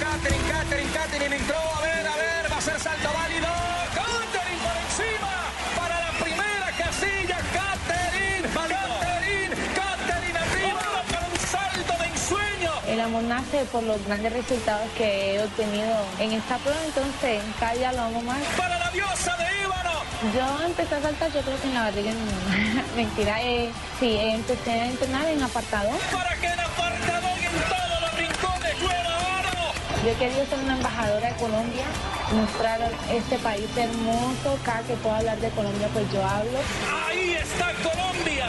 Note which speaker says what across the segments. Speaker 1: Catherine, Catherine, Catherine entró. A ver, a ver, va a ser salto válido. Catherine por encima para la primera casilla. Catherine, Catherine, Catherine arriba para un salto de ensueño.
Speaker 2: El amor nace por los grandes resultados que he obtenido en esta prueba, entonces cada día lo amo más.
Speaker 1: Para la diosa de Ébano.
Speaker 2: Yo empecé a saltar, yo creo que en la barriga de mi mamá. Mentira, eh, sí, eh, empecé a entrenar en apartado.
Speaker 1: Para que el apartador en todos los rincones llueva oro.
Speaker 2: Yo he querido ser una embajadora de Colombia, mostrar este país hermoso, cada que puedo hablar de Colombia pues yo hablo.
Speaker 1: Ahí está Colombia.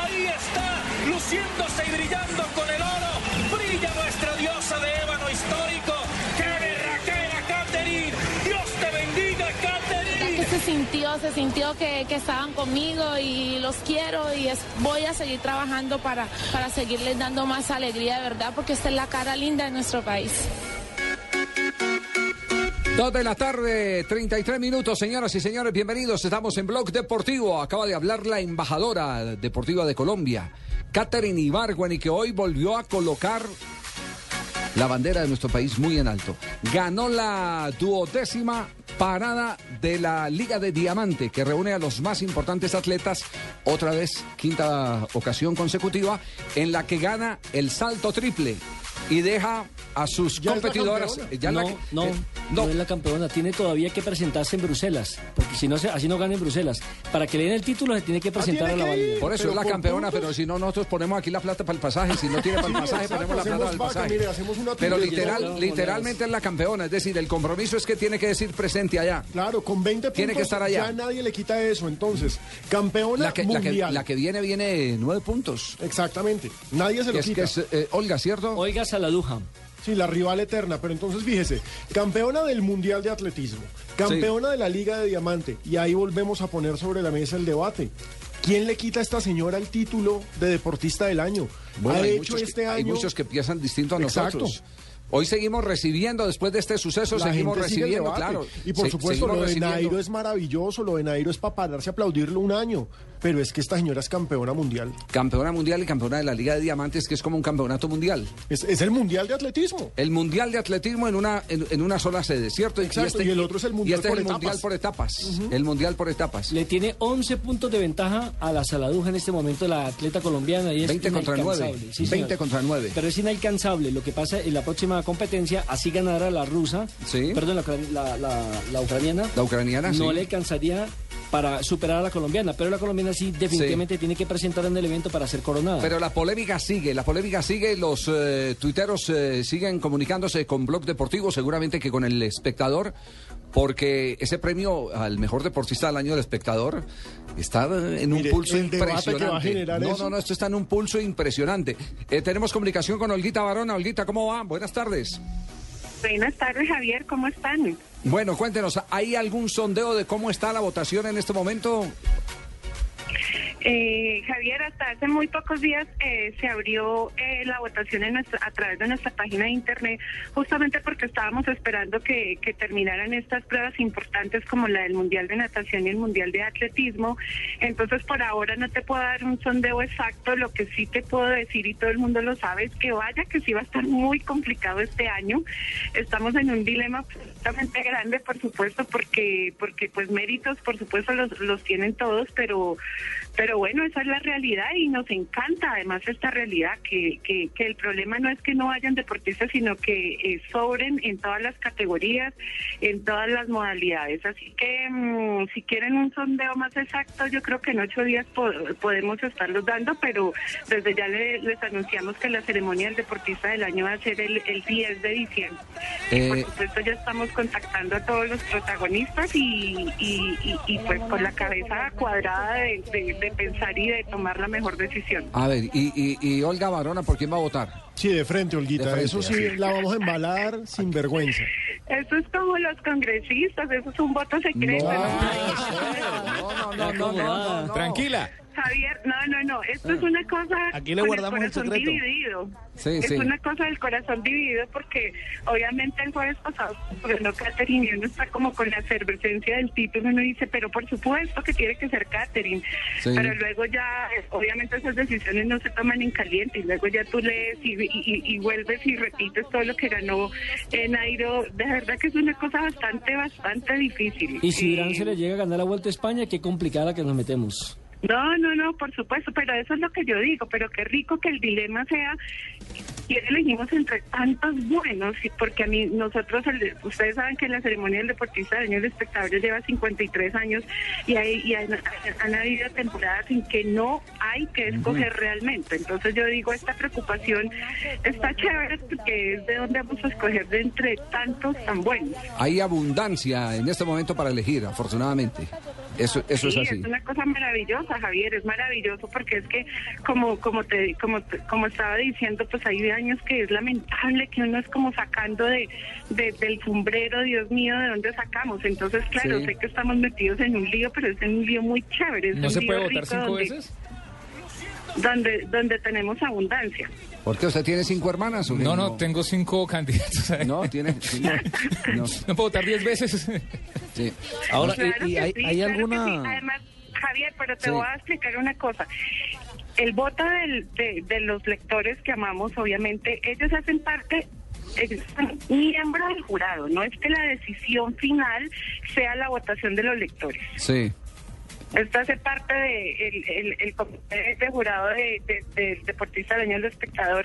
Speaker 1: Ahí está luciéndose y brillando con el oro. Brilla nuestra diosa de ébano histórico. ¡Qué berraquera, Catherine! ¡Dios te bendiga, Catherine!
Speaker 3: que se sintió, se sintió que, que estaban conmigo y los quiero y es- voy a seguir trabajando para, para seguirles dando más alegría de verdad porque esta es la cara linda de nuestro país.
Speaker 4: Dos de la tarde, 33 minutos, señoras y señores, bienvenidos. Estamos en Blog Deportivo. Acaba de hablar la embajadora deportiva de Colombia, Catherine Ibargüen, y que hoy volvió a colocar la bandera de nuestro país muy en alto. Ganó la duodécima parada de la Liga de Diamante, que reúne a los más importantes atletas, otra vez, quinta ocasión consecutiva, en la que gana el salto triple y deja a sus
Speaker 5: Ya es la
Speaker 4: competidoras.
Speaker 5: campeona.
Speaker 4: ya la
Speaker 6: no,
Speaker 4: que-
Speaker 6: no,
Speaker 4: eh,
Speaker 6: no, es la campeona. Tiene todavía que presentarse en Bruselas. Porque si no, se- así no gana en Bruselas. Para que le den el título, se tiene que
Speaker 5: Ah,
Speaker 6: presentar
Speaker 5: tiene
Speaker 6: a la
Speaker 5: que ir.
Speaker 6: válida.
Speaker 4: Por eso
Speaker 5: Pero
Speaker 4: es la
Speaker 5: por
Speaker 4: campeona,
Speaker 5: puntos.
Speaker 4: pero si no, nosotros ponemos aquí la plata para el pasaje. Si no tiene para el
Speaker 5: Sí,
Speaker 4: pasaje,
Speaker 5: exacto,
Speaker 4: ponemos la plata
Speaker 5: hacemos
Speaker 4: para el
Speaker 5: vaca,
Speaker 4: pasaje.
Speaker 5: mire, hacemos una
Speaker 4: Pero
Speaker 5: tuya,
Speaker 4: literal,
Speaker 6: llevamos
Speaker 4: literalmente es la campeona. Es decir, el compromiso es que tiene que decir presente allá.
Speaker 5: Claro, con 20 puntos
Speaker 4: Tiene que estar allá.
Speaker 5: ya nadie le quita eso. Entonces, campeona
Speaker 4: La que, la, que,
Speaker 5: mundial.
Speaker 4: la que viene, viene nueve puntos.
Speaker 5: Exactamente. Nadie se
Speaker 4: Y
Speaker 5: lo
Speaker 4: es que
Speaker 5: quita.
Speaker 4: es eh, Olga, ¿cierto?
Speaker 6: Oiga, Saladuja.
Speaker 5: Sí, la rival eterna. Pero entonces fíjese, campeona del Mundial de Atletismo, campeona de la Liga de Diamante. Y ahí volvemos a poner sobre la mesa el debate. ¿Quién le quita a esta señora el título de deportista del año?
Speaker 4: Bueno,
Speaker 5: ha
Speaker 4: hay,
Speaker 5: hecho
Speaker 4: muchos que-
Speaker 5: este
Speaker 4: hay
Speaker 5: año.
Speaker 4: muchos que piensan distinto a
Speaker 5: Exacto.
Speaker 4: nosotros. Hoy seguimos recibiendo, después de este suceso,
Speaker 5: La
Speaker 4: seguimos
Speaker 5: gente sigue el
Speaker 4: recibiendo,
Speaker 5: debate.
Speaker 4: claro.
Speaker 5: Y por
Speaker 4: Se-
Speaker 5: supuesto,
Speaker 4: seguimos
Speaker 5: lo de
Speaker 4: recibiendo.
Speaker 5: Nairo es maravilloso, lo de Nairo es para pararse a aplaudirlo un año. Pero es que esta señora es campeona mundial.
Speaker 4: Campeona mundial y campeona de la Liga de Diamantes, que es como un campeonato mundial.
Speaker 5: Es, es el mundial de atletismo.
Speaker 4: El Mundial de Atletismo en una, en, en una sola sede, ¿cierto?
Speaker 5: Exacto, y el otro es el
Speaker 4: y
Speaker 5: Mundial
Speaker 4: este
Speaker 5: por
Speaker 4: es el
Speaker 5: etapas.
Speaker 4: Mundial por etapas. El Mundial por etapas.
Speaker 6: Le tiene 11 puntos de ventaja a la Saladuja en este momento, la atleta colombiana. Y es
Speaker 4: 20 contra
Speaker 6: inalcanzable.
Speaker 4: 9.
Speaker 6: Sí, señor.
Speaker 4: 20 contra 9.
Speaker 6: Pero es inalcanzable. Lo que pasa en la próxima competencia, así ganará la rusa.
Speaker 4: Sí.
Speaker 6: Perdón, la, ucra- la- la- la ucraniana.
Speaker 4: La ucraniana,
Speaker 6: No
Speaker 4: sí.
Speaker 6: le alcanzaría para superar a la colombiana. Pero la colombiana sí, definitivamente tiene que presentar en el evento para ser coronada.
Speaker 4: Pero la polémica sigue, la polémica sigue, los eh, tuiteros eh, siguen comunicándose con Blog Deportivo, seguramente que con el espectador, porque ese premio al mejor deportista del año del espectador está eh, en un
Speaker 5: Mire,
Speaker 4: pulso
Speaker 5: el debate
Speaker 4: impresionante.
Speaker 5: que va a generar
Speaker 4: no,
Speaker 5: eso.
Speaker 4: no, no, esto está en un pulso impresionante. Eh, tenemos comunicación con Olguita Barona. Olguita, ¿cómo va? Buenas tardes.
Speaker 7: Buenas tardes, Javier, ¿cómo están?
Speaker 4: Bueno, cuéntenos, ¿hay algún sondeo de cómo está la votación en este momento?
Speaker 7: Eh, Javier, hasta hace muy pocos días eh, se abrió eh, la votación en nuestra- a través de nuestra página de internet, justamente porque estábamos esperando que, que terminaran estas pruebas importantes como la del Mundial de Natación y el Mundial de Atletismo. Entonces, por ahora no te puedo dar un sondeo exacto, lo que sí te puedo decir y todo el mundo lo sabe es que vaya que sí va a estar muy complicado este año. Estamos en un dilema absolutamente grande, por supuesto, porque porque pues méritos, por supuesto, los, los tienen todos, pero Pero bueno, esa es la realidad y nos encanta además esta realidad, que, que, que el problema no es que no hayan deportistas, sino que eh, sobren en todas las categorías, en todas las modalidades. Así que mm, si quieren un sondeo más exacto, yo creo que en ocho días po- podemos estarlos dando, pero desde ya le- les anunciamos que la ceremonia del deportista del año va a ser el, el 10 de diciembre. Y,
Speaker 4: Eh,
Speaker 7: por supuesto ya estamos contactando a todos los protagonistas y, y- y- y, pues con la cabeza cuadrada de- de- de pensar y de tomar la mejor decisión.
Speaker 4: A ver, y, y- y Olga Barona, ¿por quién va a votar?
Speaker 5: Sí, de frente, Olguita.
Speaker 4: De frente,
Speaker 5: Eso sí,
Speaker 4: así.
Speaker 5: la vamos a embalar sin vergüenza.
Speaker 7: Eso es como los congresistas, eso es un voto secreto.
Speaker 4: No, no, no, no, no.
Speaker 8: Tranquila. Ah.
Speaker 7: Javier, no, no, no, esto es una cosa
Speaker 8: Aquí le
Speaker 7: con
Speaker 8: guardamos el
Speaker 7: el corazón
Speaker 8: secreto.
Speaker 7: dividido.
Speaker 4: Sí,
Speaker 7: es
Speaker 4: sí.
Speaker 7: una cosa del corazón dividido porque obviamente el jueves pasado, pero no Catherine, y uno está como con la efervescencia del título, uno dice, pero por supuesto que tiene que ser Catherine.
Speaker 4: Sí.
Speaker 7: Pero luego ya, eh, obviamente esas decisiones no se toman en caliente y luego ya tú lees y, y- y- y vuelves y repites todo lo que ganó eh, Nairo. De verdad que es una cosa bastante, bastante difícil.
Speaker 6: Y si Irán
Speaker 7: Eh,
Speaker 6: se le llega a ganar la Vuelta a España, qué complicada que nos metemos.
Speaker 7: no, no, no, por supuesto, pero eso es lo que yo digo, pero qué rico que el dilema sea quién elegimos entre tantos buenos, y- porque a mí, nosotros, el- ustedes saben que la ceremonia del deportista del año del espectador ya lleva 53 años y, hay, y han, han habido temporadas en que no hay que escoger realmente, entonces yo digo, esta preocupación está chévere porque es de dónde vamos a escoger de entre tantos tan buenos.
Speaker 4: Hay abundancia en este momento para elegir, afortunadamente. Eso, eso es
Speaker 7: sí,
Speaker 4: así.
Speaker 7: es una cosa maravillosa, Javier, es maravilloso porque es que como como te como te- como estaba diciendo, pues hay años que es lamentable que uno es como sacando de, de- del sombrero, Dios mío, de dónde sacamos. Entonces, claro,
Speaker 4: Sí.
Speaker 7: sé que estamos metidos en un lío, pero es un lío muy chévere, es
Speaker 8: ¿No
Speaker 7: un
Speaker 8: se
Speaker 7: lío
Speaker 8: puede
Speaker 7: rico
Speaker 8: votar cinco
Speaker 7: donde,
Speaker 8: veces?
Speaker 7: donde donde tenemos abundancia.
Speaker 4: ¿Por qué usted tiene cinco hermanas? ¿o qué?
Speaker 8: No, no, tengo cinco candidatos.
Speaker 4: No, tiene. sí, no, no,
Speaker 8: No puedo votar diez veces.
Speaker 4: sí.
Speaker 9: Ahora,
Speaker 7: Claro
Speaker 9: ¿y, y
Speaker 7: que
Speaker 9: hay,
Speaker 7: sí,
Speaker 9: hay
Speaker 7: claro que sí.
Speaker 9: alguna...?
Speaker 7: Además, Javier, pero te
Speaker 4: Sí.
Speaker 7: voy a explicar una cosa. El voto del- de, de los lectores que amamos, obviamente, ellos hacen parte, ellos son miembros del jurado. No es que la decisión final sea la votación de los lectores.
Speaker 4: sí.
Speaker 7: Esto hace parte del de el, el, el comité de jurado de, de- del deportista del año del espectador.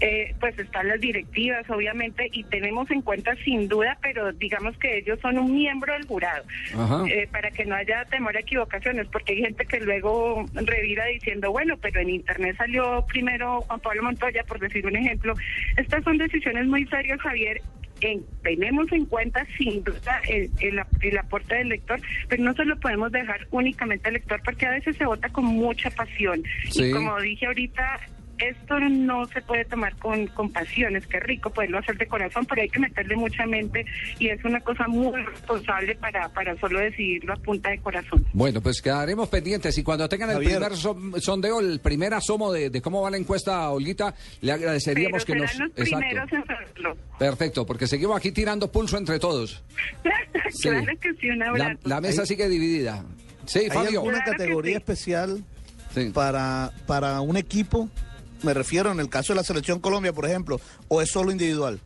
Speaker 7: Eh, pues están las directivas, obviamente, y tenemos en cuenta sin duda, pero digamos que ellos son un miembro del jurado,
Speaker 4: Ajá.
Speaker 7: Eh, para que no haya temor a equivocaciones, porque hay gente que luego revira diciendo, bueno, pero en Internet salió primero Juan Pablo Montoya, por decir un ejemplo. Estas son decisiones muy serias, Javier, en- tenemos en cuenta sin duda el, el ap- el aporte del lector, pero no se lo podemos dejar únicamente al lector porque a veces se vota con mucha pasión.
Speaker 4: Sí.
Speaker 7: Y como dije ahorita, esto no se puede tomar con, con pasión, es que es rico poderlo hacer de corazón, pero hay que meterle mucha mente y es una cosa muy responsable para, para solo decidirlo a punta de corazón.
Speaker 4: Bueno, pues quedaremos pendientes y cuando tengan el
Speaker 9: Javier.
Speaker 4: primer som- sondeo, el primer asomo de, de cómo va la encuesta, Olguita, le
Speaker 7: Pero
Speaker 4: agradeceríamos que
Speaker 7: serán
Speaker 4: nos...
Speaker 7: los primeros en hacerlo.
Speaker 4: Perfecto, porque seguimos aquí tirando pulso entre todos. Sí.
Speaker 7: claro que sí, un
Speaker 4: La,
Speaker 7: abrazo.
Speaker 4: la mesa sigue dividida. Sí,
Speaker 9: ¿Hay
Speaker 4: Fabio.
Speaker 9: alguna
Speaker 7: Claro que
Speaker 9: categoría
Speaker 7: sí.
Speaker 9: especial
Speaker 4: Sí.
Speaker 9: para, para un equipo? Me refiero en el caso de la Selección Colombia, por ejemplo, o es solo individual.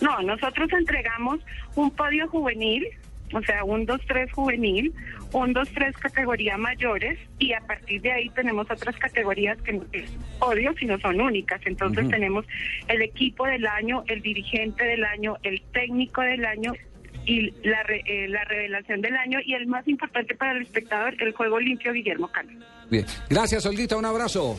Speaker 7: No, nosotros entregamos un podio juvenil, o sea, un 2-3 juvenil, un 2-3 categoría mayores, y a partir de ahí tenemos otras categorías que no tienen podio, sino son únicas. Entonces tenemos el equipo del año, el dirigente del año, el técnico del año y la, re- eh, la revelación del año y el más importante para el espectador, el juego limpio Guillermo Cano.
Speaker 4: Bien. Gracias, Olguita, un abrazo.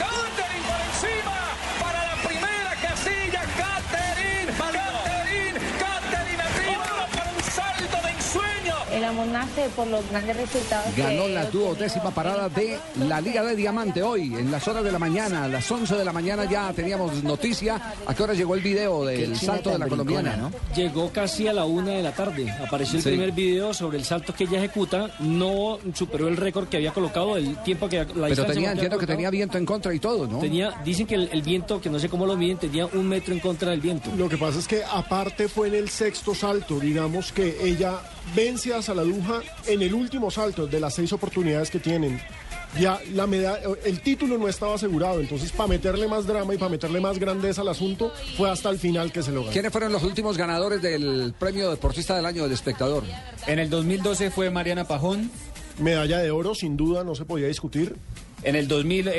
Speaker 1: Catherine por encima para la primera casilla. Catherine, Catherine, Catherine arriba para un salto de ensueño.
Speaker 10: El amor nace por los grandes resultados. que
Speaker 4: Ganó
Speaker 10: he
Speaker 4: la
Speaker 10: obtenido
Speaker 4: duodécima
Speaker 10: en
Speaker 4: parada de
Speaker 10: tantos
Speaker 4: la Liga de
Speaker 10: eventos.
Speaker 4: Diamante hoy, en las horas de la mañana, a las 11 de la mañana ya teníamos noticia. ¿A qué hora llegó el video
Speaker 9: china
Speaker 4: del salto de
Speaker 9: tan
Speaker 4: la
Speaker 9: brincona,
Speaker 4: colombiana?
Speaker 9: ¿no?
Speaker 6: Llegó casi a la una de la tarde. Apareció el
Speaker 4: Sí.
Speaker 6: primer video sobre el salto que ella ejecuta. No superó el récord que había colocado, el tiempo que la
Speaker 4: Pero
Speaker 6: distancia
Speaker 4: tenía,
Speaker 6: había
Speaker 4: entiendo que
Speaker 6: colocado.
Speaker 4: tenía viento en contra y todo, ¿no?
Speaker 6: Tenía, dicen que el, el viento, que no sé cómo lo miden, tenía un metro en contra del viento.
Speaker 5: Lo que pasa es que aparte fue en el sexto salto, digamos que ella vence a Saladuja en el último salto de las seis oportunidades que tienen. ya la medalla, el título no estaba asegurado. Entonces, para meterle más drama y para meterle más grandeza al asunto, fue hasta el final que se lo ganó.
Speaker 4: ¿Quiénes fueron los últimos ganadores del premio deportista del año del espectador?
Speaker 11: En el 2012 fue Mariana Pajón.
Speaker 5: Medalla de oro, sin duda, no se podía discutir.
Speaker 11: En el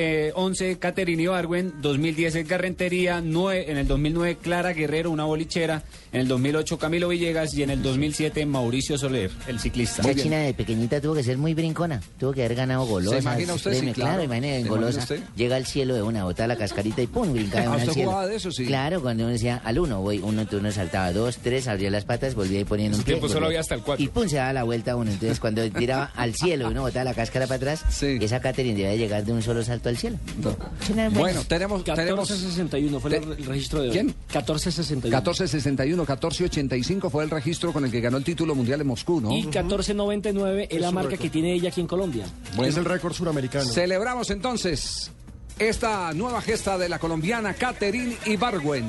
Speaker 11: 2011, Caterine Ibargüen. 2010, Edgar Rentería. Nue- en el 2009, Clara Guerrero, una bolichera. En el 2008, Camilo Villegas. Y en el 2007, Mauricio Soler, el ciclista.
Speaker 12: Esa china de pequeñita tuvo que ser muy brincona, tuvo que haber ganado golosas.
Speaker 4: imagina usted? Sí,
Speaker 12: premios,
Speaker 4: claro.
Speaker 12: imagínate, en
Speaker 4: ¿Se imagina
Speaker 12: golosa.
Speaker 4: usted?
Speaker 12: Llega al cielo de una, bota la cascarita y pum, brinca de
Speaker 4: Ah,
Speaker 12: una
Speaker 4: ¿usted
Speaker 12: al cielo.
Speaker 4: jugaba de eso, sí?
Speaker 12: Claro, cuando uno decía al uno, voy, uno, tú uno saltaba dos, tres, abría las patas, volvía y ponía en un
Speaker 11: Ese
Speaker 12: pie.
Speaker 11: tiempo solo
Speaker 12: volvía.
Speaker 11: había hasta el cuatro.
Speaker 12: Y pum, se daba la vuelta a uno. Entonces, cuando tiraba al cielo y uno botaba la cáscara para atrás, esa Catherine debía llegar de un solo salto al cielo. China de
Speaker 4: Bueno,
Speaker 12: buenas.
Speaker 4: tenemos... tenemos-
Speaker 6: 1461 fue el re- el registro de hoy.
Speaker 4: ¿Quién?
Speaker 6: 1461.
Speaker 4: 1461, 1485 fue el registro con el que ganó el título mundial en Moscú, ¿no?
Speaker 6: Y 1499 es la
Speaker 4: Es un
Speaker 6: marca
Speaker 4: récord.
Speaker 6: que tiene ella aquí en Colombia.
Speaker 4: Bueno.
Speaker 5: Es el récord suramericano.
Speaker 4: Celebramos entonces esta nueva gesta de la colombiana Caterine Ibargüen.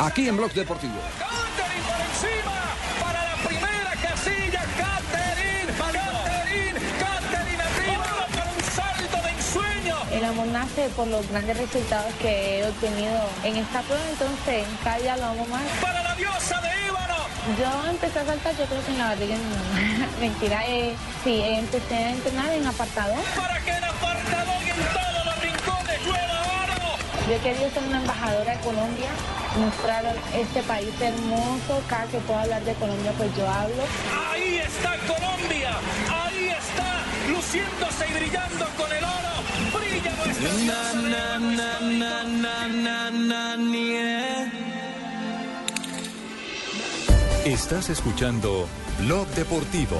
Speaker 4: Aquí en Blog Deportivo.
Speaker 1: por encima para la primera casilla. Caterin, Caterin, Caterin arriba con un salto de ensueño.
Speaker 2: El amor nace por los grandes resultados que he obtenido en esta prueba, entonces cada día lo amo más.
Speaker 1: Para la diosa de Ébano.
Speaker 2: Yo empecé a saltar, yo creo que en la barriga de mi mamá. Mentira, eh, sí, eh, empecé a entrenar en apartado.
Speaker 1: Para que el apartador en todos los rincones llueva oro.
Speaker 2: Yo he querido ser una embajadora de Colombia, mostrar este país hermoso, cada que puedo hablar de Colombia pues yo hablo.
Speaker 1: Ahí está Colombia. Ahí está luciéndose y brillando con el oro. Brilla nuestra diosa de Ébano.
Speaker 13: Estás escuchando Blog Deportivo.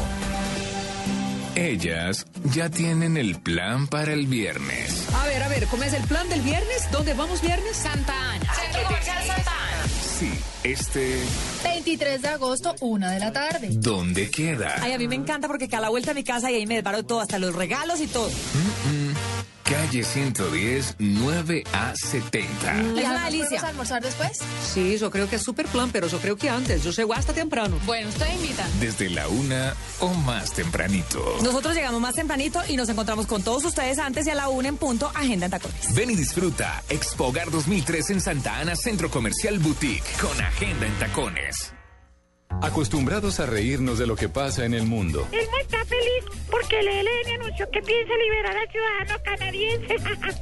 Speaker 14: Ellas ya tienen el plan para el viernes.
Speaker 15: A ver, a ver, ¿cómo es el plan del viernes? ¿Dónde vamos viernes? Santa Ana.
Speaker 14: Sí, este,
Speaker 16: 23 de agosto, una de la tarde.
Speaker 14: ¿dónde queda?
Speaker 15: Ay, a mí me encanta porque que a la vuelta a mi casa y ahí me desbaro todo, hasta los regalos y todo.
Speaker 14: Mm, Calle 110, 9A70.
Speaker 15: Es una delicia.
Speaker 16: ¿Podemos almorzar después?
Speaker 15: Sí, yo creo que es súper plan, pero yo creo que antes, yo llego hasta temprano.
Speaker 16: Bueno, usted invita.
Speaker 14: Desde la una o más tempranito.
Speaker 15: Nosotros llegamos más tempranito y nos encontramos con todos ustedes antes y a la una en punto, Agenda en Tacones.
Speaker 14: Ven y disfruta Expo Hogar 2003 en Santa Ana Centro Comercial Boutique con agenda en tacones.
Speaker 13: Acostumbrados a reírnos de lo que pasa en el mundo.
Speaker 17: Elmo está feliz porque el ELN anunció que piensa liberar al ciudadano canadiense.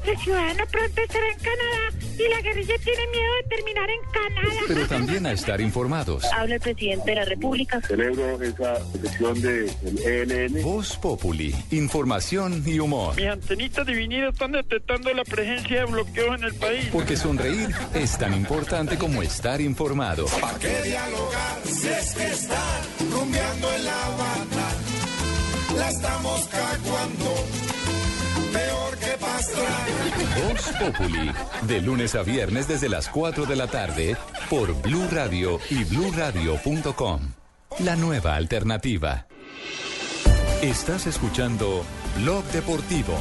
Speaker 17: El ciudadano pronto estará en Canadá y la guerrilla tiene miedo de terminar en Canadá.
Speaker 13: Pero también a estar informados.
Speaker 17: Habla el presidente de la República.
Speaker 18: Celebro esa sesión del ELN.
Speaker 13: Voz Populi, información y humor.
Speaker 19: Mis antenitas divinidas están detectando la presencia de bloqueos en el país.
Speaker 13: Porque sonreír es tan importante como estar informado.
Speaker 1: ¿Para qué dialogar si es que está rumbeando en La Habana? La estamos caguando, peor que pastra.
Speaker 13: Voz Populi, de lunes a viernes desde las 4 de la tarde por Blue Radio y bluradio.com. La nueva alternativa. Estás escuchando Blog Deportivo.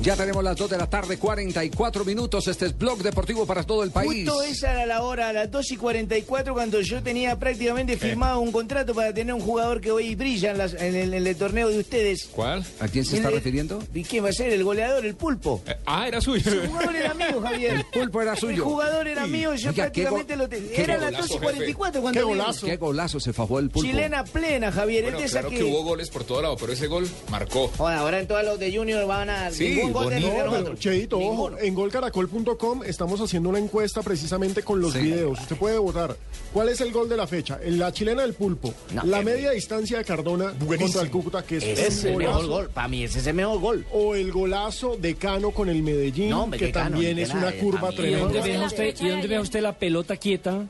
Speaker 4: Ya tenemos las 2 de la tarde, 44 minutos. Este es Blog Deportivo para todo el país.
Speaker 20: Justo esa era la hora, a las 2 y 44, cuando yo tenía
Speaker 4: Eh.
Speaker 20: prácticamente firmado un contrato para tener un jugador que hoy brilla en, las- en el, en el torneo de ustedes.
Speaker 21: ¿Cuál?
Speaker 4: ¿A quién se está
Speaker 20: ¿Quién le-
Speaker 4: refiriendo?
Speaker 20: ¿Y quién va a ser? ¿El goleador? ¿El pulpo?
Speaker 21: Ah, era suyo.
Speaker 20: El jugador era mío, Javier.
Speaker 4: El pulpo era suyo.
Speaker 20: El jugador era mío, yo
Speaker 4: Oiga, qué
Speaker 20: prácticamente
Speaker 4: gol-
Speaker 20: lo tenía.
Speaker 4: qué
Speaker 20: Era a las
Speaker 4: golazo,
Speaker 20: 2 y 44
Speaker 4: jefe.
Speaker 20: cuando
Speaker 4: Qué
Speaker 20: vi.
Speaker 4: golazo. Qué golazo se fajó el pulpo.
Speaker 20: Chilena plena, Javier. Este
Speaker 4: Bueno,
Speaker 20: es de esa
Speaker 4: claro
Speaker 20: que...
Speaker 4: que
Speaker 11: Hubo goles por todo lado, pero ese gol marcó.
Speaker 20: Joder, ahora en todos los de Junior van a... ningún gol de
Speaker 5: No,
Speaker 20: Ricardo.
Speaker 5: pero, Cheito, ojo, en golcaracol.com estamos haciendo una encuesta precisamente con los videos. Usted puede votar cuál es el gol de la fecha, En la chilena del pulpo, la media distancia de Cardona contra el Cúcuta, que es,
Speaker 20: Ese es el mejor gol.
Speaker 5: Para mí ese es el mejor gol. O el golazo de Cano con el Medellín,
Speaker 20: No, hombre,
Speaker 5: que
Speaker 20: que Cano,
Speaker 5: también
Speaker 20: ni
Speaker 5: es
Speaker 20: que
Speaker 5: una
Speaker 20: nada,
Speaker 5: curva
Speaker 20: a mí-
Speaker 6: ¿Y
Speaker 5: tremenda.
Speaker 6: dónde ve usted, y dónde ve usted la pelota quieta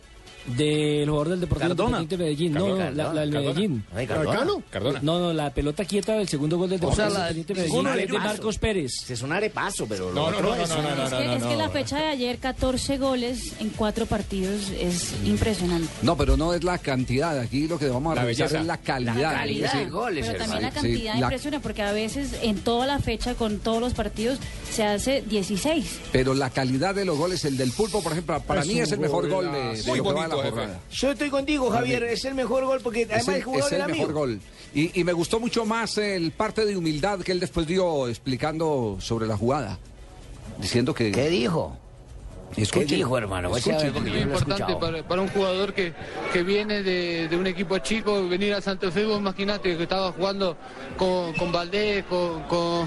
Speaker 6: del jugador del Deportivo
Speaker 20: Cardona.
Speaker 6: Independiente de Medellín? No,
Speaker 20: Cardona.
Speaker 6: no, la, la del
Speaker 20: Cardona.
Speaker 6: Medellín.
Speaker 20: Ay, Cardona. ¿Cardona? Cardona.
Speaker 6: No, no, la pelota quieta del segundo gol del
Speaker 20: O
Speaker 6: Deportivo
Speaker 20: sea, la,
Speaker 6: Independiente de Medellín.
Speaker 20: ninguno
Speaker 6: es
Speaker 20: de
Speaker 6: de Marcos Pérez.
Speaker 20: Es un arepazo, pero... lo
Speaker 6: No, no,
Speaker 20: otro
Speaker 6: no, no,
Speaker 20: es
Speaker 6: no,
Speaker 20: un-
Speaker 6: no, no,
Speaker 9: Es que, es que la fecha de ayer, 14 goles en cuatro partidos, es impresionante.
Speaker 4: No, pero no es la cantidad. Aquí lo que vamos a
Speaker 20: La
Speaker 4: revisar
Speaker 20: belleza.
Speaker 4: es la calidad. Sí.
Speaker 9: Pero también la
Speaker 4: Sí, sí,
Speaker 9: cantidad
Speaker 4: la-
Speaker 9: impresiona, porque a veces en toda la fecha, con todos los partidos, se hace 16.
Speaker 4: pero la calidad de los goles, el del pulpo, por ejemplo, para
Speaker 9: Es
Speaker 4: mí
Speaker 9: un
Speaker 4: es el mejor gol
Speaker 9: golazo.
Speaker 20: ah,
Speaker 4: de, de
Speaker 9: Muy
Speaker 4: lo que va a la
Speaker 22: jefe.
Speaker 4: jornada.
Speaker 22: Yo estoy contigo, Javier. Es el mejor gol porque además
Speaker 4: Es el,
Speaker 22: el jugador
Speaker 4: es el
Speaker 22: era amigo.
Speaker 4: mejor gol. Y, y me gustó mucho más el parte de humildad que él después dio explicando sobre la jugada. Diciendo que. ¿Qué
Speaker 12: dijo?
Speaker 4: Escuche,
Speaker 12: dijo, hermano? Vaya a ver, porque yo
Speaker 23: Muy
Speaker 12: no lo he
Speaker 23: importante
Speaker 12: escuchado.
Speaker 23: para, para un jugador que, que viene de, de un equipo chico, venir a Santo Fe, vos imaginate que estaba jugando con, con Valdés, con, con,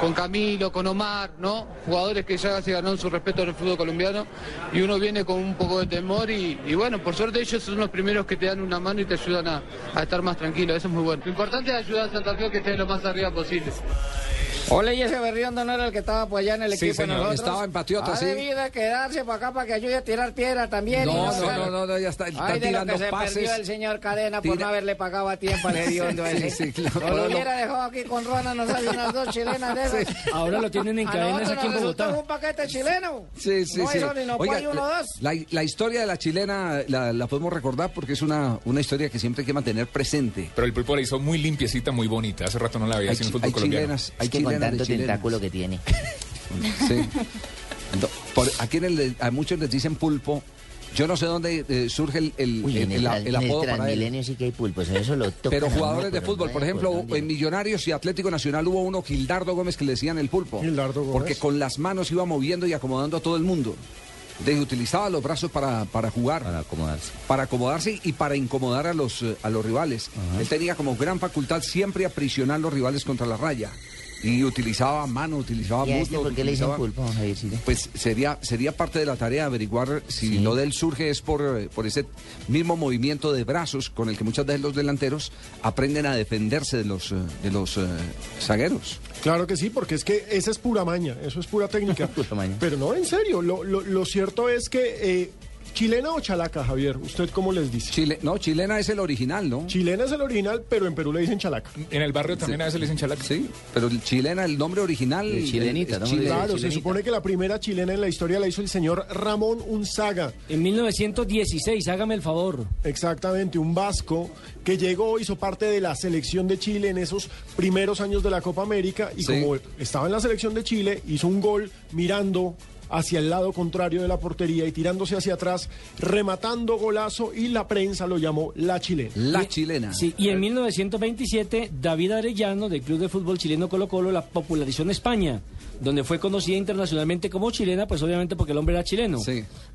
Speaker 23: con Camilo, con Omar, ¿no? Jugadores que ya se ganaron su respeto en el fútbol colombiano y uno viene con un poco de temor y, y bueno, por suerte ellos son los primeros que te dan una mano y te ayudan a, a estar más tranquilo, eso es muy bueno. Lo importante es ayudar a Santa Fe a que esté lo más arriba posible.
Speaker 24: Hola, y ese Berriondo no era el que estaba por allá en el
Speaker 4: Sí,
Speaker 24: equipo de
Speaker 4: señor.
Speaker 24: nosotros.
Speaker 4: Estaba en patriota,
Speaker 24: ha
Speaker 4: sí.
Speaker 24: debido quedarse para acá para que ayude a tirar piedra también. y
Speaker 4: No, no,
Speaker 24: sale.
Speaker 4: no, no, no, ya está.
Speaker 24: Ay,
Speaker 4: Están
Speaker 24: de lo
Speaker 4: tirando
Speaker 24: que se
Speaker 4: pases.
Speaker 24: perdió el señor Cadena por
Speaker 4: Tira-
Speaker 24: no haberle pagado a tiempo al hediondo
Speaker 4: Sí,
Speaker 24: ese.
Speaker 4: sí,
Speaker 24: No
Speaker 4: claro.
Speaker 24: lo
Speaker 4: Ahora lo-
Speaker 24: hubiera dejado aquí con Rona, nos hace unas dos chilenas de esas.
Speaker 6: Ahora lo tienen en
Speaker 24: A
Speaker 6: cadenas
Speaker 24: nosotros
Speaker 6: aquí en
Speaker 24: nos resultó
Speaker 6: Bogotá.
Speaker 24: un paquete chileno.
Speaker 4: Sí, sí,
Speaker 24: no
Speaker 4: sí.
Speaker 24: hizo ni no
Speaker 4: Oiga,
Speaker 24: pay uno
Speaker 4: la-
Speaker 24: dos.
Speaker 4: la, la historia de la chilena la, la podemos recordar porque es una, una historia que siempre hay que mantener presente.
Speaker 14: Pero el pulpo la hizo muy limpiecita, muy bonita. Hace rato no la veía
Speaker 4: Hay
Speaker 14: así en el
Speaker 4: chi-
Speaker 14: fútbol
Speaker 4: hay
Speaker 14: colombiano.
Speaker 4: chilenas, hay Es que con chilenas de tanto chilenas. tentáculo
Speaker 12: que tiene.
Speaker 4: Sí. No, por- a, quienes le- a muchos les dicen pulpo. Yo no sé dónde eh, surge el, el-
Speaker 12: Uy, en
Speaker 4: el-
Speaker 12: el,
Speaker 4: el-
Speaker 12: tran-
Speaker 4: el
Speaker 12: en el
Speaker 4: apodo para él.
Speaker 12: Transmilenio sí que hay pulpos, en pues eso lo tocan.
Speaker 4: Pero
Speaker 12: a uno,
Speaker 4: jugadores de
Speaker 12: pero
Speaker 4: fútbol,
Speaker 12: no
Speaker 4: por
Speaker 12: hay
Speaker 4: ejemplo,
Speaker 12: dónde.
Speaker 4: en Millonarios y Atlético Nacional hubo uno, Gildardo Gómez, que le decían el pulpo. Porque con las manos iba moviendo y acomodando a todo el mundo. De, utilizaba los brazos para, para jugar. Para
Speaker 12: acomodarse.
Speaker 4: Para acomodarse y para incomodar a los, eh, a los rivales. Él tenía como gran facultad siempre aprisionar los rivales contra la raya. Y utilizaba mano, utilizaba
Speaker 12: ¿Y a este
Speaker 4: muslo,
Speaker 12: por qué le dicen
Speaker 4: utilizaba-
Speaker 12: pulpo, Javiercito?
Speaker 4: pues sería, sería parte de la tarea averiguar si lo de él surge es por, eh, por ese mismo movimiento de brazos con el que muchas veces los delanteros aprenden a defenderse de los, eh, de los eh, zagueros.
Speaker 5: Claro que sí, porque es que esa es pura maña, eso es pura técnica. Pero no, en serio, lo, lo- lo cierto es que eh, chilena o chalaca, Javier, ¿usted cómo les dice?
Speaker 4: no, chilena es el original, ¿no?
Speaker 5: Chilena es el original, pero en Perú le dicen chalaca.
Speaker 14: En el barrio también a veces le dicen chalaca.
Speaker 4: Sí, pero el chilena, el nombre original.
Speaker 5: El
Speaker 4: eh, es chile-
Speaker 5: Claro, se
Speaker 4: chilenita.
Speaker 5: supone que la primera chilena en la historia la hizo el señor Ramón Unzaga.
Speaker 6: En 1916, hágame el favor.
Speaker 5: Exactamente, un vasco que llegó, hizo parte de la selección de Chile en esos primeros años de la Copa América y
Speaker 4: Sí.
Speaker 5: como estaba en la selección de Chile, hizo un gol mirando hacia el lado contrario de la portería y tirándose hacia atrás, rematando golazo y la prensa lo llamó la chilena.
Speaker 4: La chilena.
Speaker 6: Sí, y en 1927, David Arellano, del Club de Fútbol Chileno Colo Colo, la popularizó en España, donde fue conocida internacionalmente como chilena, pues obviamente porque el hombre era chileno.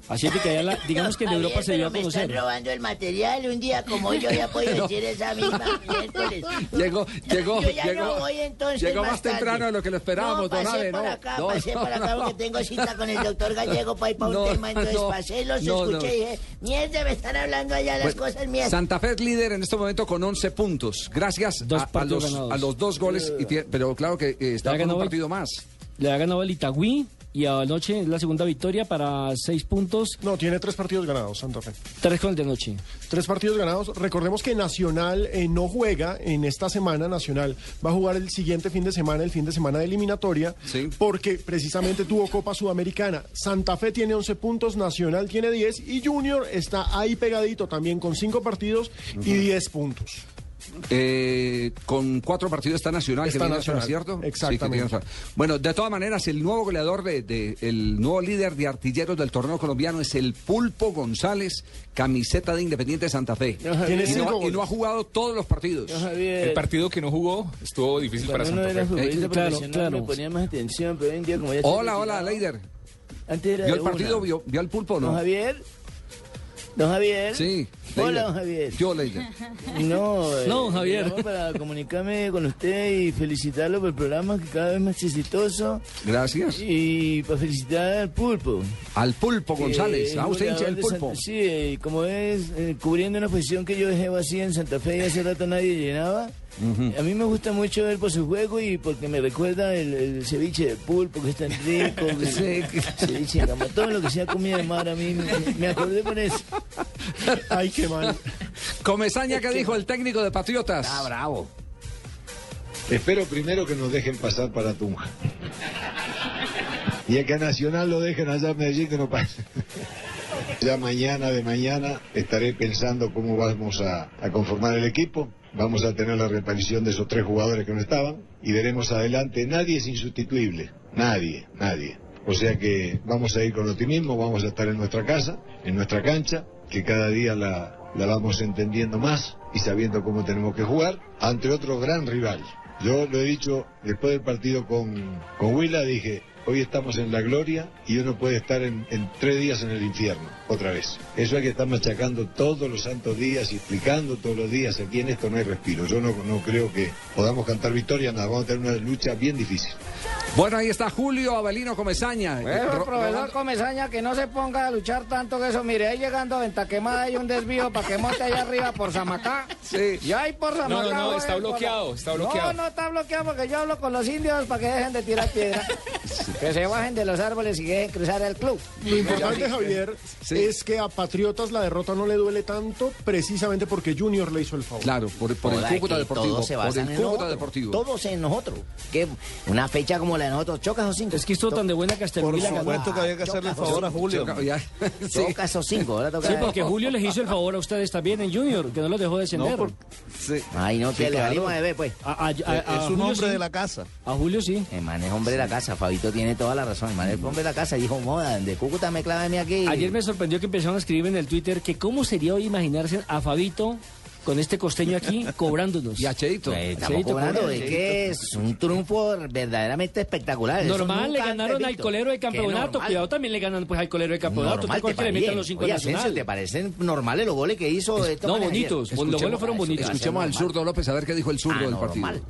Speaker 6: Así que allá la- digamos que en
Speaker 20: Javier,
Speaker 6: Europa se
Speaker 20: pero
Speaker 6: dio a
Speaker 20: me están
Speaker 6: conocer.
Speaker 20: robando el material un día como yo ya puedo
Speaker 6: No.
Speaker 20: decir esa misma miércoles.
Speaker 4: Llegó, llegó,
Speaker 20: Yo ya
Speaker 4: llegó,
Speaker 20: no voy entonces.
Speaker 4: llegó más,
Speaker 20: tarde.
Speaker 4: temprano de lo que lo esperábamos,
Speaker 20: no,
Speaker 4: don
Speaker 20: pasé
Speaker 4: Ave,
Speaker 20: por
Speaker 4: no.
Speaker 20: acá,
Speaker 4: No,
Speaker 20: pasé
Speaker 4: no,
Speaker 20: por acá
Speaker 4: no.
Speaker 20: porque tengo cita con el doctor Gallego para ir para
Speaker 4: No,
Speaker 20: un tema, entonces
Speaker 4: no,
Speaker 20: pasé, los
Speaker 4: no, no.
Speaker 20: escuché y dije, mierda, me están hablando allá las
Speaker 4: Bueno,
Speaker 20: cosas mías.
Speaker 4: Santa Fe es líder en este momento con 11 puntos. Gracias a- a,
Speaker 6: partidos
Speaker 4: los,
Speaker 6: ganados.
Speaker 4: a los dos goles. y tie- pero claro que eh, está
Speaker 6: Le ha
Speaker 4: con un
Speaker 6: ganado el-
Speaker 4: partido más.
Speaker 6: Le ha ganado al Itagüí y anoche es la segunda victoria para seis puntos.
Speaker 5: No, tiene tres partidos ganados, Santa Fe.
Speaker 6: Tres con el de noche.
Speaker 5: Tres partidos ganados. Recordemos que Nacional eh, no juega en esta semana. Nacional va a jugar el siguiente fin de semana, el fin de semana de eliminatoria, porque precisamente tuvo Copa Sudamericana. Santa Fe tiene 11 puntos, Nacional tiene 10 y Junior está ahí pegadito también con 5 partidos y 10 puntos.
Speaker 4: Eh, con cuatro partidos está Nacional,
Speaker 5: Está
Speaker 4: que viene
Speaker 5: Nacional,
Speaker 4: a ser, ¿cierto?
Speaker 5: exactamente.
Speaker 4: Sí, que tiene razón. bueno, de todas maneras, el nuevo goleador, de, de- el nuevo líder de artilleros del torneo colombiano es el Pulpo González, camiseta de Independiente Santa Fe.
Speaker 14: Ajá,
Speaker 4: Y
Speaker 14: bien.
Speaker 4: no, ha- y
Speaker 14: Cinco
Speaker 4: no ha jugado todos los partidos.
Speaker 14: El partido que no jugó estuvo difícil para
Speaker 20: Cuando
Speaker 14: Santa
Speaker 20: uno
Speaker 14: Fe.
Speaker 20: era futbolista profesional me ponía más atención, pero hoy en día como ya estoy
Speaker 4: Hola, hola,
Speaker 20: retirado,
Speaker 4: Leider.
Speaker 20: Antes era
Speaker 4: ¿Vio
Speaker 20: de
Speaker 4: el partido?
Speaker 20: una.
Speaker 4: ¿Vio, vio al Pulpo o no?
Speaker 20: Don Javier. Don Javier.
Speaker 4: Sí.
Speaker 20: Hola,
Speaker 4: Leider.
Speaker 20: don Javier.
Speaker 4: Yo, Leider.
Speaker 20: No, eh,
Speaker 4: No, don Javier.
Speaker 20: llamo Para comunicarme con usted y felicitarlo por el programa que cada vez más exitoso.
Speaker 4: Gracias.
Speaker 20: Y para felicitar al Pulpo.
Speaker 4: Al Pulpo González.
Speaker 20: Eh,
Speaker 4: Ah, usted hincha del
Speaker 20: goleador de
Speaker 4: Pulpo.
Speaker 20: Santa- sí, eh, como es eh, cubriendo una posición que yo dejé vacía en Santa Fe y hace rato nadie llenaba.
Speaker 4: Mm.
Speaker 20: A mí me gusta mucho él por su juego y porque me recuerda el, el ceviche de pulpo que es tan rico, el ceviche de camarón, todo lo que sea comida de mar a mí me, me acordé con eso.
Speaker 5: Ay, qué mal.
Speaker 4: Comesaña, ¿qué dijo el técnico de Patriotas? Ah, bravo.
Speaker 25: Espero primero que nos dejen pasar para Tunja. Y a que a Nacional lo dejen allá en Medellín que no pase. Ya mañana de mañana estaré pensando cómo vamos a, a conformar el equipo. Vamos a tener la reaparición de esos tres jugadores que no estaban y veremos adelante. Nadie es insustituible. Nadie, nadie. O sea que vamos a ir con optimismo, vamos a estar en nuestra casa, en nuestra cancha, que cada día la, la vamos entendiendo más y sabiendo cómo tenemos que jugar ante otro gran rival. Yo lo he dicho después del partido con, con Huila, dije, hoy estamos en la gloria y uno puede estar en, en tres días en el infierno, otra vez. Eso hay que estar machacando todos los santos días y explicando todos los días, aquí en esto no hay respiro. Yo no, no creo que podamos cantar victoria, nada, vamos a tener una lucha bien difícil.
Speaker 4: Bueno, ahí está Julio Avelino Comezaña.
Speaker 26: Pero el
Speaker 4: Ro-
Speaker 26: Eh, proveedor
Speaker 4: Rolando-
Speaker 26: Comesaña que no se ponga a luchar tanto que eso. Mire, ahí llegando a Venta Quemada hay un desvío para que monte allá arriba por Zamacá.
Speaker 4: Sí.
Speaker 26: Y ahí por
Speaker 14: No,
Speaker 26: Zamacá.
Speaker 14: no, no,
Speaker 26: voy
Speaker 14: está
Speaker 26: por la-
Speaker 14: bloqueado, está bloqueado.
Speaker 26: No, no está bloqueado porque yo hablo con los indios para que dejen de tirar piedra. Que se bajen de los árboles y dejen cruzar el club.
Speaker 5: Lo importante, Javier, es que a Patriotas la derrota no le duele tanto precisamente porque Junior le hizo el favor.
Speaker 4: Claro, por,
Speaker 5: por
Speaker 12: Joda, que Todos se basan en nosotros, Todos en nosotros. Que una fecha como la de nosotros, chocas o cinco. Ah, Es que esto tan
Speaker 6: de buena que hasta el
Speaker 12: Por
Speaker 6: Huila ganó.
Speaker 12: supuesto que había que hacerle el favor a Julio. Chocas o cinco, ahora toca.
Speaker 6: Sí, porque Julio les hizo el favor a ustedes también en Junior, que no los dejó descender.
Speaker 12: No, por- Ay, no, que le valimos de ver, pues.
Speaker 6: a Julio sí.
Speaker 12: casa.
Speaker 6: A Julio sí.
Speaker 12: El man es hombre de la casa. Fabito tiene toda la razón. El man es hombre de la casa. Dijo, moda, de Cúcuta me clave a mí aquí.
Speaker 6: Mm. Ayer me sorprendió que empezaron a escribir en el Twitter que cómo sería hoy imaginarse a Fabito con este costeño aquí cobrándonos. Y a pues.
Speaker 4: Cheito.
Speaker 12: Eh, Pues, Estamos cobrando de que es un triunfo verdaderamente espectacular. Eso
Speaker 6: Normal, le
Speaker 12: nunca antes
Speaker 6: ganaron al
Speaker 12: visto.
Speaker 6: colero de
Speaker 12: Que
Speaker 6: campeonato.
Speaker 12: normal.
Speaker 6: Cuidado, también le ganan pues al colero de campeonato.
Speaker 12: Normal,
Speaker 6: Tal cual
Speaker 12: te
Speaker 6: que le metan
Speaker 12: parecen.
Speaker 6: los cinco
Speaker 12: Oye, Asensio,
Speaker 6: nacionales.
Speaker 12: ¿te parecen normales los goles que hizo? estos
Speaker 6: No,
Speaker 12: manes ayer?
Speaker 6: bonitos. Los goles fueron bonitos.
Speaker 4: Escuchemos al zurdo López a ver qué dijo el zurdo
Speaker 12: Ah,
Speaker 4: del
Speaker 12: no,
Speaker 4: partido.
Speaker 12: normal.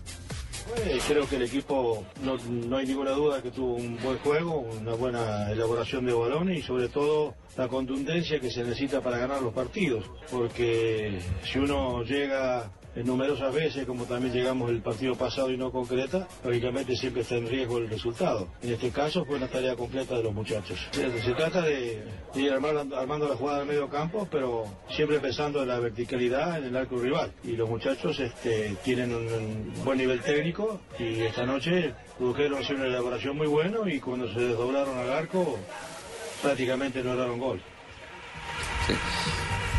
Speaker 27: Eh, creo que el equipo, no, no hay ninguna duda que tuvo un buen juego, una buena elaboración de balones y sobre todo la contundencia que se necesita para ganar los partidos. Porque si uno llega en numerosas veces, como también llegamos el partido pasado y no concreta, lógicamente siempre está en riesgo el resultado. En este caso fue una tarea completa de los muchachos. Se, se trata de, de ir armando, armando la jugada del medio campo, pero siempre pensando en la verticalidad en el arco rival. Y los muchachos este, tienen un, un buen nivel técnico y esta noche produjeron sí, una elaboración muy buena y cuando se desdoblaron al arco prácticamente no dieron gol.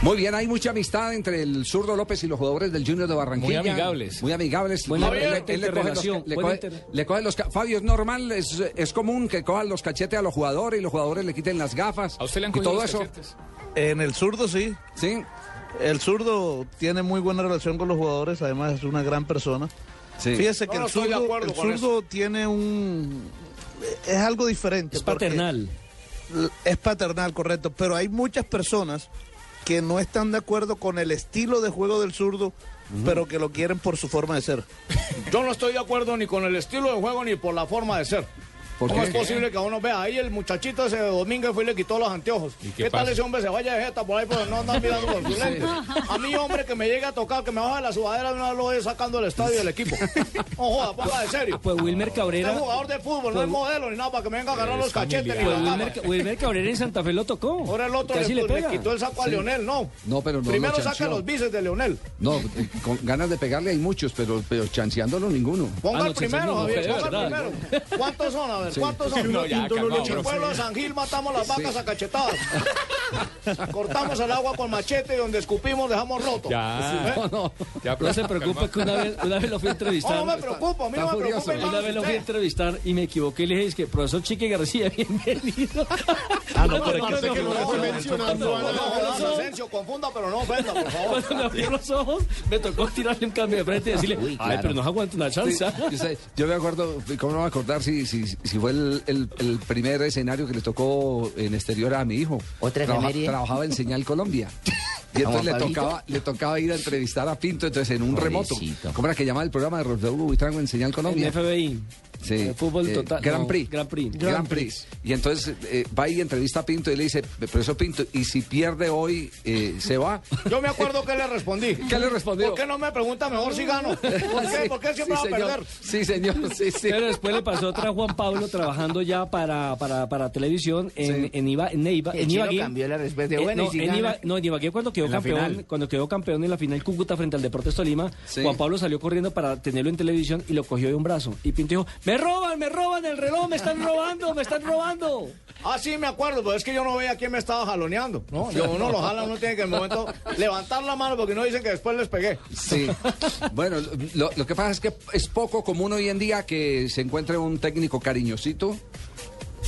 Speaker 4: Muy bien, hay mucha amistad entre el zurdo López y los jugadores del Junior de Barranquilla.
Speaker 14: Muy amigables.
Speaker 4: Muy amigables.
Speaker 14: Buena
Speaker 4: Él- él- él le coge los
Speaker 14: interrelación,
Speaker 4: ca- le
Speaker 14: buena
Speaker 4: coge-
Speaker 14: inter-
Speaker 4: le coge los ca- Fabio, es normal, es, es común que cojan los cachetes a los jugadores y los jugadores le quiten las gafas. ¿A usted
Speaker 14: le han
Speaker 4: y
Speaker 14: cogido
Speaker 4: todo
Speaker 14: los
Speaker 4: eso.
Speaker 14: cachetes?
Speaker 28: En el zurdo sí.
Speaker 4: Sí.
Speaker 28: El zurdo tiene muy buena relación con los jugadores, además es una gran persona. Fíjese que
Speaker 20: No,
Speaker 28: el
Speaker 20: no, estoy de
Speaker 28: zurdo,
Speaker 20: acuerdo
Speaker 28: el
Speaker 20: con
Speaker 28: zurdo tiene un... Es algo diferente.
Speaker 6: Es
Speaker 28: porque
Speaker 6: paternal.
Speaker 28: Es paternal, correcto. Pero hay muchas personas que no están de acuerdo con el estilo de juego del zurdo, pero que lo quieren por su forma de ser.
Speaker 20: Yo no estoy de acuerdo ni con el estilo de juego ni por la forma de ser.
Speaker 28: ¿Por
Speaker 20: ¿Cómo
Speaker 28: qué?
Speaker 20: es posible que uno vea? Ahí el muchachito ese domingo fue y le quitó los anteojos.
Speaker 29: qué
Speaker 20: ¿Qué, tal
Speaker 29: pasa?
Speaker 20: ese hombre se vaya de jeta por ahí porque no andan mirando con sus
Speaker 29: Sí.
Speaker 20: lentes? A mí, hombre, que me llegue a tocar, que me baje la sudadera, no lo voy sacando del estadio del equipo. No joda, ponga de serio.
Speaker 6: Pues Wilmer Cabrera.
Speaker 20: Es jugador de fútbol, no es modelo ni nada para que me venga a agarrar los cachetes ni
Speaker 6: Pues
Speaker 20: la
Speaker 6: Wilmer,
Speaker 20: cámara.
Speaker 6: Wilmer Cabrera en Santa Fe lo tocó.
Speaker 20: Ahora el otro
Speaker 6: Casi
Speaker 20: pues, le,
Speaker 6: le pega.
Speaker 20: le quitó el saco a
Speaker 6: Sí.
Speaker 20: Leonel, no.
Speaker 4: No, pero no lo
Speaker 20: Primero saca
Speaker 4: chanceó.
Speaker 20: los bíceps de Leonel.
Speaker 4: No, eh, con ganas de pegarle hay muchos, pero, pero chanceándolo ninguno.
Speaker 14: Ah,
Speaker 20: Ponga el primero, Javier, ponga el primero. ¿Cuántos son? A ver,
Speaker 4: Sí.
Speaker 20: ¿cuántos son?
Speaker 4: No, ya, calmado,
Speaker 20: en el
Speaker 4: bro.
Speaker 20: pueblo de San Gil matamos las vacas a cachetadas. Cortamos el agua con machete y donde escupimos dejamos roto.
Speaker 6: Ya.
Speaker 20: ¿Eh?
Speaker 6: no se preocupe que una vez, una vez lo fui a entrevistar.
Speaker 20: No, no me preocupo, a mí no me preocupa, hermano,
Speaker 6: Una vez lo fui a
Speaker 20: usted.
Speaker 6: entrevistar y me equivoqué y le dije, es que profesor Chique García, bienvenido.
Speaker 20: Ah, no, pero es que sé que lo estoy
Speaker 6: Cuando
Speaker 20: mencionando.
Speaker 6: me abrió los ojos-
Speaker 20: Asensio, confunda, pero no ofenda, pues. por favor.
Speaker 6: Cuando me abrió los ojos, me tocó tirarle un cambio de frente y decirle, ay,
Speaker 4: claro.
Speaker 6: pero no aguanto una
Speaker 4: Sí,
Speaker 6: chance.
Speaker 4: yo, sé, yo me acuerdo, ¿cómo no me acordar si, si, si fue el, el- el primer escenario que le tocó en exterior a mi hijo?
Speaker 12: Otra efeméride.
Speaker 4: Trabajaba en Señal Colombia. Y
Speaker 12: Vamos,
Speaker 4: entonces le
Speaker 12: Fabito.
Speaker 4: tocaba, le tocaba ir a entrevistar a Pinto, entonces en un remoto. ¿Cómo era que llamaba el programa de Rodolfo Buitrago en Señal Colombia?
Speaker 6: En FBI.
Speaker 4: Sí.
Speaker 6: El fútbol
Speaker 4: Eh,
Speaker 6: total.
Speaker 4: Grand
Speaker 6: no,
Speaker 4: Prix.
Speaker 6: Grand Prix.
Speaker 4: Gran Prix. Y entonces eh, va y entrevista a Pinto y le dice, profesor Pinto, y si pierde hoy, eh, se va.
Speaker 20: Yo me acuerdo que le respondí.
Speaker 4: ¿Qué le respondió?
Speaker 20: ¿Por qué no me pregunta mejor si gano? ¿Por qué?
Speaker 4: Sí,
Speaker 20: ¿Por qué siempre
Speaker 4: sí,
Speaker 20: va a
Speaker 4: señor.
Speaker 20: perder?
Speaker 4: Sí, señor, sí, sí.
Speaker 6: Pero después le pasó otra a Juan Pablo trabajando ya para, para, para televisión en, en, Iba, en Neiva.
Speaker 12: El
Speaker 6: en
Speaker 12: chino
Speaker 6: Ibagué.
Speaker 12: cambió la respuesta.
Speaker 6: Eh,
Speaker 12: Bueno,
Speaker 6: no,
Speaker 12: y si
Speaker 6: en
Speaker 12: gana.
Speaker 6: Iba- no, en Ibagué cuando quedó,
Speaker 12: En la
Speaker 6: campeón,
Speaker 12: final.
Speaker 6: cuando quedó campeón en la final Cúcuta frente al Deportes Tolima, Juan Pablo salió corriendo para tenerlo en televisión y lo cogió de un brazo. Y Pinto dijo, me roban, me roban el reloj, me están robando, me están robando.
Speaker 20: Ah, sí, me acuerdo, pero es que yo no veía quién me estaba jaloneando. No, yo uno lo jala, uno tiene que en el momento levantar la mano porque no dicen que después les pegué.
Speaker 4: Sí. Bueno, lo, lo que pasa es que es poco común hoy en día que se encuentre un técnico cariñosito.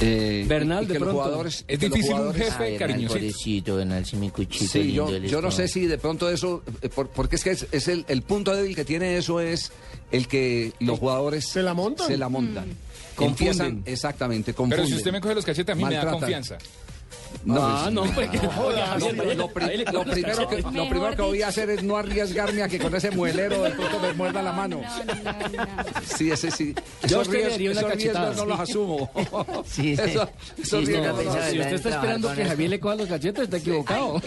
Speaker 4: Bernal,
Speaker 6: de pronto. Es difícil un
Speaker 4: Ah,
Speaker 6: jefe
Speaker 12: Ay, Bernal,
Speaker 6: cariñosito.
Speaker 12: Pobrecito, Bernal, si mi cuchito
Speaker 4: Sí,
Speaker 12: lindo
Speaker 4: yo,
Speaker 12: él
Speaker 4: yo no
Speaker 12: estaba.
Speaker 4: sé si de pronto eso, eh, por- porque es que es, es el, el punto débil que tiene eso es el que los jugadores se la montan, se la montan, Empiezan- exactamente, Mm. confunden.
Speaker 14: Pero si usted me coge los cachetes, a mí me da
Speaker 4: Maltratan.
Speaker 14: confianza.
Speaker 4: No,
Speaker 14: Ah,
Speaker 4: pues,
Speaker 14: no,
Speaker 4: no,
Speaker 14: porque-
Speaker 4: no,
Speaker 14: Joder,
Speaker 4: lo-
Speaker 14: Javier,
Speaker 4: lo pri-
Speaker 14: ahí le
Speaker 4: lo
Speaker 14: coge
Speaker 4: primero que- lo
Speaker 14: Mejor
Speaker 4: primero que voy a hacer es no arriesgarme a que con ese muelero de pronto me muerda la mano. Sí, ese sí.
Speaker 12: Yo a
Speaker 4: Esos
Speaker 12: usted le
Speaker 4: riesgos,
Speaker 12: daría una
Speaker 4: esos riesgos
Speaker 12: cachetada.
Speaker 4: no los asumo.
Speaker 12: Sí, sí.
Speaker 4: Eso-
Speaker 12: Sí,
Speaker 4: esos
Speaker 12: usted
Speaker 4: riesgos
Speaker 12: no
Speaker 4: no los
Speaker 12: pensaba
Speaker 4: asumo.
Speaker 6: Si usted está esperando que Javier le coja los galletas, está equivocado.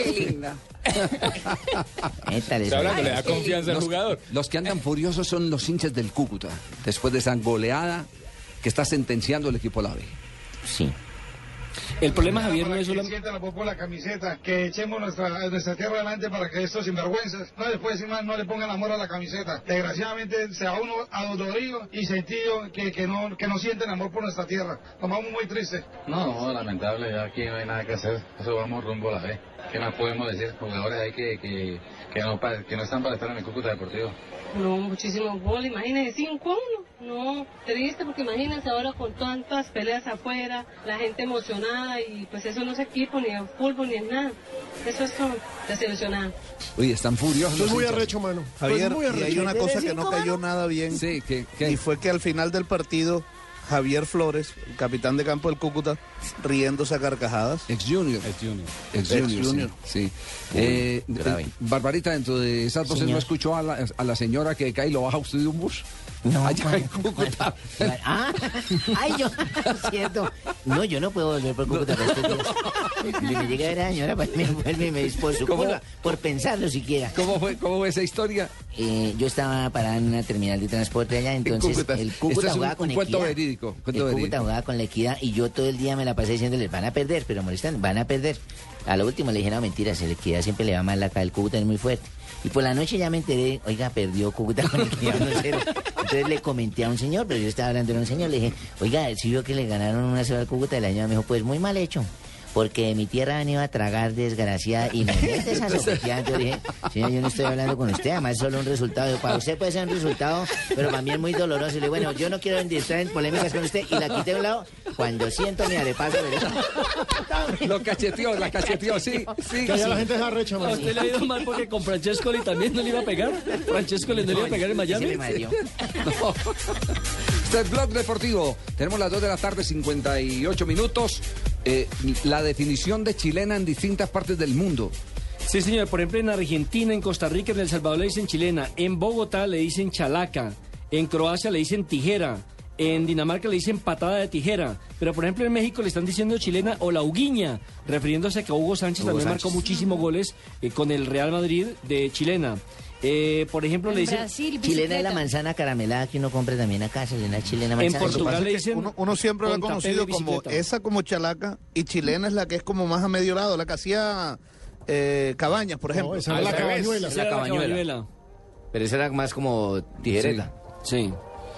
Speaker 12: Métale,
Speaker 4: Está hablando, le da
Speaker 12: Ay,
Speaker 4: confianza al jugador. Los que andan furiosos son los hinchas del Cúcuta, después de esa goleada que está sentenciando el equipo a la B.
Speaker 12: Sí.
Speaker 6: El problema, Javier, no es
Speaker 30: Que
Speaker 6: solamente...
Speaker 30: sientan la popó la camiseta, que echemos nuestra, nuestra tierra adelante para que estos sinvergüenzas, no les puede decir más, no le pongan amor a la camiseta. Desgraciadamente se a uno adolorido y sentido que, que, no, que no sienten amor por nuestra tierra. Nos vamos muy tristes.
Speaker 13: No, lamentable, ya aquí no hay nada que hacer. Eso vamos rumbo a la B. ¿Qué más podemos decir? Jugadores hay que, que, que, no, pa- que no están para estar en el Cúcuta Deportivo.
Speaker 7: No, muchísimos goles, imagínense, 5 a 1. No, triste porque imagínense ahora con tantas peleas afuera, la gente emocionada y pues eso no es equipo, ni es fútbol, ni es nada. Eso es todo, desilusionante.
Speaker 4: Oye, están furiosos.
Speaker 20: Eso es
Speaker 4: los
Speaker 20: muy
Speaker 4: hinchas.
Speaker 20: arrecho, mano.
Speaker 28: Javier, y hay una cosa que no cayó nada bien. Y fue que al final del partido, Javier Flores, el capitán de campo del Cúcuta, riéndose a carcajadas.
Speaker 4: Ex Junior.
Speaker 28: Ex Junior.
Speaker 4: Ex Junior, Sí. sí.
Speaker 28: Uy,
Speaker 4: Eh,
Speaker 28: grave.
Speaker 4: eh, Barbarita, dentro de esas voces
Speaker 12: Señor.
Speaker 4: no escuchó a la, a la señora que cae y lo baja usted de un bus.
Speaker 12: No,
Speaker 4: Allá
Speaker 12: ¿cuál?
Speaker 4: en Cúcuta.
Speaker 12: Ah, ay, yo, cierto. No, yo no puedo volver por Cúcuta para estos días. Si me llega a ver a la señora, pues me vuelve y me por su
Speaker 4: ¿Cómo?
Speaker 12: culpa, por pensarlo siquiera.
Speaker 4: ¿Cómo fue, cómo fue esa historia?
Speaker 12: Eh, yo estaba parada en una terminal de transporte allá, entonces
Speaker 4: Cúcuta.
Speaker 12: el
Speaker 4: Este
Speaker 12: Cúcuta
Speaker 4: es un-
Speaker 12: jugaba con
Speaker 4: un cuento
Speaker 12: equidad.
Speaker 4: verídico, cuento
Speaker 12: el Cúcuta
Speaker 4: verídico.
Speaker 12: jugaba con la equidad y yo todo el día me la pasé diciéndoles, van a perder, pero molestan, van a perder. A lo último le dije, no, mentiras, el equidad siempre le va mal acá, el Cúcuta es muy fuerte. Y por la noche ya me enteré, oiga, perdió Cúcuta con equidad 1-0. Entonces le comenté a un señor, pero yo estaba hablando a un señor, le dije, oiga, si vio que le ganaron una sola al Cúcuta el año, me dijo, pues muy mal hecho. Porque mi tierra ha venido a tragar desgraciada y me mete esa sopeteada. Yo dije, señor, yo no estoy hablando con usted, además es solo un resultado. Yo, para usted puede ser un resultado, pero para mí es muy doloroso. Y le digo, bueno, yo no quiero entrar en polémicas con usted y la quité a un lado. Cuando siento mi arepaso,
Speaker 4: Lo cacheteó, la cacheteó, sí, sí.
Speaker 6: Que allá
Speaker 4: sí.
Speaker 6: la gente es arrecha, mano. A usted le ha ido mal porque con Francescoli también no le iba a pegar. Francescoli no le iba a pegar en Miami.
Speaker 4: No. Este es Blog Deportivo. Tenemos las 2 de la tarde, 58 minutos. Eh, la definición de chilena en distintas partes del mundo.
Speaker 6: Sí, señor. Por ejemplo, en Argentina, en Costa Rica, en El Salvador le dicen chilena. En Bogotá le dicen chalaca. En Croacia le dicen tijera. En Dinamarca le dicen patada de tijera. Pero, por ejemplo, en México le están diciendo chilena o la uguiña, refiriéndose a que Hugo Sánchez
Speaker 4: Hugo
Speaker 6: también
Speaker 4: Sánchez.
Speaker 6: marcó muchísimos goles eh, con el Real Madrid de chilena. Eh, por ejemplo, le dicen...
Speaker 12: chilena es la manzana caramelada que uno compra también acá, chilena, chilena, manzana.
Speaker 28: uno, uno siempre lo ha conocido como esa como chalaca y chilena es la que es como más a medio lado, la que hacía eh, cabañas, por ejemplo.
Speaker 20: esa Ah, es la la cabañuela.
Speaker 6: Esa era la cabañuela.
Speaker 12: Pero esa era más como tijereta.
Speaker 6: Sí.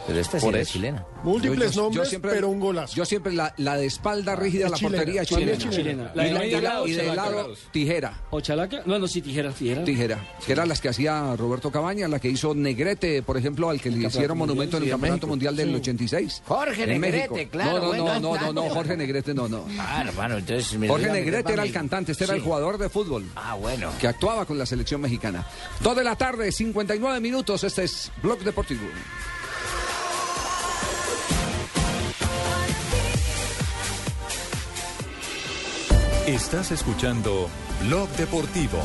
Speaker 12: Pero
Speaker 6: Pues
Speaker 12: esta sí
Speaker 4: Por
Speaker 12: era
Speaker 4: eso.
Speaker 12: chilena.
Speaker 20: Múltiples nombres,
Speaker 4: pero un golazo. Yo siempre la, la de espalda rígida,
Speaker 6: Ah, Es
Speaker 4: la
Speaker 6: chilena,
Speaker 4: portería
Speaker 6: chilena,
Speaker 4: chilena.
Speaker 6: chilena.
Speaker 4: Y la-
Speaker 6: La de
Speaker 4: y
Speaker 6: medio
Speaker 4: la-
Speaker 6: lado,
Speaker 4: y de
Speaker 6: chalaca.
Speaker 4: lado, tijera.
Speaker 6: ¿O chalaca? No, no, sí, tijera, tijera.
Speaker 4: Tijera, que eran las que hacía Roberto Cabaña, la que hizo Negrete, por ejemplo, al que le
Speaker 6: Campeonato
Speaker 4: hicieron
Speaker 6: Mundial,
Speaker 4: monumento en
Speaker 6: sí,
Speaker 4: el
Speaker 6: en
Speaker 4: Campeonato
Speaker 6: México.
Speaker 4: Mundial del
Speaker 6: Sí.
Speaker 4: 86.
Speaker 6: Jorge
Speaker 4: En
Speaker 6: Negrete,
Speaker 4: México.
Speaker 6: claro,
Speaker 4: No,
Speaker 6: bueno, Ah,
Speaker 4: no, no, no,
Speaker 6: claro.
Speaker 4: no, Jorge Negrete, no, no.
Speaker 12: Claro, hermano, entonces... me
Speaker 4: Jorge
Speaker 12: voy a meter
Speaker 4: Negrete
Speaker 12: pa'
Speaker 4: era el
Speaker 12: mi-
Speaker 4: cantante, este era
Speaker 12: Sí.
Speaker 4: el jugador de fútbol.
Speaker 12: Ah, bueno.
Speaker 4: Que actuaba con la selección mexicana. Dos de la tarde, 59 minutos. Este es Blog Deportivo.
Speaker 31: Estás escuchando Blog Deportivo.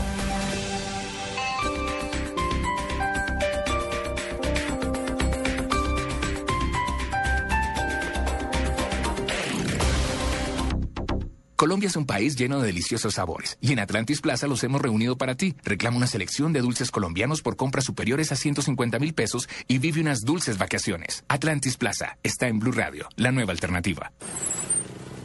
Speaker 7: Colombia es un país lleno de deliciosos sabores y en Atlantis Plaza los hemos reunido para ti. Reclama una selección de dulces colombianos por compras superiores a 150 mil pesos y vive unas dulces vacaciones. Atlantis Plaza está en Blue Radio, la nueva alternativa.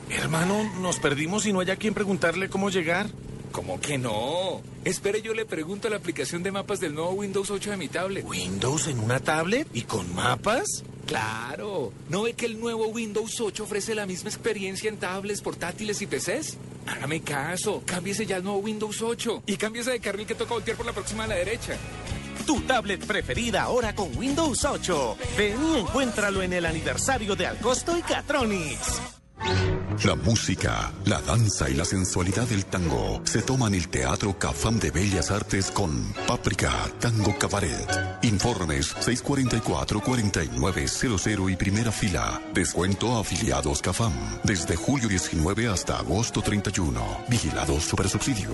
Speaker 5: Hermano, nos perdimos y no hay a quien preguntarle cómo llegar.
Speaker 14: ¿Cómo que no? Espere, yo le pregunto a la aplicación de mapas del nuevo Windows 8 de mi tablet.
Speaker 5: ¿Windows en una tablet y con mapas?
Speaker 14: Claro. ¿No ve que el nuevo Windows 8 ofrece la misma experiencia en tablets, portátiles y PCs? Hágame caso, cámbiese ya al nuevo Windows 8 y cámbiese de carril que toca voltear por la próxima a la derecha.
Speaker 32: Tu tablet preferida ahora con Windows 8. Ven y encuéntralo en el aniversario de Alcosto y Catronics.
Speaker 33: La música, la danza y la sensualidad del tango se toman el Teatro Cafam de Bellas Artes con Páprica Tango Cabaret. Informes 644-4900 y primera fila. Descuento a afiliados Cafam desde julio 19 hasta agosto 31. Vigilados Supersubsidio.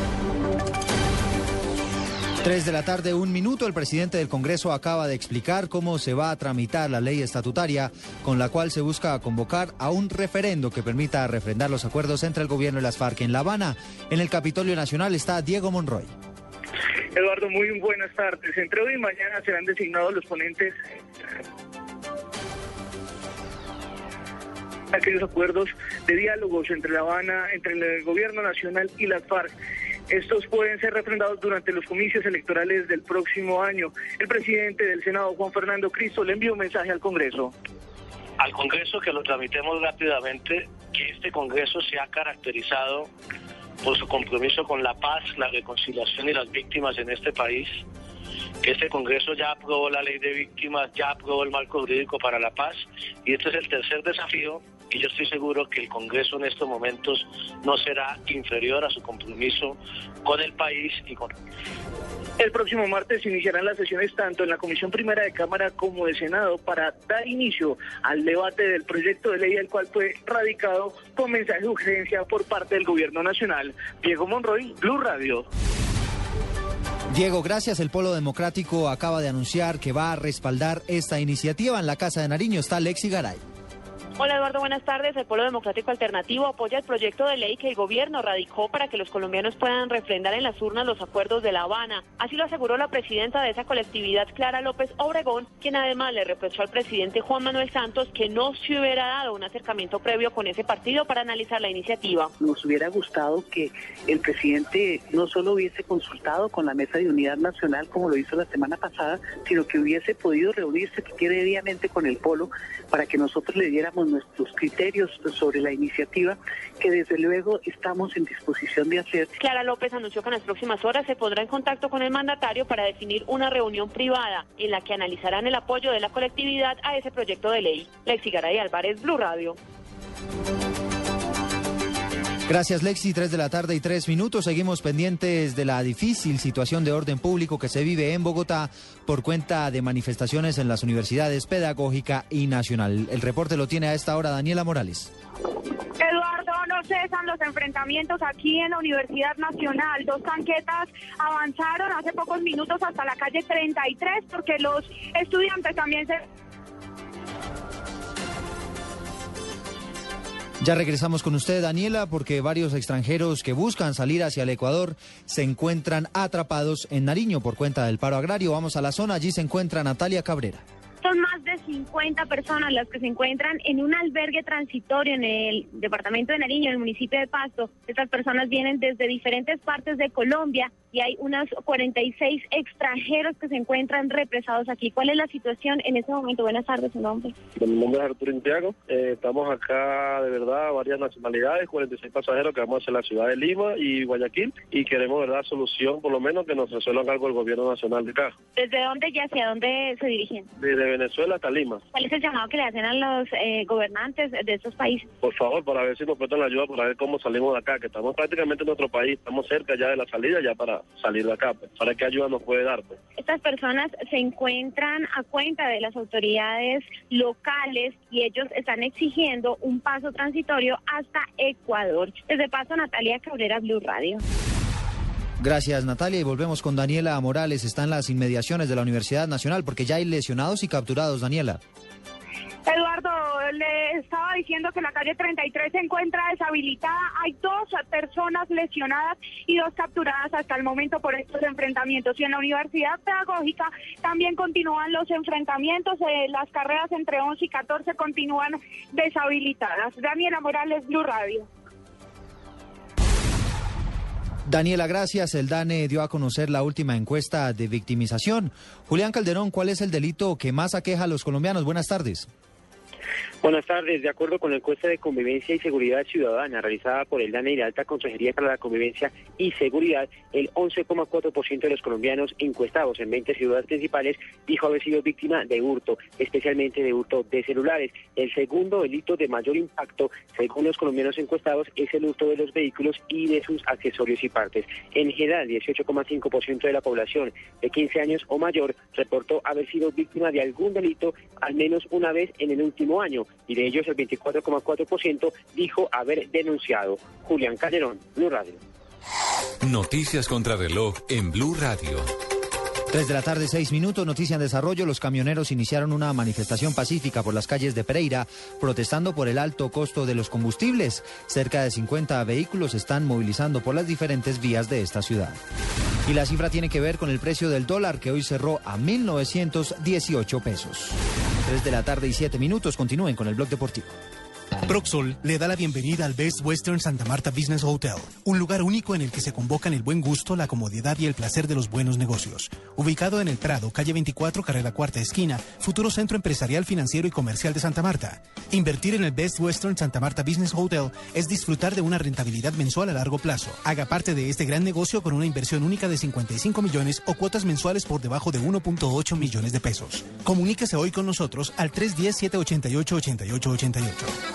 Speaker 34: 3 de la tarde, un minuto, el presidente del Congreso acaba de explicar cómo se va a tramitar la ley estatutaria con la cual se busca convocar a un referendo que permita refrendar los acuerdos entre el gobierno y las FARC en La Habana. En el Capitolio Nacional está Diego Monroy.
Speaker 20: Eduardo, muy buenas tardes. Entre hoy y mañana serán designados los ponentes aquellos acuerdos de diálogos entre La Habana, entre el gobierno nacional y las FARC. Estos pueden ser refrendados durante los comicios electorales del próximo año. El presidente del Senado, Juan Fernando Cristo, le envió un mensaje al Congreso.
Speaker 35: Al Congreso que lo tramitemos rápidamente, que este Congreso se ha caracterizado por su compromiso con la paz, la reconciliación y las víctimas en este país, que este Congreso ya aprobó la ley de víctimas, ya aprobó el marco jurídico para la paz y este es el tercer desafío y yo estoy seguro que el Congreso en estos momentos no será inferior a su compromiso con el país y con...
Speaker 20: El próximo martes iniciarán las sesiones tanto en la Comisión Primera de Cámara como de Senado para dar inicio al debate del proyecto de ley el cual fue radicado con mensaje de urgencia por parte del Gobierno Nacional. Diego Monroy, Blue Radio.
Speaker 34: Diego, gracias. El Polo Democrático acaba de anunciar que va a respaldar esta iniciativa. En la Casa de Nariño está Lexi Garay.
Speaker 17: Hola Eduardo, buenas tardes. El Pueblo Democrático Alternativo apoya el proyecto de ley que el gobierno radicó para que los colombianos puedan refrendar en las urnas los acuerdos de La Habana. Así lo aseguró la presidenta de esa colectividad, Clara López Obregón, quien además le reprochó al presidente Juan Manuel Santos que no se hubiera dado un acercamiento previo con ese partido para analizar la iniciativa.
Speaker 7: Nos hubiera gustado que el presidente no solo hubiese consultado con la Mesa de Unidad Nacional como lo hizo la semana pasada, sino que hubiese podido reunirse previamente con el Polo para que nosotros le diéramos nuestros criterios sobre la iniciativa, que desde luego estamos en disposición de hacer.
Speaker 17: Clara López anunció que en las próximas horas se pondrá en contacto con el mandatario para definir una reunión privada en la que analizarán el apoyo de la colectividad a ese proyecto de ley. Lexi Garay Álvarez, Blue Radio.
Speaker 34: Gracias Lexi, 3 de la tarde y 3 minutos. Seguimos pendientes de la difícil situación de orden público que se vive en Bogotá por cuenta de manifestaciones en las universidades pedagógica y nacional. El reporte lo tiene a esta hora Daniela Morales.
Speaker 17: Eduardo, no cesan los enfrentamientos aquí en la Universidad Nacional. Dos tanquetas avanzaron hace pocos minutos hasta la calle 33 porque los estudiantes también se
Speaker 34: Ya regresamos con usted, Daniela, porque varios extranjeros que buscan salir hacia el Ecuador se encuentran atrapados en Nariño por cuenta del paro agrario. Vamos a la zona, allí se encuentra Natalia Cabrera.
Speaker 36: Son más de 50 personas las que se encuentran en un albergue transitorio en el departamento de Nariño, en el municipio de Pasto. Estas personas vienen desde diferentes partes de Colombia y hay unos 46 extranjeros que se encuentran represados aquí. ¿Cuál es la situación en este momento? Buenas tardes, su nombre.
Speaker 37: Mi nombre es Arturo Intiago. Eh, estamos acá, de verdad, varias nacionalidades, 46 pasajeros que vamos hacia la ciudad de Lima y Guayaquil y queremos, ¿verdad?, solución, por lo menos, que nos resuelvan algo el gobierno nacional de acá.
Speaker 36: ¿Desde dónde y hacia dónde se dirigen?
Speaker 37: Desde Venezuela hasta Lima.
Speaker 36: ¿Cuál es el llamado que le hacen a los eh, gobernantes de estos países?
Speaker 37: Por favor, para ver si nos prestan la ayuda, para ver cómo salimos de acá, que estamos prácticamente en nuestro país, estamos cerca ya de la salida, ya para salir de acá, pues, para qué ayuda nos puede dar. Pues.
Speaker 36: Estas personas se encuentran a cuenta de las autoridades locales y ellos están exigiendo un paso transitorio hasta Ecuador. Desde Paso, Natalia Cabrera, Blue Radio.
Speaker 34: Gracias Natalia y volvemos con Daniela Morales. Están las inmediaciones de la Universidad Nacional porque ya hay lesionados y capturados, Daniela.
Speaker 17: Eduardo, le estaba diciendo que la calle 33 se encuentra deshabilitada. Hay dos personas lesionadas y dos capturadas hasta el momento por estos enfrentamientos. Y en la Universidad Pedagógica también continúan los enfrentamientos. Eh, las carreras entre 11 y 14 continúan deshabilitadas. Daniela Morales, Blue Radio.
Speaker 34: Daniela, gracias. El DANE dio a conocer la última encuesta de victimización. Julián Calderón, ¿cuál es el delito que más aqueja a los colombianos? Buenas tardes.
Speaker 35: Buenas tardes. De acuerdo con la encuesta de convivencia y seguridad ciudadana realizada por el DANE y la Alta Consejería para la Convivencia y Seguridad, el 11,4% de los colombianos encuestados en 20 ciudades principales dijo haber sido víctima de hurto, especialmente de hurto de celulares. El segundo delito de mayor impacto, según los colombianos encuestados, es el hurto de los vehículos y de sus accesorios y partes. En general, 18,5% de la población de 15 años o mayor reportó haber sido víctima de algún delito al menos una vez en el último año y de ellos el 24,4% dijo haber denunciado. Julián Calderón, Blue Radio.
Speaker 13: Noticias contra reloj en Blue Radio.
Speaker 34: 3 de la tarde, 6 minutos, noticia en desarrollo. Los camioneros iniciaron una manifestación pacífica por las calles de Pereira, protestando por el alto costo de los combustibles. Cerca de 50 vehículos están movilizando por las diferentes vías de esta ciudad. Y la cifra tiene que ver con el precio del dólar, que hoy cerró a 1.918 pesos. 3 de la tarde y 7 minutos, continúen con el blog deportivo.
Speaker 38: Proxol le da la bienvenida al Best Western Santa Marta Business Hotel, un lugar único en el que se convocan el buen gusto, la comodidad y el placer de los buenos negocios. Ubicado en el Prado, calle 24, carrera cuarta esquina, futuro centro empresarial, financiero y comercial de Santa Marta. Invertir en el Best Western Santa Marta Business Hotel es disfrutar de una rentabilidad mensual a largo plazo. Haga parte de este gran negocio con una inversión única de 55 millones o cuotas mensuales por debajo de 1.8 millones de pesos. Comuníquese hoy con nosotros al 310-788-8888.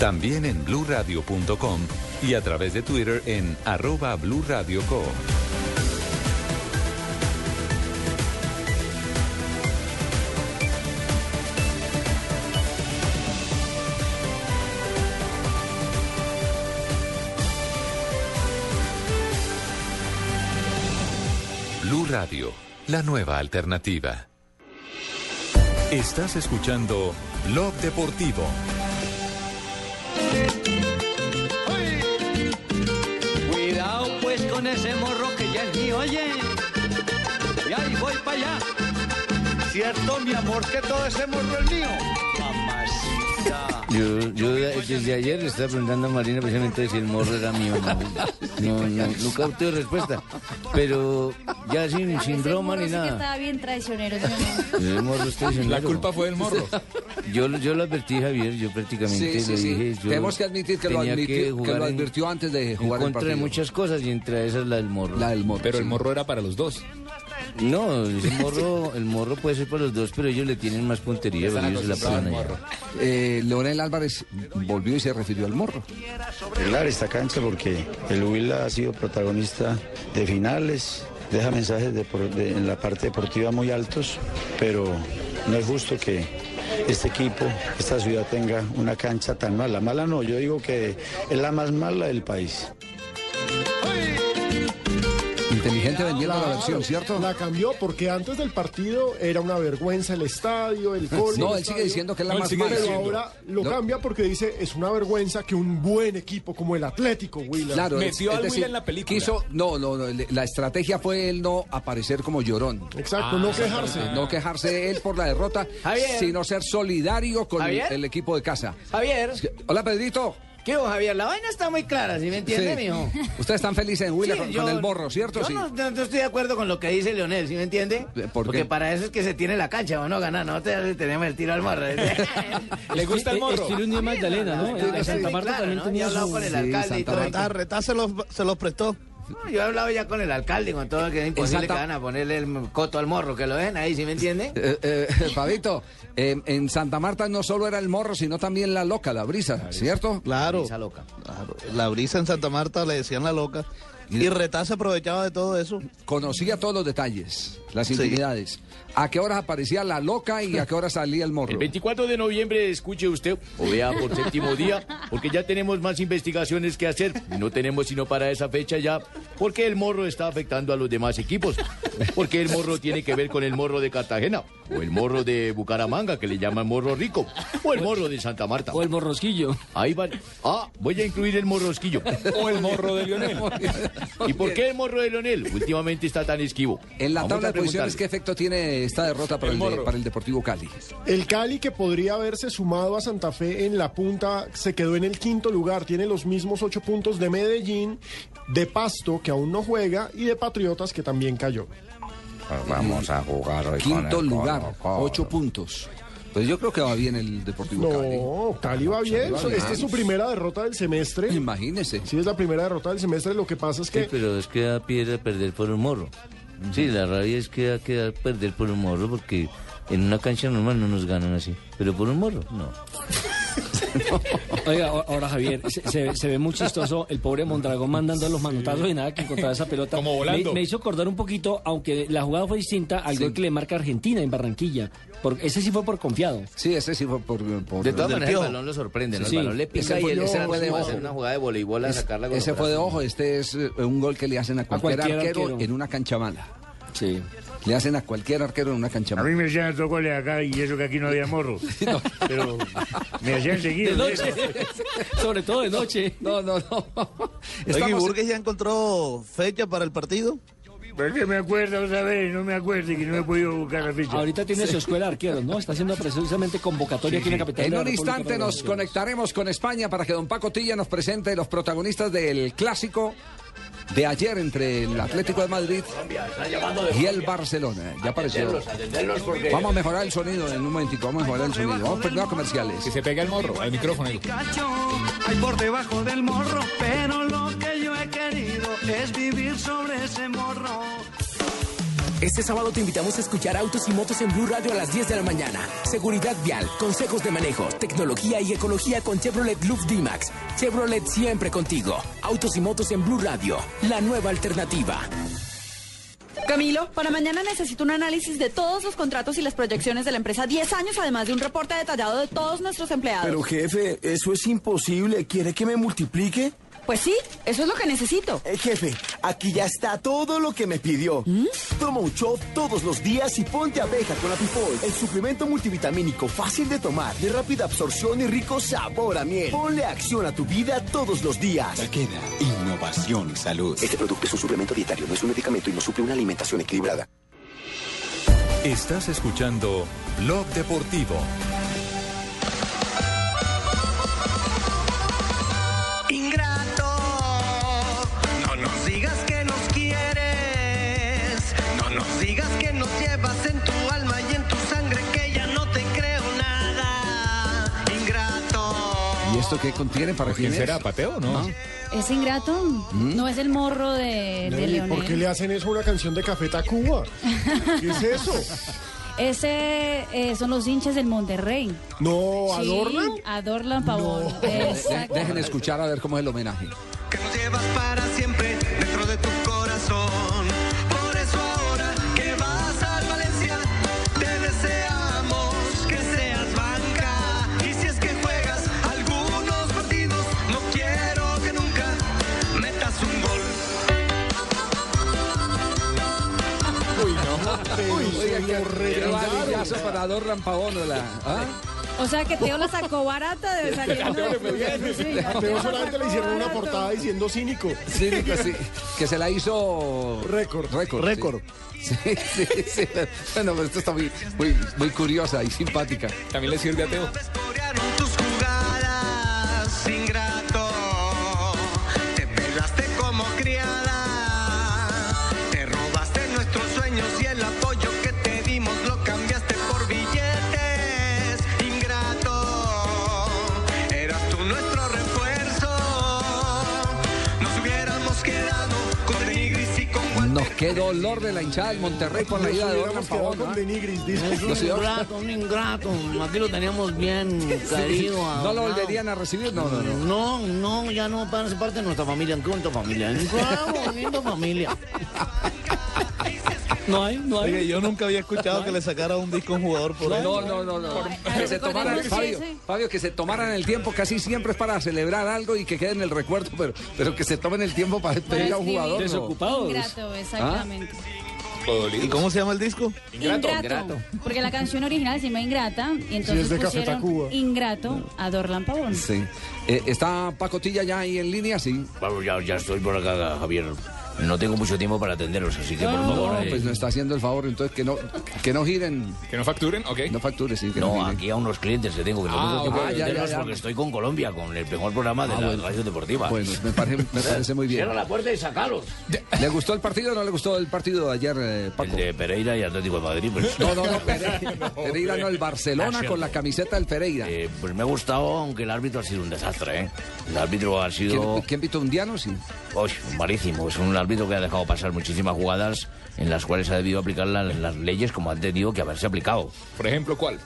Speaker 13: También en bluradio.com y a través de Twitter en arroba bluradioco. Blue Radio, la nueva alternativa. Estás escuchando Blog Deportivo.
Speaker 39: Cuidado pues con ese morro que ya es mío, oye. Y ahí voy para allá. Cierto, mi amor, que todo ese morro es mío. Mamacita.
Speaker 29: Yo, yo desde ayer le estaba preguntando a Marina precisamente si el morro era mío. No, no, no nunca obtuve respuesta. Pero ya sin, sin broma ni
Speaker 9: sí que
Speaker 29: nada.
Speaker 9: estaba bien traicionero. yo no.
Speaker 29: El morro es traicionero.
Speaker 4: La culpa fue del morro.
Speaker 29: Yo, yo lo advertí, Javier, yo prácticamente
Speaker 4: Sí, sí,
Speaker 29: le
Speaker 4: sí.
Speaker 29: dije... Yo
Speaker 4: Tenemos que admitir que lo,
Speaker 29: tenía
Speaker 4: admitió- que
Speaker 29: jugar
Speaker 4: lo
Speaker 29: en-
Speaker 4: advirtió antes de jugar
Speaker 29: en
Speaker 4: el
Speaker 29: contra de
Speaker 4: partido.
Speaker 29: muchas cosas y entre esas la del morro. La del morro.
Speaker 4: Pero el
Speaker 29: morro era para los dos. No, el morro, el morro puede ser para los dos, pero ellos le tienen más puntería.
Speaker 4: Están
Speaker 29: porque ellos se la
Speaker 4: acostumbrados
Speaker 29: pasan
Speaker 4: al
Speaker 29: allá.
Speaker 4: Eh, Leonel Álvarez volvió y se refirió al morro.
Speaker 30: arreglar esta cancha porque el Huila ha sido protagonista de finales, deja mensajes de por- de- en la parte deportiva muy altos, pero no es justo que este equipo, esta ciudad tenga una cancha tan mala. Mala no, yo digo que es la más mala del país.
Speaker 4: Inteligente vendiendo la versión, ¿cierto?
Speaker 5: Ah, La cambió porque antes del partido era una vergüenza el estadio, el gol.
Speaker 4: No,
Speaker 5: el
Speaker 4: él sigue
Speaker 5: estadio.
Speaker 4: diciendo que es la
Speaker 5: No, él
Speaker 4: más
Speaker 5: sigue
Speaker 4: mala.
Speaker 5: Pero ahora lo
Speaker 4: No.
Speaker 5: cambia porque dice, es una vergüenza que un buen equipo como el Atlético, Huila.
Speaker 4: Claro, es- es decir, Quiso, no, no, no, le- la estrategia fue él no aparecer como llorón.
Speaker 20: Ah,
Speaker 5: Exacto,
Speaker 12: Ah,
Speaker 5: no quejarse.
Speaker 4: No quejarse él por la derrota,
Speaker 20: Javier.
Speaker 4: sino ser solidario con el,
Speaker 20: Javier.
Speaker 4: el equipo de casa.
Speaker 20: Javier.
Speaker 4: Hola, Pedrito.
Speaker 20: ¿Qué hubo, Javier? La vaina está muy clara, ¿sí me entiende,
Speaker 4: Sí.
Speaker 20: mijo?
Speaker 4: Ustedes están felices en Huila
Speaker 20: Sí,
Speaker 4: con,
Speaker 20: yo-
Speaker 4: con el morro, ¿cierto?
Speaker 20: Yo
Speaker 4: Sí.
Speaker 20: no, no- no estoy de acuerdo con lo que dice Leonel, ¿sí me entiende?
Speaker 4: ¿Por
Speaker 20: Porque
Speaker 4: qué?
Speaker 20: para eso es que se tiene la cancha, o no ganar, no te, tenemos el tiro al morro.
Speaker 6: ¿Le gusta el morro? Estilo Unión Magdalena, ¿no?
Speaker 20: Claro,
Speaker 6: En Santa Marta
Speaker 20: claro,
Speaker 6: también
Speaker 20: ¿no?
Speaker 6: tenía
Speaker 20: Yo he hablado
Speaker 6: su-
Speaker 20: con el alcalde y todo.
Speaker 28: Retá, retá se los, se los prestó.
Speaker 20: No, yo he hablado ya con el alcalde, y con todo, que es imposible
Speaker 4: Santa-
Speaker 20: que van a ponerle el coto al morro, que lo dejen ahí, ¿sí me entiende?
Speaker 4: Eh, eh, Fabito, eh, en Santa Marta no solo era el morro, sino también la loca, la brisa, ¿cierto?
Speaker 28: Claro. La brisa en Santa Marta le decían la loca. Y Retaz se aprovechaba de todo eso.
Speaker 4: Conocía todos los detalles, las intimidades. ¿A qué horas aparecía la loca y a qué horas salía el morro?
Speaker 29: El 24 de noviembre escuche usted o vea por séptimo día, porque ya tenemos más investigaciones que hacer. Y no tenemos sino para esa fecha ya, porque el morro está afectando a los demás equipos. Porque el morro tiene que ver con el morro de Cartagena, o el morro de Bucaramanga, que le llaman morro rico, o el morro de Santa Marta. O el morrosquillo. Ahí van. Ah, voy a incluir el morrosquillo.
Speaker 20: O el morro de Lionel.
Speaker 29: ¿Y por qué el morro de Leonel? Últimamente está tan esquivo.
Speaker 4: En la tabla de posiciones, ¿qué efecto tiene esta derrota para el, de- para el Deportivo Cali?
Speaker 5: El Cali que podría haberse sumado a Santa Fe en la punta se quedó en el quinto lugar, tiene los mismos ocho puntos de Medellín, de Pasto que aún no juega y de Patriotas que también cayó.
Speaker 40: Pues vamos a jugar hoy. con
Speaker 4: Quinto
Speaker 40: el
Speaker 4: lugar,
Speaker 40: Colo Colo.
Speaker 4: ocho puntos. Pues yo creo que va bien el Deportivo Cali.
Speaker 5: No, Cali va bien.
Speaker 4: Cali va
Speaker 5: Esta es su
Speaker 4: bien.
Speaker 5: primera derrota del semestre.
Speaker 4: Imagínese.
Speaker 5: Sí, es la primera derrota del semestre. Lo que pasa es
Speaker 41: Sí,
Speaker 5: que
Speaker 41: pero es que da piedra perder por un morro. Sí, la rabia es que da que dar perder por un morro porque en una cancha normal no nos ganan así. Pero por un morro, no.
Speaker 6: Oiga, a- ahora Javier, se, se- se ve muy chistoso el pobre Mondragón mandando los manotazos y nada que encontrar esa pelota.
Speaker 20: Como volando.
Speaker 6: Me, me hizo acordar un poquito, aunque la jugada fue distinta, al gol que le marca Argentina en Barranquilla. Por, ese sí fue por confiado.
Speaker 4: Sí, ese sí fue por... por
Speaker 41: De todas maneras, el balón lo sorprende, ¿no?
Speaker 4: Sí.
Speaker 41: El balón le pica
Speaker 4: Ese
Speaker 41: y
Speaker 4: fue
Speaker 41: él
Speaker 4: de
Speaker 41: ese
Speaker 4: ojo,
Speaker 41: fue de
Speaker 4: sí,
Speaker 41: ojo.
Speaker 4: ojo.
Speaker 41: una jugada de voleibol a
Speaker 4: Es-
Speaker 41: sacarla con los
Speaker 4: ese fue de
Speaker 41: brazos.
Speaker 4: ojo, este es eh, un gol que le hacen a cualquier,
Speaker 41: cualquier
Speaker 4: arquero,
Speaker 41: arquero.
Speaker 4: en una cancha mala. Sí. Le hacen a cualquier arquero en una cancha
Speaker 42: A
Speaker 4: mala.
Speaker 42: mí me hacían dos goles acá y eso que aquí no había morro. Pero me hacían seguir.
Speaker 6: Sobre todo de noche.
Speaker 4: No, no, no.
Speaker 28: Oye, ¿y Burgues ya encontró fecha para el partido?
Speaker 42: ¿Por qué me acuerdo otra vez? Eh, No me acuerdo y que no he podido buscar la ficha.
Speaker 6: Ahorita tiene su escuela de arqueros, ¿no? Está haciendo precisamente convocatoria aquí en la capital.
Speaker 4: En
Speaker 6: de la
Speaker 4: un
Speaker 6: República
Speaker 4: instante
Speaker 6: para los
Speaker 4: nos
Speaker 6: arqueros.
Speaker 4: conectaremos con España para que don Paco Tilla nos presente los protagonistas del clásico de ayer entre el Atlético de Madrid y el Barcelona. Ya apareció.
Speaker 40: Atenderlos, atenderlos, porque-
Speaker 4: Vamos a mejorar el sonido en un momentico, vamos a mejorar el sonido. Vamos primero a comerciales. Que se pega el morro al micrófono.
Speaker 1: cacho, hay por debajo del morro, pero lo que yo he querido es vivir sobre ese morro.
Speaker 43: Este sábado te invitamos a escuchar Autos y Motos en Blue Radio a las 10 de la mañana. Seguridad vial, consejos de manejo, tecnología y ecología con Chevrolet Luf D-Max. Chevrolet siempre contigo. Autos y Motos en Blue Radio, la nueva alternativa.
Speaker 44: Camilo, para mañana necesito un análisis de todos los contratos y las proyecciones de la empresa 10 años, además de un reporte detallado de todos nuestros empleados.
Speaker 32: Pero jefe, eso es imposible. ¿Quiere que me multiplique?
Speaker 44: Pues sí, eso es lo que necesito.
Speaker 32: Eh, jefe, aquí ya está todo lo que me pidió.
Speaker 44: ¿Mm?
Speaker 32: Toma un shot todos los días y ponte abeja con Apifol, el suplemento multivitamínico fácil de tomar, de rápida absorción y rico sabor a miel. Ponle acción a tu vida todos los días.
Speaker 44: Queda innovación y salud. Este producto es un suplemento dietario, no es un medicamento y no suple una alimentación equilibrada.
Speaker 13: Estás escuchando Blog Deportivo.
Speaker 1: Ingrato, no nos digas que nos quieres, no nos digas que nos llevas en tu alma y en tu sangre que ya no te creo nada. Ingrato.
Speaker 4: ¿Y esto qué contiene para
Speaker 20: ¿Quién
Speaker 4: quién es?
Speaker 20: será? ¿Pateo o no?
Speaker 5: Ah.
Speaker 9: ¿Es ingrato?
Speaker 4: ¿Mm?
Speaker 9: No es el morro de, de
Speaker 5: ¿Y por qué
Speaker 9: Leonel.
Speaker 5: le hacen eso a una canción de Café Tacuba? ¿Qué es eso?
Speaker 9: Ese eh, son los hinchas del Monterrey.
Speaker 5: No,
Speaker 9: Sí,
Speaker 5: ¿adornan?
Speaker 9: Adorlan Pavón.
Speaker 4: De-
Speaker 9: Exacto.
Speaker 4: Dejen escuchar a ver cómo es el homenaje.
Speaker 1: para siempre dentro de tu corazón. Por eso ahora que vas al Valencia, te deseamos que seas banca. Y si es que juegas algunos partidos, no quiero que nunca metas un gol. Uy, no.
Speaker 4: Oiga, que- que varillazo para dos rampabonos. la- ¿ah?
Speaker 9: O sea que Teo la sacó barata de salir.
Speaker 5: Teo le fue bien. A Teo solamente le hicieron una portada diciendo cínico.
Speaker 4: Cínico, sí. Que se la hizo. Récord. Récord.
Speaker 5: Récord.
Speaker 4: Sí, sí, sí. sí. Bueno, pero esto está muy, muy, muy curiosa y simpática. También le sirve a Teo.
Speaker 1: Jugadas ingrato, te pelaste como criada, te robaste nuestros sueños y el apoyo que te dimos lo cambiaste por billetes. Ingrato, eras tú nuestro refuerzo, nos hubiéramos quedado con Nigris y con
Speaker 4: Nos Qué dolor de la hinchada del Monterrey con la ida de Orlan
Speaker 5: Hubiéramos quedado
Speaker 4: Pavón.
Speaker 5: con
Speaker 4: ¿ah?
Speaker 5: Denigris, dice.
Speaker 4: No,
Speaker 20: Es un
Speaker 4: señor.
Speaker 20: ingrato, un ingrato. Aquí lo teníamos bien querido.
Speaker 4: No lo volverían a recibir, no, no, no.
Speaker 20: No, no, ya no es parte de nuestra familia. Qué bonita familia. ¿eh? Qué bonita familia.
Speaker 6: No hay, no
Speaker 28: Oye, yo nunca había escuchado que le sacara un disco a un jugador por
Speaker 4: No, no, no, no. Que se tomaran,
Speaker 28: recordemos,
Speaker 4: Fabio,
Speaker 28: sí, sí.
Speaker 4: Fabio, que se tomaran el tiempo, casi siempre es para celebrar algo y que quede en el recuerdo, pero, pero que se tomen el tiempo para despedir a un
Speaker 9: escribir.
Speaker 4: jugador. no.
Speaker 9: Ingrato, exactamente.
Speaker 28: ¿Y cómo se llama el disco?
Speaker 9: Ingrato, porque la canción original se llama Ingrata y entonces
Speaker 4: es de Café
Speaker 9: pusieron
Speaker 4: Tacuba.
Speaker 9: Ingrato a Dorlan Pavón.
Speaker 4: Sí. Eh, ¿Está Pacotilla ya ahí en línea? Sí.
Speaker 41: Vamos, ya, ya estoy por acá, Javier. No tengo mucho tiempo para atenderos, así que por favor.
Speaker 4: No,
Speaker 41: eh,
Speaker 4: pues no está haciendo el favor, entonces que no, que no giren. ¿Que no facturen? Ok. No facturen, sí. que no,
Speaker 41: no,
Speaker 4: giren.
Speaker 41: aquí a unos clientes le tengo que
Speaker 4: Ah,
Speaker 41: tengo que
Speaker 4: ok,
Speaker 41: atenderlos
Speaker 4: ya, ya, ya.
Speaker 41: porque estoy con Colombia, con el mejor programa de
Speaker 4: Ah,
Speaker 41: la
Speaker 4: bueno.
Speaker 41: radio deportiva.
Speaker 4: Bueno, me parece, me parece muy bien.
Speaker 41: Cierra la puerta y sacalos.
Speaker 4: ¿Le gustó el partido o no le gustó el partido de ayer, eh, Paco?
Speaker 41: De Pereira y Atlético de Madrid. pues.
Speaker 4: No, no, no, Pereira, Pereira no, el Barcelona
Speaker 41: Nación.
Speaker 4: con la camiseta del Pereira.
Speaker 41: Eh, pues me ha gustado, aunque el árbitro ha sido un desastre, ¿eh? El árbitro ha sido...
Speaker 4: ¿Quién, quién pitó un diano? Sí.
Speaker 41: Uy, malísimo. Es un árbitro que ha dejado pasar muchísimas jugadas en las cuales ha debido aplicar la- las leyes como han tenido que haberse aplicado. ¿Por ejemplo cuál?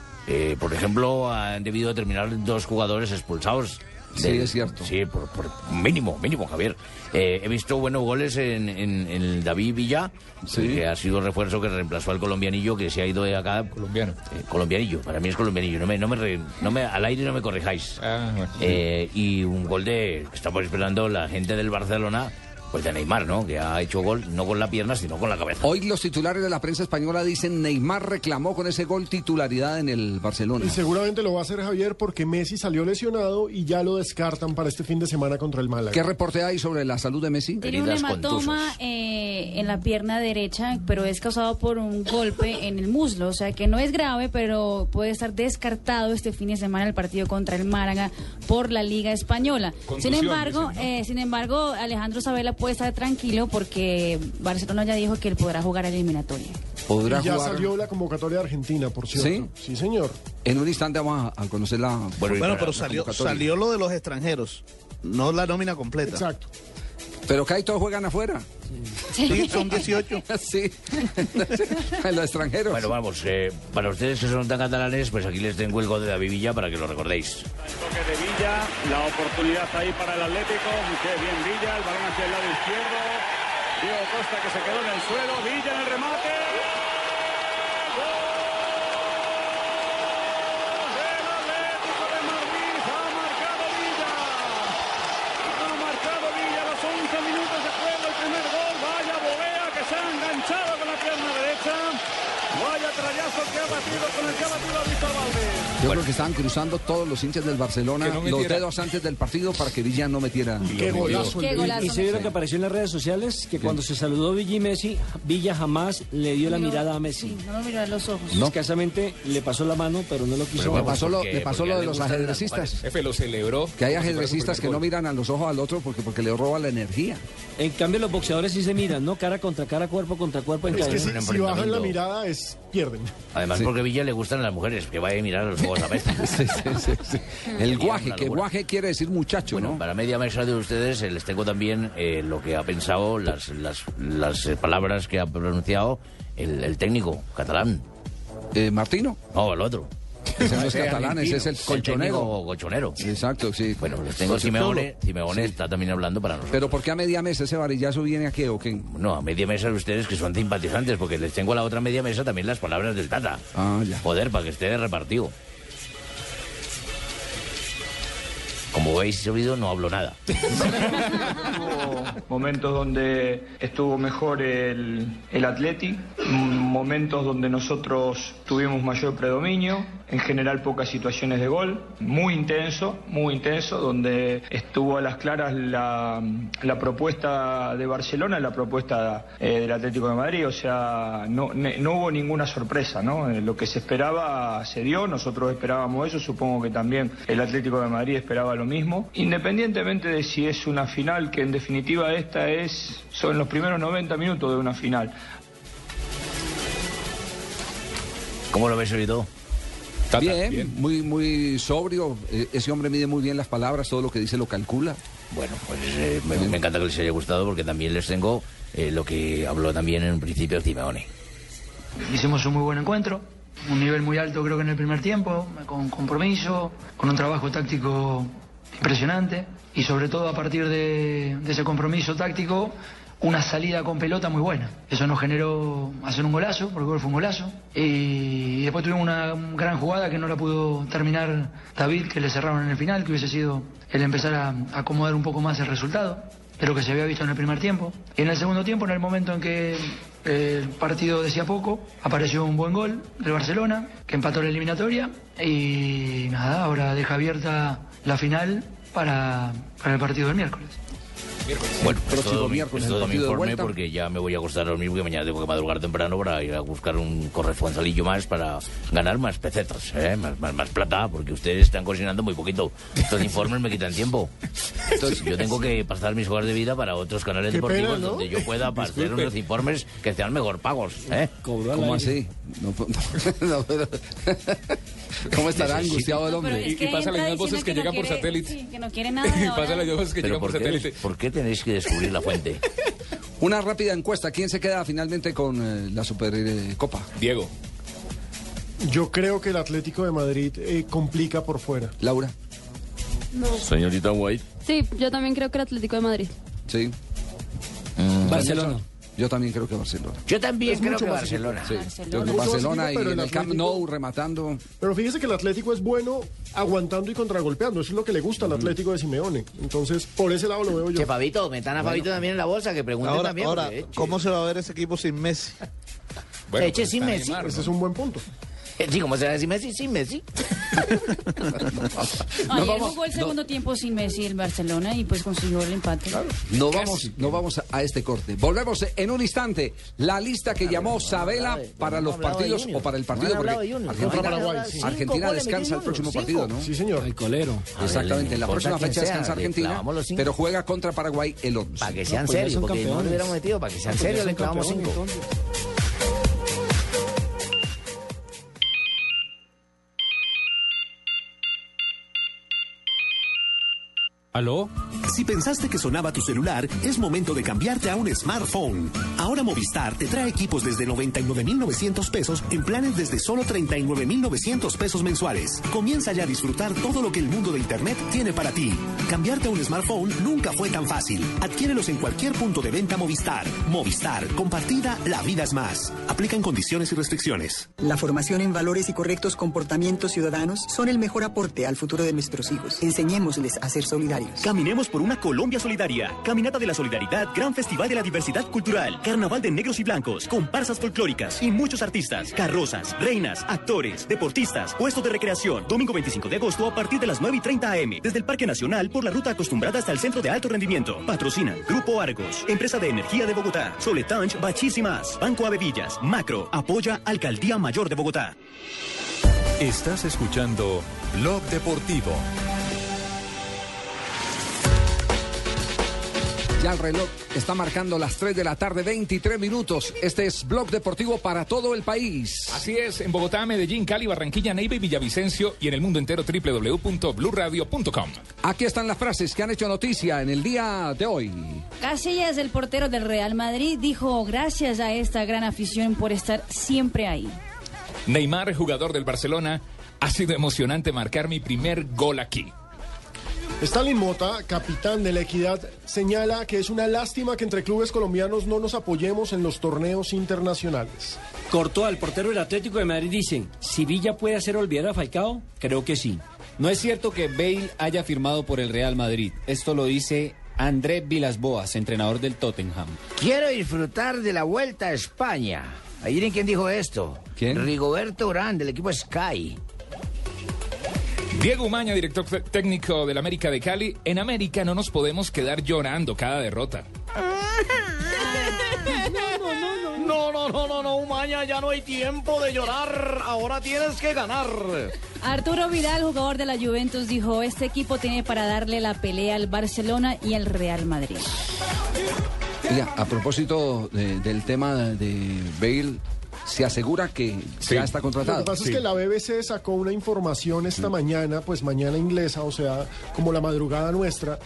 Speaker 41: por ejemplo, han debido terminar dos jugadores expulsados.
Speaker 4: Sí, es cierto.
Speaker 41: Sí, por, por mínimo, mínimo, Javier. Eh, he visto buenos goles en, en- en el David Villa, que ha sido refuerzo que reemplazó al colombianillo que se ha ido de acá. Colombiano. colombianillo, para mí es colombianillo. No me, no me, re- no me- al aire no me corrijáis.
Speaker 4: Ah,
Speaker 41: Eh, y un gol de que estamos esperando la gente del Barcelona, pues de Neymar, ¿no? Que ha hecho gol no con la pierna, sino con la cabeza.
Speaker 4: Hoy los titulares de la prensa española dicen Neymar reclamó con ese gol titularidad en el Barcelona.
Speaker 5: Y seguramente lo va a hacer Javier porque Messi salió lesionado y ya lo descartan para este fin de semana contra el Málaga.
Speaker 4: ¿Qué reporte hay sobre la salud de Messi?
Speaker 9: Tiene un hematoma eh, en la pierna derecha, pero es causado por un golpe en el muslo, o sea que no es grave, pero puede estar descartado este fin de semana el partido contra el Málaga por la Liga Española.
Speaker 8: Contusión,
Speaker 9: sin embargo,
Speaker 8: dicen,
Speaker 9: eh, sin embargo, Alejandro Sabela puede estar tranquilo porque Barcelona ya dijo que él podrá jugar a la eliminatoria.
Speaker 4: ¿Podrá
Speaker 5: Y ya
Speaker 4: jugar?
Speaker 5: salió la convocatoria de Argentina, por
Speaker 4: ¿Sí?
Speaker 5: cierto. Sí, señor.
Speaker 4: En un instante vamos a, a conocer la.
Speaker 28: Bueno, pero
Speaker 4: la
Speaker 28: salió,
Speaker 4: convocatoria.
Speaker 28: salió lo de los extranjeros, no la nómina completa.
Speaker 5: Exacto.
Speaker 4: Pero que ahí todos juegan afuera.
Speaker 28: Sí, son 18.
Speaker 4: sí. en los extranjeros.
Speaker 41: Bueno, vamos, eh, para ustedes que son tan catalanes, pues aquí les tengo el gol de David Villa para que lo recordéis.
Speaker 1: Toque de Villa, la oportunidad ahí para el Atlético. Qué bien Villa, el balón hacia el lado izquierdo. Diego Costa que se quedó en el suelo. Villa en el remate. ¡Gol del Atlético de Madrid! ¡Ha marcado Villa! ¡Ha marcado Villa! A los 11 minutos de juego el primer gol. Vaya volea que se ha enganchado con la pierna derecha. Vaya trayazo que ha batido con el que ha batido a Víctor Valdés.
Speaker 4: Yo creo que estaban cruzando todos los hinchas del Barcelona
Speaker 1: Que no
Speaker 4: los
Speaker 1: metiera.
Speaker 4: dedos antes del partido para que Villa no metiera. los goles.
Speaker 6: Y- Y, se vieron que apareció en las redes sociales que cuando se saludó Villa y Messi, Villa jamás le dio la
Speaker 9: No,
Speaker 6: mirada a Messi.
Speaker 9: No lo miró a los ojos.
Speaker 6: Escasamente le pasó la mano, pero no lo quiso.
Speaker 4: Pero vamos, Le pasó lo- porque- le pasó porque lo a él de le los gustan las ajedrecistas. cuales-
Speaker 6: Jefe, lo celebró.
Speaker 4: Que hay ajedrecistas que no miran a los ojos al otro porque, porque le roba la energía.
Speaker 6: En cambio, los boxeadores sí se miran, ¿no? Cara contra cara, cuerpo contra cuerpo. En
Speaker 5: Es que
Speaker 6: cadena.
Speaker 5: si, si bajan la mirada, es pierden.
Speaker 41: Además, porque a Villa le gustan las mujeres, que vaya a mirar a los juegos a veces.
Speaker 4: El guaje, que guaje quiere decir muchacho,
Speaker 41: bueno, Para media mesa de ustedes eh, les tengo también eh, lo que ha pensado, las, las, las eh, palabras que ha pronunciado el, el técnico catalán.
Speaker 4: Eh, ¿Martino?
Speaker 41: No, el otro. Eh,
Speaker 4: Ese no es catalán, ese es el colchonero.
Speaker 41: técnico colchonero.
Speaker 4: Exacto, sí.
Speaker 41: Bueno, les tengo a Simeone. Simeone está también hablando para nosotros.
Speaker 4: Pero ¿por qué a media mesa ese varillazo viene a qué o qué?
Speaker 41: No, a media mesa de ustedes que son simpatizantes, porque les tengo a la otra media mesa también las palabras del Tata.
Speaker 4: Ah, ya.
Speaker 41: Joder, para que esté de repartido. Como veis, oído, no hablo nada.
Speaker 45: momentos donde estuvo mejor el, el Atleti, m- momentos donde nosotros tuvimos mayor predominio, en general pocas situaciones de gol, muy intenso, muy intenso, donde estuvo a las claras la, la propuesta de Barcelona y la propuesta eh, del Atlético de Madrid, o sea, no, ne- no hubo ninguna sorpresa, ¿no? Eh, Lo que se esperaba se dio, nosotros esperábamos eso, supongo que también el Atlético de Madrid esperaba lo mismo. Independientemente de si es una final, que en definitiva esta es, son los primeros 90 minutos de una final.
Speaker 41: ¿Cómo lo habéis oído?
Speaker 4: bien, muy muy sobrio. Eh, Ese hombre mide muy bien las palabras, todo lo que dice lo calcula.
Speaker 41: Bueno, pues eh, me, me encanta que les haya gustado porque también les tengo eh, lo que habló también en principio Simeone.
Speaker 46: Hicimos un muy buen encuentro, un nivel muy alto creo que en el primer tiempo, con compromiso, con un trabajo táctico impresionante y sobre todo a partir de, de ese compromiso táctico una salida con pelota muy buena. Eso nos generó hacer un golazo, porque el fue un golazo. Y después tuvimos una gran jugada que no la pudo terminar David, que le cerraron en el final, que hubiese sido el empezar a acomodar un poco más el resultado de lo que se había visto en el primer tiempo. Y en el segundo tiempo, en el momento en que eh, el partido decía poco, apareció un buen gol del Barcelona, que empató la eliminatoria. Y nada, ahora deja abierta la final para, para el partido del miércoles.
Speaker 41: Bueno, pues
Speaker 46: Próximo
Speaker 41: todo mi,
Speaker 46: miércoles,
Speaker 41: es todo
Speaker 46: el
Speaker 41: mi
Speaker 46: partido de
Speaker 41: informe
Speaker 46: vuelta.
Speaker 41: porque ya me voy a acostar a dormir porque mañana tengo que madrugar temprano para ir a buscar un corresponsalillo más para ganar más pesetas, ¿eh? más, más, más plata, porque ustedes están cocinando muy poquito. Estos informes me quitan tiempo. Entonces yo tengo que pasar mis horas de vida para otros canales
Speaker 4: Qué
Speaker 41: deportivos
Speaker 4: pena, ¿no?
Speaker 41: donde yo pueda hacer
Speaker 4: Disculpe.
Speaker 41: unos informes que sean mejor pagos. ¿eh?
Speaker 4: ¿Cómo así? No, no, no, pero- ¿Cómo estará
Speaker 41: Sí, sí, sí.
Speaker 4: angustiado el
Speaker 41: No, pero
Speaker 4: hombre?
Speaker 9: Es
Speaker 41: y pasan
Speaker 9: entra
Speaker 41: las dos voces
Speaker 9: diciendo
Speaker 41: que llegan por
Speaker 9: quiere-
Speaker 41: satélite.
Speaker 9: sí, que no quiere nada. de ahora.
Speaker 41: Pero ¿por qué- ¿Por qué tenéis que descubrir la fuente?
Speaker 4: Una rápida encuesta. ¿Quién se queda finalmente con eh, la Supercopa? Diego.
Speaker 5: Yo creo que el Atlético de Madrid eh, complica por fuera.
Speaker 4: Laura.
Speaker 8: Señorita White.
Speaker 47: Sí, yo también creo que el Atlético de Madrid.
Speaker 4: Sí.
Speaker 47: Mm. Barcelona.
Speaker 4: Yo también creo que Barcelona.
Speaker 41: Yo también
Speaker 5: Es creo mucho que más Barcelona.
Speaker 4: Sí.
Speaker 5: equipo. Barcelona.
Speaker 4: Yo creo que
Speaker 5: Mucho más
Speaker 4: Barcelona y
Speaker 5: equipo, pero
Speaker 4: en
Speaker 5: el
Speaker 4: el Camp Nou rematando.
Speaker 5: Pero fíjese que el Atlético es bueno aguantando y contragolpeando. Eso es lo que le gusta al Atlético de Simeone. Entonces, por ese lado lo veo yo.
Speaker 28: Che,
Speaker 5: Fabito, metan
Speaker 28: a Fabito
Speaker 5: también en la bolsa, que pregunten
Speaker 28: Ahora,
Speaker 5: también,
Speaker 28: ahora
Speaker 5: porque, eh,
Speaker 28: ¿cómo se va a ver ese equipo sin Messi?
Speaker 41: Bueno, Eche pues sin está Messi. Neymar, ¿no?
Speaker 5: Ese es un buen punto.
Speaker 41: Sí, como se va a decir Messi, sí, Messi.
Speaker 9: Ayer
Speaker 4: vamos-
Speaker 9: jugó el segundo tiempo sin Messi el Barcelona y pues consiguió el empate.
Speaker 4: No vamos, no vamos a- a este corte. Volvemos en un instante. La lista que llamó Sabela para los
Speaker 47: hablado Ah, de
Speaker 4: partidos
Speaker 47: Junior.
Speaker 4: o para el
Speaker 47: No
Speaker 4: partido.
Speaker 47: han
Speaker 4: porque
Speaker 47: hablado de Junior. No han
Speaker 4: Argentina,
Speaker 47: hablado de Junior. Cinco
Speaker 4: Argentina
Speaker 47: goles metió
Speaker 4: descansa el
Speaker 47: Junior,
Speaker 4: próximo
Speaker 47: cinco.
Speaker 4: partido, ¿no?
Speaker 5: Sí, señor. El
Speaker 47: colero.
Speaker 4: Exactamente. La
Speaker 47: importa
Speaker 4: próxima
Speaker 47: quién
Speaker 4: fecha
Speaker 47: sea,
Speaker 4: descansa
Speaker 47: le
Speaker 4: Argentina,
Speaker 47: clavamos los cinco.
Speaker 4: pero juega contra Paraguay el 11.
Speaker 47: Para que sean No, pues ya serios, son porque no campeones. le hubiéramos metido, para que sean No, pues ya serios, le son clavamos campeones, cinco.
Speaker 32: ¿Aló? Si pensaste que sonaba tu celular, es momento de cambiarte a un smartphone. Ahora Movistar te trae equipos desde 99.900 pesos en planes desde solo 39.900 pesos mensuales. Comienza ya a disfrutar todo lo que el mundo de Internet tiene para ti. Cambiarte a un smartphone nunca fue tan fácil. Adquiérelos en cualquier punto de venta Movistar. Movistar, compartida, la vida es más. Aplican condiciones y restricciones.
Speaker 15: La formación en valores y correctos comportamientos ciudadanos son el mejor aporte al futuro de nuestros hijos. Enseñémosles a ser solidarios.
Speaker 38: Caminemos por una Colombia solidaria. Caminata de la Solidaridad, Gran Festival de la Diversidad Cultural, Carnaval de Negros y Blancos, comparsas folclóricas y muchos artistas, carrozas, reinas, actores, deportistas, puestos de recreación. Domingo 25 de agosto a partir de las 9 y 30 am, desde el Parque Nacional por la ruta acostumbrada hasta el Centro de Alto Rendimiento. Patrocina Grupo Argos, Empresa de Energía de Bogotá, Soletange, Bachis y más, Banco Avevillas, Macro, apoya Alcaldía Mayor de Bogotá.
Speaker 48: Estás escuchando Blog Deportivo.
Speaker 4: Ya el reloj está marcando las 3 de la tarde, 23 minutos. Este es Blog Deportivo para todo el país.
Speaker 14: Así es, en Bogotá, Medellín, Cali, Barranquilla, Neiva y Villavicencio y en el mundo entero www.bluradio.com.
Speaker 4: Aquí están las frases que han hecho noticia en el día de hoy.
Speaker 9: Casillas, el portero del Real Madrid, dijo gracias a esta gran afición por estar siempre ahí.
Speaker 14: Neymar, jugador del Barcelona, ha sido emocionante marcar mi primer gol aquí.
Speaker 5: Stalin Mota, capitán de la Equidad, señala que es una lástima que entre clubes colombianos no nos apoyemos en los torneos internacionales.
Speaker 6: Cortó el portero del Atlético de Madrid, dice, si Villa puede hacer olvidar a Falcao, creo que sí.
Speaker 20: No es cierto que Bale haya firmado por el Real Madrid. Esto lo dice André Vilasboas, entrenador del Tottenham.
Speaker 12: Quiero disfrutar de la vuelta a España.
Speaker 28: E-
Speaker 12: Ahí miren quién dijo esto.
Speaker 14: ¿Quién?
Speaker 12: Rigoberto Urán, del equipo Sky.
Speaker 14: Diego Umaña, director te- técnico del América de Cali, en América no nos podemos quedar llorando cada derrota.
Speaker 20: No, no, no, no, no, Umaña, ya no hay tiempo de llorar. Ahora tienes que ganar.
Speaker 9: Arturo Vidal, jugador de la Juventus, dijo, este equipo tiene para darle la pelea al Barcelona y al Real Madrid.
Speaker 4: Oiga, a propósito de- del tema de Bale, se asegura que ya está
Speaker 5: Lo
Speaker 4: contratado.
Speaker 5: que pasa es que la BBC sacó una información esta mañana, pues mañana inglesa, o sea, como la madrugada nuestra,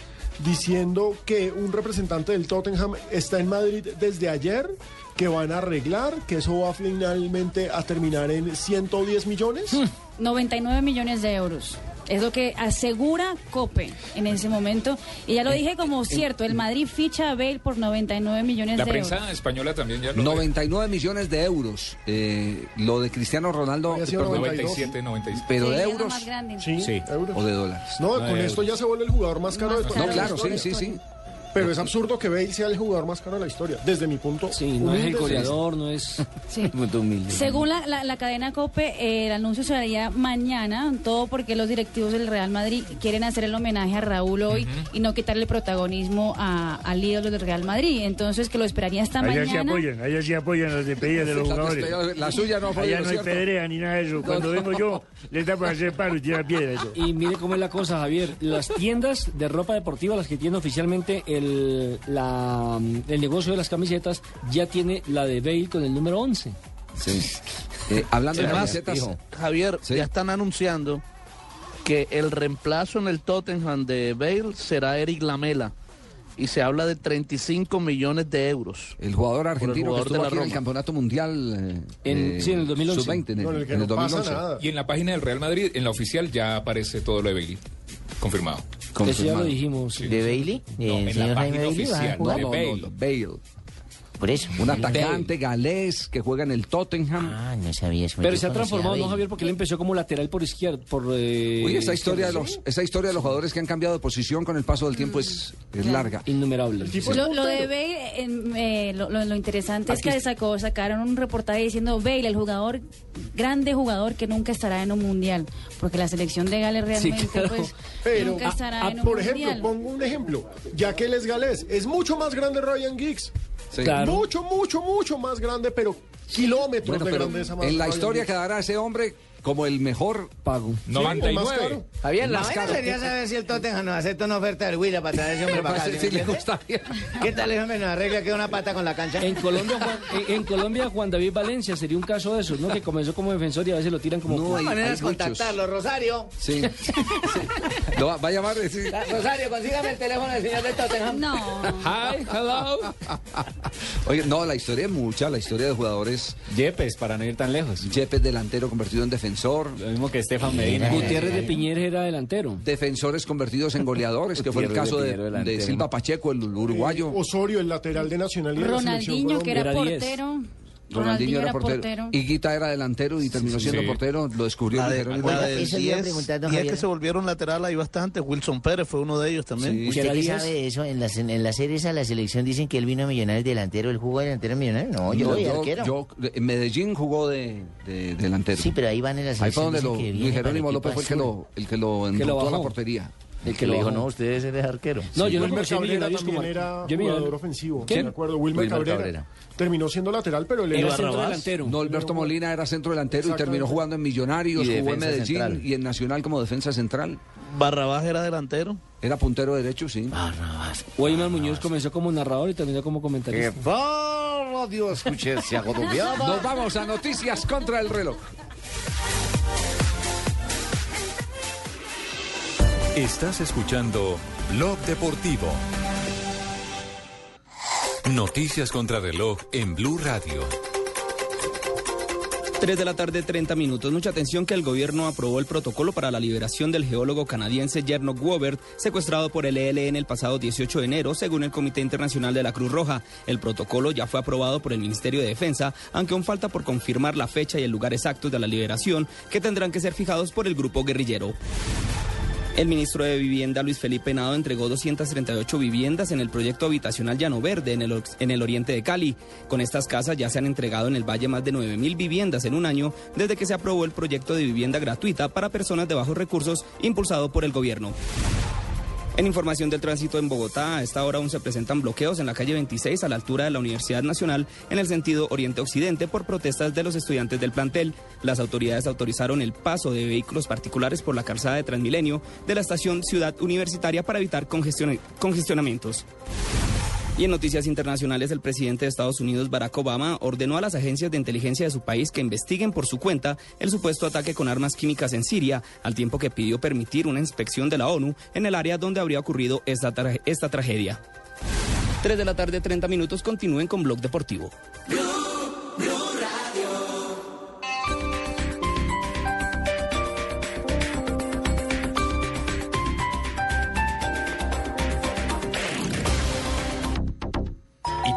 Speaker 5: diciendo que un representante del Tottenham está en Madrid desde ayer, que van a arreglar, que eso va finalmente a terminar en 110 millones.
Speaker 9: 99 millones de euros. Es lo que asegura Cope en ese momento. Y ya lo dije como cierto, el Madrid ficha a Bale por 99 millones
Speaker 14: La
Speaker 9: de euros.
Speaker 14: prensa española también ya lo ve.
Speaker 4: 99 millones de euros. eh, lo de Cristiano Ronaldo.
Speaker 14: Había sido 97, 97.
Speaker 4: Pero
Speaker 14: Sí,
Speaker 4: de
Speaker 14: era
Speaker 4: euros.
Speaker 14: más grande.
Speaker 5: Sí, euros.
Speaker 4: O de dólares.
Speaker 5: No, con esto ya se vuelve el jugador más caro de
Speaker 4: Más
Speaker 5: toda
Speaker 4: caro.
Speaker 5: la
Speaker 4: No, claro,
Speaker 5: historia.
Speaker 4: sí, sí, sí.
Speaker 5: Pero es absurdo que Bale sea el jugador más caro de la historia, desde mi punto. Sí,
Speaker 6: no es el goleador, no es...
Speaker 9: Según la, la- la cadena Cope, eh, el anuncio se haría mañana, todo porque los directivos del Real Madrid quieren hacer el homenaje a Raúl hoy y no quitarle protagonismo a, al ídolo del Real Madrid. Entonces, que lo esperaría hasta
Speaker 10: Allá se
Speaker 9: mañana.
Speaker 10: apoyan, allá se apoyan las despedidas de los
Speaker 4: La-
Speaker 10: jugadores.
Speaker 4: la suya no ha podido,
Speaker 10: Allá no hay
Speaker 4: ¿cierto?
Speaker 10: pedrea ni nada de eso. Cuando vengo yo, les da para hacer paro y tirar piedras. yo.
Speaker 6: Y mire cómo es la cosa, Javier. Las tiendas de ropa deportiva, las que tienen oficialmente el, la, el negocio de las camisetas, ya tiene la de Bale con el número 11.
Speaker 4: Eh, hablando
Speaker 6: de
Speaker 28: Además,
Speaker 6: camisetas.
Speaker 28: hijo, Javier, ya están anunciando que el reemplazo en el Tottenham de Bale será Eric Lamela. Y se habla de 35 millones de euros.
Speaker 4: El jugador argentino que
Speaker 28: jugador de
Speaker 4: estuvo
Speaker 28: la
Speaker 4: aquí en el
Speaker 28: Roma.
Speaker 4: campeonato mundial. eh, eh, sub-20, en el, en el 2011.
Speaker 14: Y en la página del Real Madrid, en la oficial, ya aparece todo lo de Bailey. Confirmado. Pues
Speaker 6: Eso ya lo dijimos.
Speaker 14: ¿De Eh,
Speaker 20: Bailey?
Speaker 14: No, en la página oficial.
Speaker 4: No,
Speaker 14: de
Speaker 4: no,
Speaker 14: Bale.
Speaker 4: no, Bale.
Speaker 20: Por eso.
Speaker 4: Un atacante galés que juega en el Tottenham.
Speaker 20: Ah, no sabía
Speaker 4: Pues
Speaker 20: eso.
Speaker 6: Pero se ha transformado, ¿no, Javier? Porque él empezó como lateral por izquierda. Por, eh,
Speaker 4: Oye, esa historia, de
Speaker 6: izquierda,
Speaker 4: los, esa historia de los jugadores que han cambiado de posición con el paso del tiempo es, es larga.
Speaker 6: Innumerable.
Speaker 9: Lo, lo de Bale, eh, eh, lo, lo- lo interesante es que sacó, sacaron un reportaje diciendo Bale, el jugador, grande jugador que nunca estará en un mundial, porque la selección de Gales realmente pues,
Speaker 5: Pero,
Speaker 9: nunca estará
Speaker 5: ah,
Speaker 9: en un
Speaker 5: por ejemplo,
Speaker 9: mundial.
Speaker 5: pongo un ejemplo. Ya que él es galés, es mucho más grande Ryan Giggs.
Speaker 4: Sí. Claro.
Speaker 5: Mucho, mucho, mucho más grande, pero kilómetros
Speaker 4: Bueno,
Speaker 5: de
Speaker 4: pero
Speaker 5: grandeza más.
Speaker 4: en la
Speaker 5: Ryan
Speaker 4: historia
Speaker 5: Giggs.
Speaker 4: quedará ese hombre como el mejor pago.
Speaker 5: Sí, 99. el más caro.
Speaker 20: Javier, la
Speaker 4: Más
Speaker 20: vaina
Speaker 4: caro.
Speaker 20: sería saber si el Tottenham nos acepta una oferta del Huila para traer a ese hombre para acá. ¿sí me entiende? ¿Qué tal ese hombre nos arregla que una pata con la cancha?
Speaker 6: En Colombia, Juan, eh, en, en Colombia, Juan David Valencia sería un caso de esos, ¿no? Que comenzó como defensor y a veces lo tiran como...
Speaker 20: No hay maneras de contactarlo, Rosario.
Speaker 4: Sí. Lo va, va a llamar. sí.
Speaker 20: Rosario, consígame el teléfono del señor del Tottenham.
Speaker 9: No.
Speaker 4: Hi, hello. Oye, no, la historia es mucha, la historia de jugadores. Yepes, para no ir tan lejos. Yepes delantero convertido en defensor. Lo mismo que Estefan
Speaker 6: Medina. Gutiérrez de Piñer era delantero.
Speaker 4: Defensores convertidos en goleadores, que fue el
Speaker 6: Gutiérrez de
Speaker 4: caso de,
Speaker 6: Piñero,
Speaker 4: de
Speaker 6: delantero.
Speaker 4: Silva Pacheco, el uruguayo.
Speaker 5: Eh, Osorio, el lateral de Nacional y de la Selección
Speaker 9: Ronaldinho, que era,
Speaker 4: Era diez.
Speaker 9: portero.
Speaker 4: Ronaldinho era portero. Higuita era delantero y terminó siendo
Speaker 28: sí.
Speaker 4: portero. Lo descubrió
Speaker 28: La Ah, de-
Speaker 4: Luis Gerardo
Speaker 28: la
Speaker 4: Higuita.
Speaker 28: del 10, y es que se volvieron lateral ahí bastante. Wilson Pérez fue uno de ellos también.
Speaker 20: ¿Usted qué sabe de eso? En las, en las series a la selección dicen que él vino a Millonarios delantero, el jugó delantero en Millonarios. No, yo
Speaker 4: No,
Speaker 20: soy
Speaker 4: yo-
Speaker 20: arquero.
Speaker 4: yo- en Medellín jugó de, de delantero.
Speaker 20: Sí, pero ahí van en la
Speaker 4: Ahí fue
Speaker 20: selección.
Speaker 4: donde
Speaker 20: dicen
Speaker 4: lo,
Speaker 20: que viene
Speaker 4: Luis
Speaker 20: para el
Speaker 4: Jerónimo
Speaker 20: equipo
Speaker 4: López fue el que
Speaker 20: azul.
Speaker 4: lo, el que lo
Speaker 20: Que lo
Speaker 4: enductó a la
Speaker 20: bajó.
Speaker 4: portería.
Speaker 20: El que le dijo, no, usted es el arquero.
Speaker 5: No, yo
Speaker 4: no
Speaker 5: Wilmer
Speaker 4: conocí a
Speaker 5: Cabrera
Speaker 4: Millonarios
Speaker 5: también
Speaker 4: como-
Speaker 5: era
Speaker 4: yo Millonarios-
Speaker 5: jugador ofensivo.
Speaker 4: ¿Quién?
Speaker 5: Me acuerdo, Wilmer,
Speaker 4: Wilmer
Speaker 5: Cabrera.
Speaker 4: Cabrera.
Speaker 5: Terminó siendo lateral, pero él era
Speaker 4: No, Alberto Molina era centro delantero y
Speaker 5: Exactamente.
Speaker 4: terminó jugando en Millonarios,
Speaker 28: Y
Speaker 4: jugó en
Speaker 28: defensa
Speaker 4: Medellín
Speaker 28: central.
Speaker 4: y en Nacional como defensa central.
Speaker 28: Barrabás era delantero.
Speaker 4: Era puntero derecho, sí.
Speaker 6: Weimar Muñoz comenzó como narrador y terminó como comentarista.
Speaker 4: ¡Qué
Speaker 20: ¡Por Dios, escuché, se agobiaba.
Speaker 4: Nos vamos a noticias contra el reloj.
Speaker 13: Estás escuchando Blog Deportivo. Noticias contra reloj en Blue Radio.
Speaker 26: 3 de la tarde, 30 minutos. Mucha atención que el gobierno aprobó el protocolo para la liberación del geólogo canadiense Yerno Wobert, secuestrado por el E ELN el pasado 18 de enero, según el Comité Internacional de la Cruz Roja. El protocolo ya fue aprobado por el Ministerio de Defensa, aunque aún falta por confirmar la fecha y el lugar exactos de la liberación, que tendrán que ser fijados por el grupo guerrillero. El ministro de Vivienda, Luis Felipe Nado, entregó 238 viviendas en el proyecto habitacional Llano Verde, en el, ox- en el oriente de Cali. Con estas casas ya se han entregado en el Valle más de 9.000 viviendas en un año desde que se aprobó el proyecto de vivienda gratuita para personas de bajos recursos impulsado por el gobierno. En información del tránsito en Bogotá, a esta hora aún se presentan bloqueos en la calle 26 a la altura de la Universidad Nacional en el sentido oriente-occidente por protestas de los estudiantes del plantel. Las autoridades autorizaron el paso de vehículos particulares por la calzada de Transmilenio de la estación Ciudad Universitaria para evitar congestione- congestionamientos. Y en noticias internacionales, el presidente de Estados Unidos, Barack Obama, ordenó a las agencias de inteligencia de su país que investiguen por su cuenta el supuesto ataque con armas químicas en Siria, al tiempo que pidió permitir una inspección de la ONU en el área donde habría ocurrido esta, tra- esta tragedia. 3 de la tarde, 30 minutos. Continúen con Blog Deportivo.
Speaker 32: ¿Y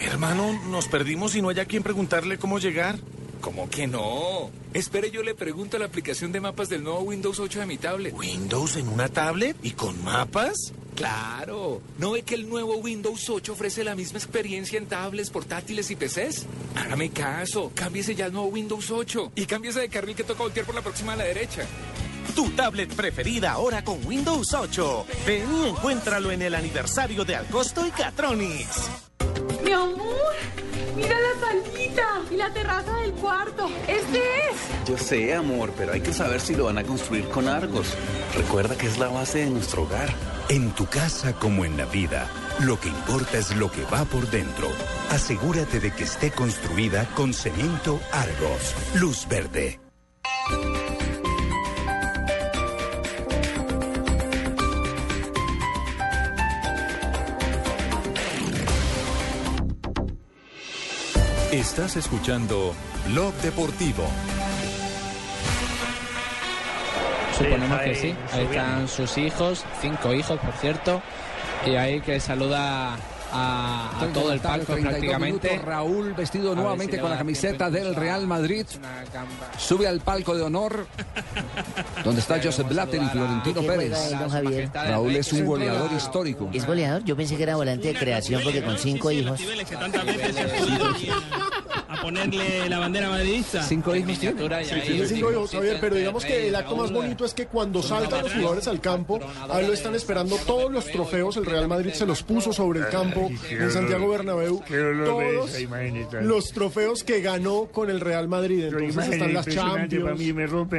Speaker 49: Hermano, nos perdimos y no hay a quien preguntarle cómo llegar.
Speaker 14: ¿Cómo que no? Espere, yo le pregunto a la aplicación de mapas del nuevo Windows 8 de mi tablet.
Speaker 49: ¿Windows en una tablet y con mapas?
Speaker 14: Claro, ¿no ve que el nuevo Windows 8 ofrece la misma experiencia en tablets, portátiles y PCs? Hágame caso, cámbiese ya al nuevo Windows 8 y cámbiese de carril que toca voltear por la próxima a la derecha.
Speaker 49: Tu tablet preferida ahora con Windows 8. Ven y encuéntralo en el aniversario de Alcosto y Catronics.
Speaker 17: Mi amor, mira la salita y la terraza del cuarto. Este es.
Speaker 45: Yo sé, amor, pero hay que saber si lo van a construir con Argos. Recuerda que es la base de nuestro hogar.
Speaker 50: En tu casa como en la vida, lo que importa es lo que va por dentro. Asegúrate de que esté construida con cemento Argos. Luz verde.
Speaker 14: Estás escuchando Blog Deportivo.
Speaker 20: Suponemos que sí. Ahí están sus hijos, cinco hijos, por cierto. Y ahí que saluda a, a
Speaker 4: Tres de
Speaker 20: todo
Speaker 4: la
Speaker 20: el
Speaker 4: tarde,
Speaker 20: palco
Speaker 4: 32
Speaker 20: prácticamente.
Speaker 4: minutos, Raúl
Speaker 20: A
Speaker 4: vestido
Speaker 20: ver si
Speaker 4: nuevamente
Speaker 20: le
Speaker 4: con
Speaker 20: va
Speaker 4: la
Speaker 20: a dar tiempo
Speaker 4: camiseta del Real Madrid. Sube al palco de honor donde está Joseph Blatter y Florentino
Speaker 51: ¿Qué
Speaker 4: Pérez.
Speaker 51: juega él, don Javier?
Speaker 4: Raúl es un goleador histórico.
Speaker 51: ¿Es goleador? Yo pensé que era volante de creación porque con cinco hijos.
Speaker 45: A ponerle la bandera madridista.
Speaker 4: Cinco hijos tiene.
Speaker 45: y
Speaker 5: Sí,
Speaker 45: ahí
Speaker 5: tiene cinco
Speaker 45: último
Speaker 5: hijos, Javier, pero digamos que el acto más
Speaker 45: Raúl,
Speaker 5: bonito es que cuando saltan los jugadores al campo, ahí lo están esperando todos los trofeos, el Real Madrid se los puso sobre el campo en Santiago Bernabéu, todos los trofeos que ganó con el Real Madrid, entonces están las Champions,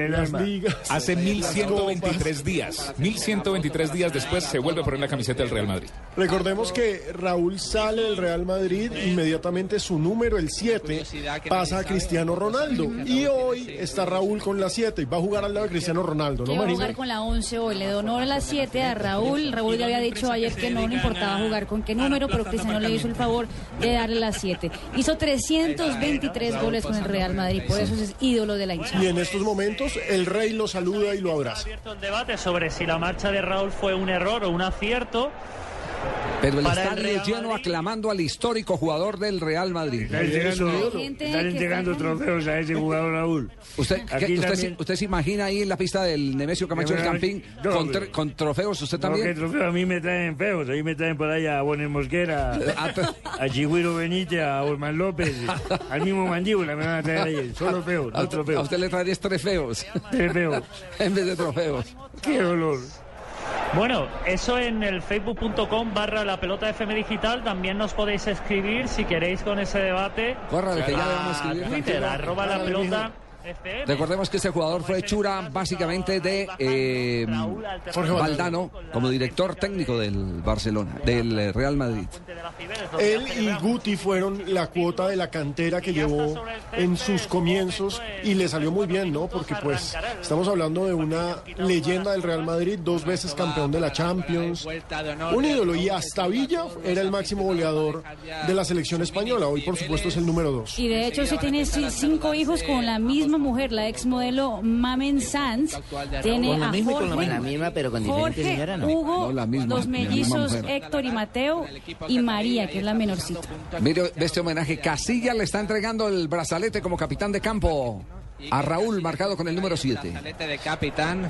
Speaker 5: las ligas,
Speaker 52: Hace
Speaker 5: las copas.
Speaker 52: 1123 días. 1123 días después se vuelve a poner la camiseta del Real Madrid.
Speaker 5: Recordemos que Raúl sale del Real Madrid, inmediatamente su número, el 7, pasa a Cristiano Ronaldo. Y hoy está Raúl con la 7 y va a jugar al lado de Cristiano Ronaldo, ¿no,
Speaker 9: Que va a jugar
Speaker 5: Marina?
Speaker 9: con la 11 hoy. Le donó la 7 a Raúl. Raúl ya había dicho ayer que no le importaba jugar con qué número, pero Cristiano le hizo el favor de darle la 7. Hizo 323 goles con el Real Madrid. Por eso es ídolo de la hinchada.
Speaker 5: Y en estos momentos el rey lo saluda y lo abraza.
Speaker 51: un debate sobre si la marcha de Raúl fue un error o un acierto.
Speaker 4: Pero el
Speaker 51: Para el
Speaker 4: estadio
Speaker 51: Real
Speaker 4: lleno aclamando al histórico jugador del Real Madrid.
Speaker 10: Están llegando, están entregando trofeos a ese jugador Raúl.
Speaker 4: ¿Usted, qué-
Speaker 10: Aquí
Speaker 4: usted, se,
Speaker 10: también-
Speaker 4: usted se imagina ahí en la pista del Nemesio Camacho del Campín
Speaker 10: No,
Speaker 4: con,
Speaker 10: pero-
Speaker 4: tre- con trofeos? ¿Usted
Speaker 10: No, que
Speaker 4: también?
Speaker 10: trofeo, a mí me traen feos, a mí me traen por allá a Bones Mosquera,
Speaker 4: Ah,
Speaker 10: a Chigüiro Benítez, a Osman López, al mismo mandíbula me van a traer ahí, solo feos,
Speaker 4: A
Speaker 10: no
Speaker 4: usted, a
Speaker 10: trofeos.
Speaker 4: usted le traería trofeos.
Speaker 10: Trofeos.
Speaker 4: en vez de trofeos.
Speaker 10: Qué dolor.
Speaker 51: Bueno, eso en el facebook.com barra la pelota FM digital. También nos podéis escribir si queréis con ese debate.
Speaker 4: Córrale, que ya le vamos a escribir,
Speaker 51: Twitter,
Speaker 4: tranquilo.
Speaker 51: arroba la
Speaker 4: Córrale,
Speaker 51: pelota.
Speaker 4: Recordemos que este jugador fue hechura básicamente de eh, Jorge Valdano como director técnico del Barcelona, del eh, Real Madrid.
Speaker 5: Él y Guti fueron la cuota de la cantera que llevó en sus comienzos y le salió muy bien, ¿no? Porque pues estamos hablando de una leyenda del Real Madrid, dos veces campeón de la Champions, un ídolo y hasta Villa era el máximo goleador de la selección española. Hoy por supuesto es el número dos.
Speaker 9: Y de hecho sí tiene ci- cinco hijos con la misma mujer, la ex modelo Mamen Sanz. Tiene
Speaker 51: Con la
Speaker 9: a
Speaker 51: misma y con la
Speaker 9: Jorge,
Speaker 51: misma. La misma, pero con diferente
Speaker 9: Jorge,
Speaker 51: señora, no.
Speaker 9: Hugo,
Speaker 51: No, la misma,
Speaker 9: los
Speaker 51: la misma
Speaker 9: mellizos
Speaker 51: mujer.
Speaker 9: Héctor y Mateo y María, que es la menorcita.
Speaker 4: Mire este homenaje. Casilla le está entregando el brazalete como capitán de campo a Raúl, marcado con el número 7.
Speaker 20: Este de capitán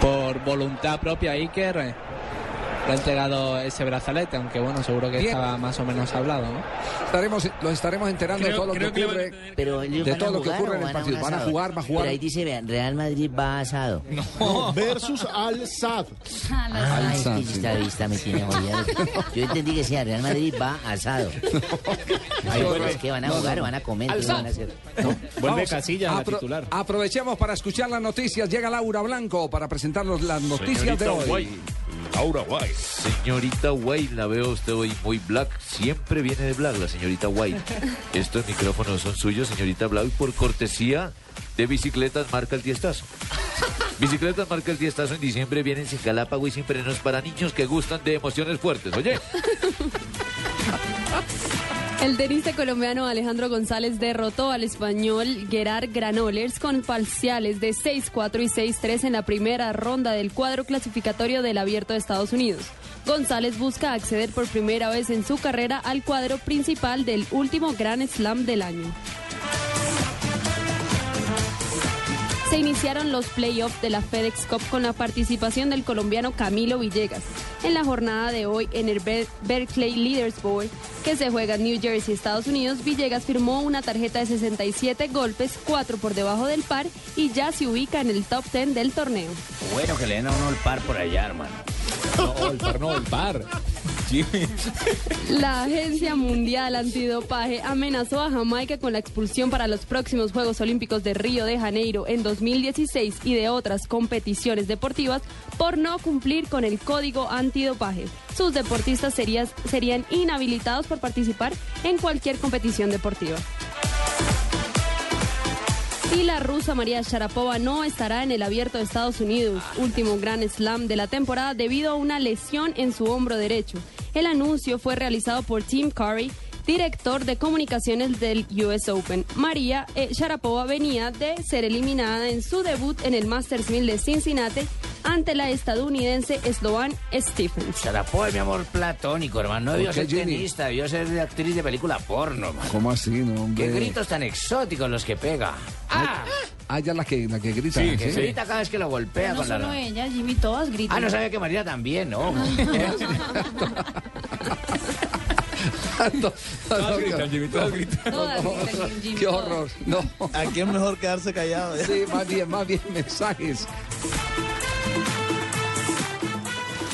Speaker 20: por voluntad propia Iker. le ha entregado ese brazalete, aunque bueno, seguro que estaba más o menos hablado, ¿no?
Speaker 4: Estaremos, los estaremos enterando de todo lo que ocurre.
Speaker 12: pero ellos
Speaker 4: de
Speaker 12: van a
Speaker 4: todo lo que
Speaker 12: jugar
Speaker 4: ocurre en
Speaker 12: o
Speaker 4: el
Speaker 12: van a un
Speaker 4: partido. Van a
Speaker 12: asado?
Speaker 4: jugar, va a jugar.
Speaker 12: Pero ahí dice, vean, Real Madrid va asado.
Speaker 5: No, versus Al Sad.
Speaker 12: Ah, es que esta vista me tiene jodido. Yo entendí que sea Real Madrid va asado. Ay, bueno, es que van a
Speaker 4: No, no.
Speaker 12: jugar, van a comer, ¿qué
Speaker 4: Alzado.
Speaker 12: van a hacer?
Speaker 4: Vamos, apro- Aprovechemos para escuchar las noticias. Llega Laura Blanco para presentarnos las noticias de
Speaker 29: Señorita
Speaker 4: hoy.
Speaker 29: White. Laura White. Señorita White, la veo a usted hoy muy black. Siempre viene de black la señorita White. Estos micrófonos son suyos, señorita Black, por cortesía de bicicletas marca el tiestazo. Bicicletas marca el tiestazo en diciembre vienen sin Galápago y sin frenos para niños que gustan de emociones fuertes. Oye.
Speaker 8: El tenista colombiano Alejandro González derrotó al español Gerard Granolers con parciales de 6-4 y 6-3 en la primera ronda del cuadro clasificatorio del Abierto de Estados Unidos. González busca acceder por primera vez en su carrera al cuadro principal del último Grand Slam del año. Se iniciaron los playoffs de la FedEx Cup con la participación del colombiano Camilo Villegas. En la jornada de hoy en el Ber- Berkeley Leaders Bowl, que se juega en New Jersey, Estados Unidos, Villegas firmó una tarjeta de 67 golpes, 4 por debajo del par y ya se ubica en el top 10 del torneo.
Speaker 41: Bueno, que le den a uno el par por allá, hermano.
Speaker 53: No, el par no, el par. Jimmy.
Speaker 8: La Agencia Mundial Antidopaje amenazó a Jamaica con la expulsión para los próximos Juegos Olímpicos de Río de Janeiro en 2016 y de otras competiciones deportivas por no cumplir con el código antidopaje. Sus deportistas serías- serían inhabilitados por participar en cualquier competición deportiva. Y la rusa María Sharapova no estará en el abierto de Estados Unidos, último gran slam de la temporada debido a una lesión en su hombro derecho. El anuncio fue realizado por Tim Curry, director de comunicaciones del US Open. María eh, Sharapova venía de ser eliminada en su debut en el Masters 1000 de Cincinnati ante la estadounidense Sloan Stephens.
Speaker 41: Sarapoe, mi amor platónico, hermano. No ¿Por debió qué, ser Jimmy? tenista, debió ser de actriz de película porno, hermano.
Speaker 4: ¿Cómo así, no, hombre?
Speaker 41: Qué gritos tan exóticos los que pega.
Speaker 4: Ah, ah, ya la que, la que grita.
Speaker 41: La que grita cada vez que lo golpea
Speaker 9: Pero no
Speaker 41: con
Speaker 9: solo
Speaker 41: la...
Speaker 9: ella, Jimmy, todas gritan.
Speaker 41: Ah, no sabía que María también, ¿no?
Speaker 4: Todas
Speaker 28: gritan, Ah, Jimmy, todas gritan.
Speaker 4: Todas gritan, Jimmy, Qué horror. No.
Speaker 28: Aquí es mejor quedarse callado.
Speaker 4: Sí, más bien, más bien mensajes.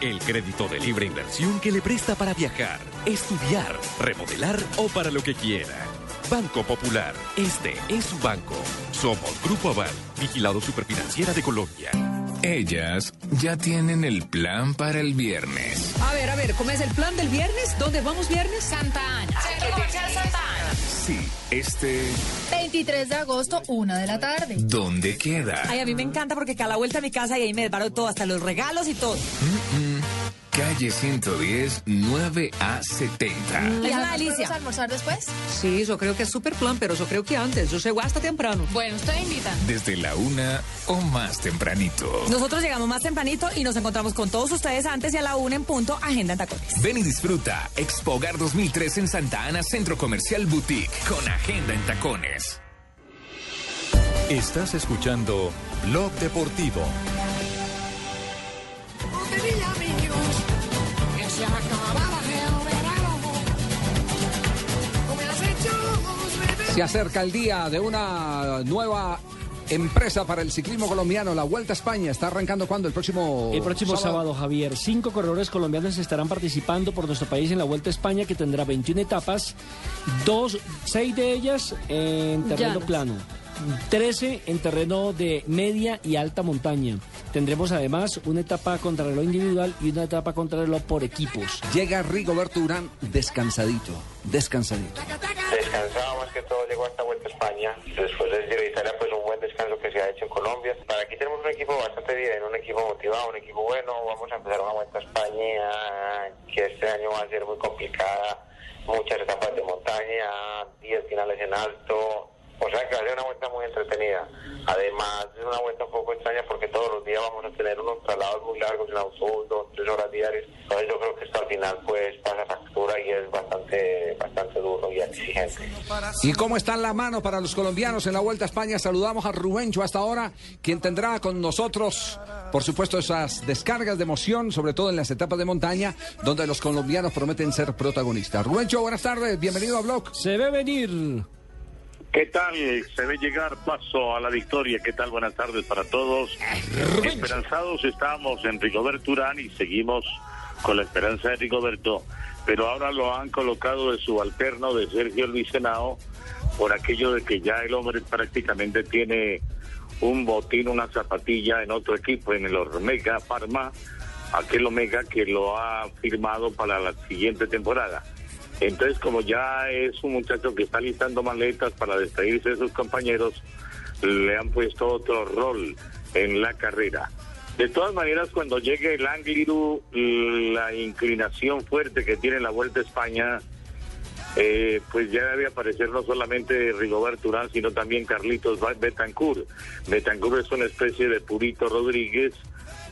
Speaker 15: El crédito de libre inversión que le presta para viajar, estudiar, remodelar o para lo que quiera. Banco Popular, este es su banco. Somos Grupo Aval, vigilado superfinanciera de Colombia.
Speaker 14: Ellas ya tienen el plan para el viernes.
Speaker 15: A ver, a ver, ¿cómo es el plan del viernes? ¿Dónde vamos viernes? Santa Ana.
Speaker 14: Sí, este...
Speaker 15: 23 de agosto, una de la tarde.
Speaker 14: ¿Dónde queda?
Speaker 15: Ay, a mí me encanta porque cada vuelta a mi casa y ahí me deparo todo, hasta los regalos y todo.
Speaker 14: Mm, Calle 110, 9A70.
Speaker 15: Es una delicia. almorzar después? Sí, yo creo que es súper plan, pero yo creo que antes. Yo llego hasta temprano. Bueno, usted invita.
Speaker 14: Desde la una o más tempranito.
Speaker 15: Nosotros llegamos más tempranito y nos encontramos con todos ustedes antes y a la una en punto, Agenda en Tacones.
Speaker 14: Ven y disfruta Expo Hogar 2003 en Santa Ana Centro Comercial Boutique con agenda en tacones.
Speaker 13: Estás escuchando Blog Deportivo.
Speaker 4: Se acerca el día de una nueva empresa para el ciclismo colombiano, la Vuelta a España. ¿Está arrancando cuándo? El próximo
Speaker 6: El próximo sábado, Javier, cinco corredores colombianos estarán participando por nuestro país en la Vuelta a España, que tendrá 21 etapas, dos, seis de ellas en terreno
Speaker 26: Llanas.
Speaker 6: plano, 13 en terreno de media y alta montaña. Tendremos además una etapa contra reloj individual y una etapa contra reloj por equipos.
Speaker 4: Llega Rigoberto Urán descansadito, descansadito.
Speaker 10: Descansado más que todo, llegó hasta Vuelta a España. Después del Giro de Italia, pues un buen descanso que se ha hecho en Colombia. Para aquí tenemos un equipo bastante bien, un equipo motivado, un equipo bueno. Vamos a empezar una Vuelta a España que este
Speaker 37: año va a ser muy complicada, muchas etapas de montaña, 10 finales en alto, o sea que va a ser una vuelta muy entretenida. Además, es una vuelta un poco extraña porque todos los días vamos a tener unos traslados muy largos en autobús, dos, tres horas diarias. Entonces yo creo que esto al final pues pasa factura y es bastante, bastante duro y exigente.
Speaker 4: ¿Y cómo está la mano para los colombianos en la Vuelta a España? Saludamos a Rubencho hasta ahora, quien tendrá con nosotros, por supuesto, esas descargas de emoción, sobre todo en las etapas de montaña, donde los colombianos prometen ser protagonistas. Rubencho, buenas tardes, bienvenido a Blog.
Speaker 6: Se ve venir.
Speaker 10: ¿Qué tal? Se ve llegar paso a la victoria. ¿Qué tal? Buenas tardes para todos. Esperanzados estamos en Rigoberto Urán y seguimos con la esperanza de Rigoberto. Pero ahora lo han colocado de subalterno de Sergio Luis Senao por aquello de que ya el hombre prácticamente tiene un botín, una zapatilla en otro equipo, en el Omega Parma, aquel Omega que lo ha firmado para la siguiente temporada. Entonces, como ya es un muchacho que está listando maletas para despedirse de sus compañeros, le han puesto otro rol en la carrera. De todas maneras, cuando llegue el Angliru, la inclinación fuerte que tiene la Vuelta a España, eh, pues ya debe aparecer no solamente Rigoberto Urán, sino también Carlitos Betancourt. Betancourt es una especie de Purito Rodríguez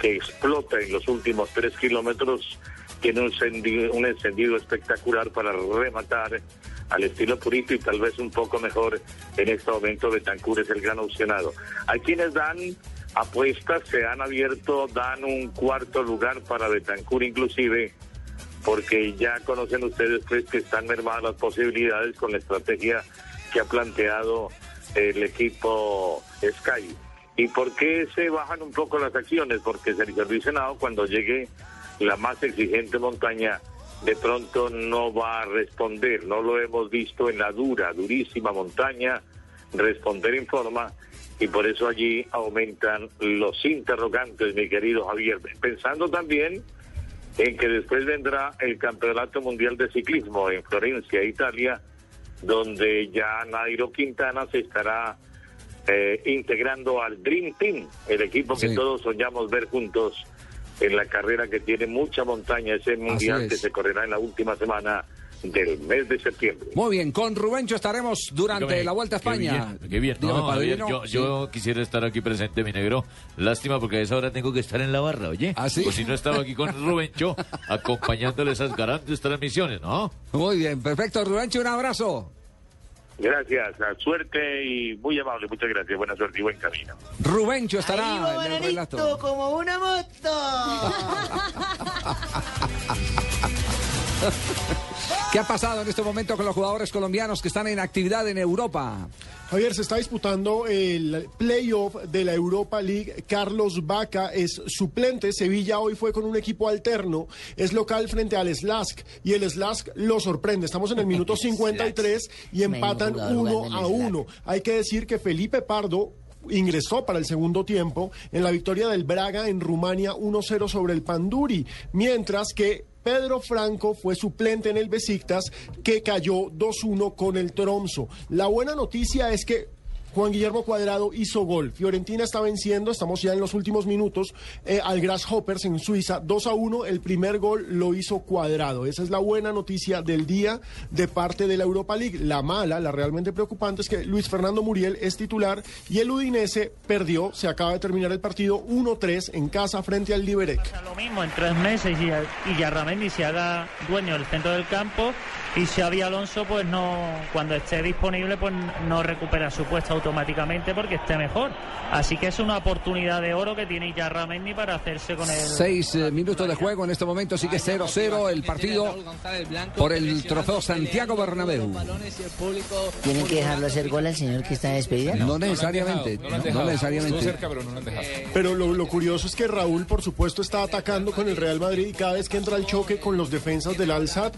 Speaker 10: que explota en los últimos tres kilómetros tiene un encendido, un encendido espectacular para rematar al estilo purito y tal vez un poco mejor en este momento Betancur es el gran opcionado. Hay quienes dan apuestas, se han abierto, dan un cuarto lugar para Betancur inclusive, porque ya conocen ustedes pues, que están mermadas las posibilidades con la estrategia que ha planteado el equipo Sky. ¿Y por qué se bajan un poco las acciones? Porque Sergio Luis Senado cuando llegue la más exigente montaña, de pronto no va a responder. No lo hemos visto en la dura, durísima montaña responder en forma y por eso allí aumentan los interrogantes, mi querido Javier. Pensando también en que después vendrá el Campeonato Mundial de Ciclismo en Florencia, Italia, donde ya Nairo Quintana se estará eh, integrando al Dream Team, el equipo que
Speaker 28: Sí.
Speaker 10: todos soñamos ver juntos en la carrera que tiene mucha montaña, ese mundial
Speaker 4: es.
Speaker 10: que se correrá en la última semana del mes de septiembre.
Speaker 4: Muy bien, con Rubencho estaremos durante
Speaker 10: Dígame,
Speaker 4: la Vuelta a España.
Speaker 7: Qué bien, qué bien.
Speaker 4: Dígame,
Speaker 7: No, Javier, yo,
Speaker 4: padrino.
Speaker 7: yo quisiera estar aquí presente, mi negro. Lástima porque a esa hora tengo que estar en la barra, oye. ¿Ah, O si no estaba aquí con Rubencho acompañándole esas garantes transmisiones, ¿no?
Speaker 4: Muy bien, perfecto. Rubencho, un abrazo.
Speaker 10: Gracias, a suerte y muy amable, muchas gracias, buena suerte y buen camino.
Speaker 4: Rubencho estará
Speaker 54: Vivo
Speaker 4: en Ah, el relato.
Speaker 54: Bonanito, como una moto.
Speaker 4: ¿Qué ha pasado en este momento con los jugadores colombianos que están en actividad en Europa?
Speaker 5: Javier, se está disputando el playoff de la Europa League. Carlos Vaca es suplente. Sevilla hoy fue con un equipo alterno. Es local frente al Slask y el Slask lo sorprende. Estamos en el minuto 53 y empatan
Speaker 54: Menudo jugador
Speaker 5: uno a
Speaker 54: jugando en el
Speaker 5: uno. Hay que decir que Felipe Pardo ingresó para el segundo tiempo en la victoria del Braga en Rumania 1-0 sobre el Panduri, mientras que Pedro Franco fue suplente en el Besiktas que cayó 2-1 con el Tromso. La buena noticia es que Juan Guillermo Cuadrado hizo gol. Fiorentina está venciendo, estamos ya en los últimos minutos, eh, al Grasshoppers en Suiza, 2 a 1. El primer gol lo hizo Cuadrado. Esa es la buena noticia del día de parte de la Europa League. La mala, la realmente preocupante es que Luis Fernando Muriel es titular y el Udinese perdió, se acaba de terminar el partido 1-3 en casa frente al Liberec.
Speaker 51: Lo mismo en tres meses y, y Yarramendi se haga dueño del centro del campo y Xavi Alonso pues no cuando esté disponible pues no recupera su puesto automáticamente porque esté mejor. Así que es una oportunidad de oro que tiene Yarramendi para hacerse con el
Speaker 4: Seis eh, minutos de juego en este momento, sigue 0-0 el partido por el trofeo Santiago Bernabéu.
Speaker 46: ¿Tienen que dejarlo hacer gol al señor que está de despedida?
Speaker 4: No necesariamente,
Speaker 5: no lo han no dejado. necesariamente. Estuvo cerca,
Speaker 18: pero no lo han dejado.
Speaker 5: Pero lo, lo curioso es que Raúl, por supuesto, está atacando con el Real Madrid y cada vez que entra el choque con los defensas del Alzat,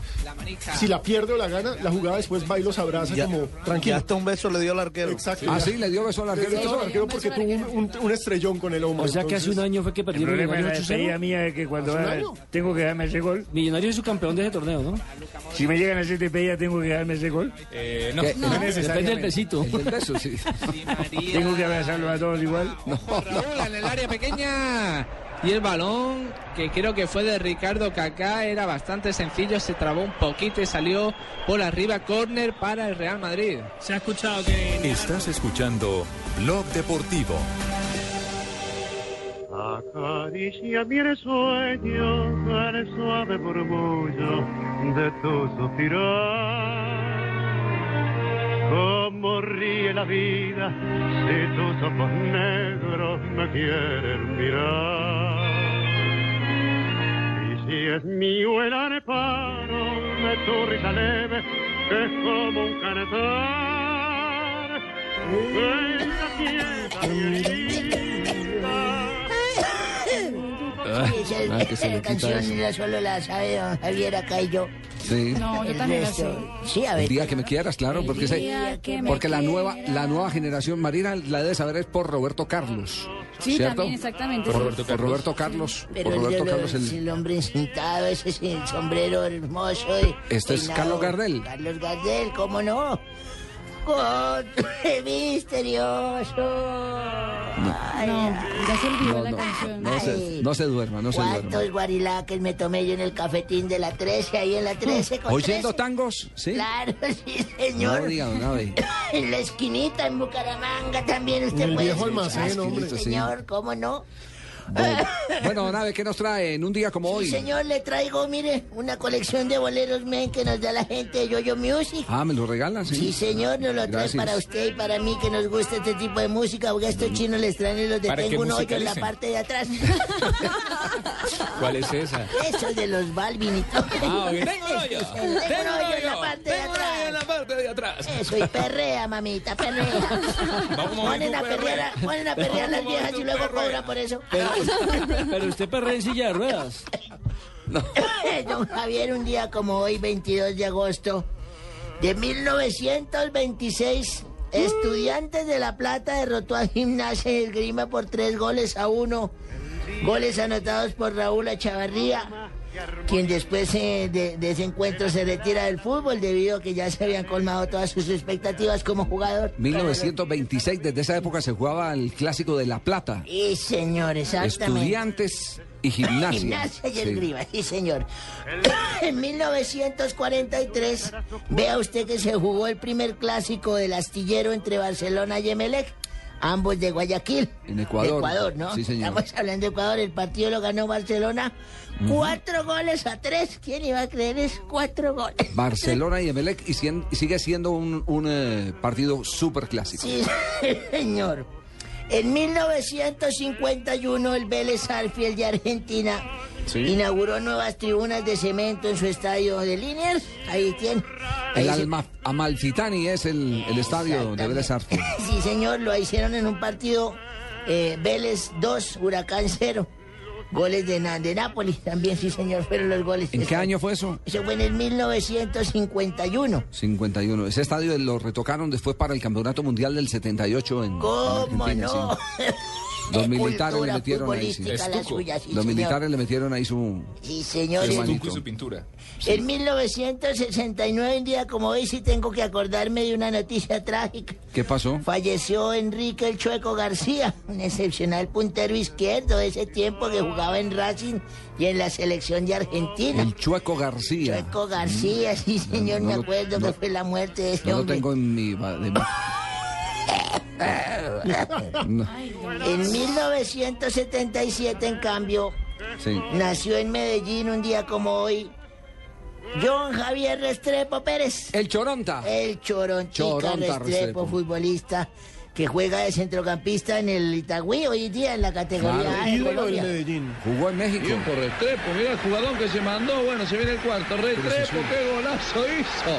Speaker 5: si la pierde o la gana, la jugada después va y los abraza como tranquilo.
Speaker 34: Ya hasta un beso le dio al arquero.
Speaker 5: Exacto.
Speaker 4: Ah, sí, le dio beso al arquero.
Speaker 5: Le dio beso al arquero porque tuvo un, un- un estrellón con el hombro.
Speaker 6: O sea que hace un año fue que perdieron
Speaker 5: problema
Speaker 6: el
Speaker 5: de la despedida mía es que cuando
Speaker 6: ¿Hace un
Speaker 5: va-
Speaker 6: año?
Speaker 1: Tengo que darme ese gol.
Speaker 6: Millonarios es su campeón de ese torneo, ¿no?
Speaker 1: Si me llegan a hacer despedida, tengo que darme ese gol.
Speaker 18: Eh,
Speaker 6: no. No. Depende del besito.
Speaker 4: El beso, sí.
Speaker 1: tengo que abrazarlo a todos igual.
Speaker 4: No,
Speaker 18: en el área pequeña.
Speaker 20: Y el balón, que creo que fue de Ricardo Kaká, era bastante sencillo, se trabó un poquito y salió por arriba, córner para el Real Madrid. Se ha escuchado que...
Speaker 13: Estás escuchando Blog Deportivo.
Speaker 28: Acaricia mi sueño al suave murmullo de tu suspirar. Cómo ríe la vida si tus ojos negros me quieren mirar. Y si es mío el amparo de tu risa leve, que es como un canetar. En la tierra querida.
Speaker 54: Esa,
Speaker 4: Ah, que se le
Speaker 54: esa
Speaker 4: quita
Speaker 54: canción
Speaker 4: eso.
Speaker 54: la solo la sabe don Javier acá y yo.
Speaker 4: Sí.
Speaker 54: No, yo El también la resto- sé. sí, a ver.
Speaker 4: El día que me quieras, claro,
Speaker 54: El
Speaker 4: porque, se-
Speaker 54: día que me
Speaker 4: porque la, nueva,
Speaker 54: quieras.
Speaker 4: la nueva generación, Marina, la debe saber es por Roberto Carlos.
Speaker 54: Sí,
Speaker 4: ¿cierto?
Speaker 54: también, exactamente,
Speaker 4: Por,
Speaker 54: sí.
Speaker 4: Roberto, por Roberto Carlos.
Speaker 54: Pero
Speaker 4: por
Speaker 54: el,
Speaker 4: Roberto
Speaker 54: de los-
Speaker 4: Carlos, el-
Speaker 54: el hombre encintado, ese sin sombrero hermoso. y
Speaker 4: Este es Carlos Gardel.
Speaker 54: Carlos Gardel, ¿cómo no? Golpe misterioso. Ay, ya se
Speaker 4: olvidó No, la no, canción. no se, no se duerma, no se duerma.
Speaker 54: ¿Cuántos guarilaques me tomé yo en el cafetín de la 13, ahí en la 13? Con
Speaker 4: ¿Oyendo
Speaker 54: 13?
Speaker 4: tangos? Sí.
Speaker 54: Claro, sí, señor.
Speaker 4: No diga, don Abe.
Speaker 54: En la esquinita, en Bucaramanga también usted
Speaker 4: En el
Speaker 54: puede
Speaker 4: viejo
Speaker 54: escuchar.
Speaker 4: almacén, hombre.
Speaker 54: Sí, señor, ¿cómo no?
Speaker 4: Bueno, don Abe, ¿qué nos trae en un día como hoy?
Speaker 54: Sí, señor, le traigo, mire, una colección de boleros men que nos da la gente de Yoyo Music.
Speaker 4: Ah, ¿me lo regalan? Sí,
Speaker 54: Sí, señor, nos lo trae
Speaker 4: Gracias.
Speaker 54: para usted y para mí que nos gusta este tipo de música, porque a estos chinos les traen y los
Speaker 18: Mm. Para que
Speaker 54: detengo un hoyo en la
Speaker 18: musicalicen.
Speaker 54: parte de atrás.
Speaker 18: ¿Cuál es esa?
Speaker 54: Eso es de los Balvin y todo.
Speaker 18: Ah, ok. Tengo un hoyo. Tengo
Speaker 54: Tengo un
Speaker 18: un
Speaker 54: hoyo en la
Speaker 18: hoyo.
Speaker 54: parte de atrás.
Speaker 18: En la parte de atrás.
Speaker 54: Eso, y perrea, mamita, perrea.
Speaker 18: Vamos a ver
Speaker 54: ponen,
Speaker 18: tu
Speaker 54: a perrear, a-
Speaker 18: perrea.
Speaker 54: ponen a perrear
Speaker 18: Vamos a
Speaker 54: las
Speaker 18: ver
Speaker 54: viejas
Speaker 18: tu
Speaker 54: y luego
Speaker 18: perrea.
Speaker 54: cobran por eso.
Speaker 6: Pero, pero usted perrea en silla de ruedas.
Speaker 54: Eh, Don Javier, un día como hoy, 22 de agosto de 1926, Estudiantes de La Plata derrotó a Gimnasia y Esgrima por tres goles a uno. Goles anotados por Raúl Achavarría, quien después eh, de, de ese encuentro se retira del fútbol debido a que ya se habían colmado todas sus expectativas como jugador.
Speaker 4: 1926, desde esa época se jugaba el clásico de La Plata.
Speaker 54: Y señor, exactamente.
Speaker 4: Estudiantes y gimnasia.
Speaker 54: Gimnasia y
Speaker 4: Sí.
Speaker 54: esgrima, sí, señor. En 1943, vea usted que se jugó el primer clásico del astillero entre Barcelona y Emelec, ambos de Guayaquil.
Speaker 4: En Ecuador.
Speaker 54: Ecuador, ¿no?
Speaker 4: Sí, señor.
Speaker 54: Estamos hablando de Ecuador, el partido lo ganó Barcelona. Cuatro goles a tres, ¿quién iba a creer eso? Cuatro goles.
Speaker 4: Barcelona y Emelec y, sien- y sigue siendo un, un, eh, partido súper clásico.
Speaker 54: Sí, señor. En 1951, el Vélez Arfield de Argentina
Speaker 4: Sí.
Speaker 54: inauguró nuevas tribunas de cemento en su estadio de Liniers. Ahí tiene. Ahí
Speaker 4: El
Speaker 54: se-
Speaker 4: Alma, Amalfitani es el, el estadio de Vélez Arfield.
Speaker 54: Sí, señor, lo hicieron en un partido eh, Vélez 2, Huracán 0. Goles de, Na- de Nápoles también, sí, señor, fueron los goles.
Speaker 4: ¿En qué año fue eso?
Speaker 54: Eso fue en el 1951.
Speaker 4: 51. Ese estadio lo retocaron después para el Campeonato Mundial del 78 en, en
Speaker 54: ¿Cómo
Speaker 4: Argentina,
Speaker 54: no?
Speaker 4: sí. Los militares le
Speaker 54: Cultura
Speaker 4: metieron ahí. sí.
Speaker 54: futbolística la
Speaker 4: Estuco.
Speaker 54: suya, sí,
Speaker 4: Los
Speaker 54: señor.
Speaker 4: militares le metieron ahí su.
Speaker 54: Sí, señor.
Speaker 4: su
Speaker 54: y-
Speaker 4: manito.
Speaker 18: pintura.
Speaker 54: En 1969, un día como hoy, sí tengo que acordarme de una noticia trágica.
Speaker 4: ¿Qué pasó?
Speaker 54: Falleció Enrique el Chueco García, un excepcional puntero izquierdo de ese tiempo que jugaba en Racing y en la selección de Argentina.
Speaker 4: El Chueco García.
Speaker 54: Chueco García, sí señor,
Speaker 4: no
Speaker 54: me
Speaker 4: lo-
Speaker 54: acuerdo
Speaker 4: no-
Speaker 54: que fue la muerte de ese
Speaker 4: No lo
Speaker 54: este hombre.
Speaker 4: tengo en mi. va- de mi- No,
Speaker 54: Eh, En 1977, en cambio,
Speaker 4: sí.
Speaker 54: nació en Medellín un día como hoy. John Javier Restrepo Pérez.
Speaker 4: El Choronta.
Speaker 54: El Chorontica
Speaker 4: Choronta
Speaker 54: Restrepo,
Speaker 4: Restrepo.
Speaker 54: futbolista que juega de centrocampista en el Itagüí hoy día en la categoría A de Colombia.
Speaker 4: Medellín. Jugó en México.
Speaker 14: Bien por Restrepo, mira el jugadón que se mandó. Bueno, se viene el cuarto. Restrepo, qué golazo hizo.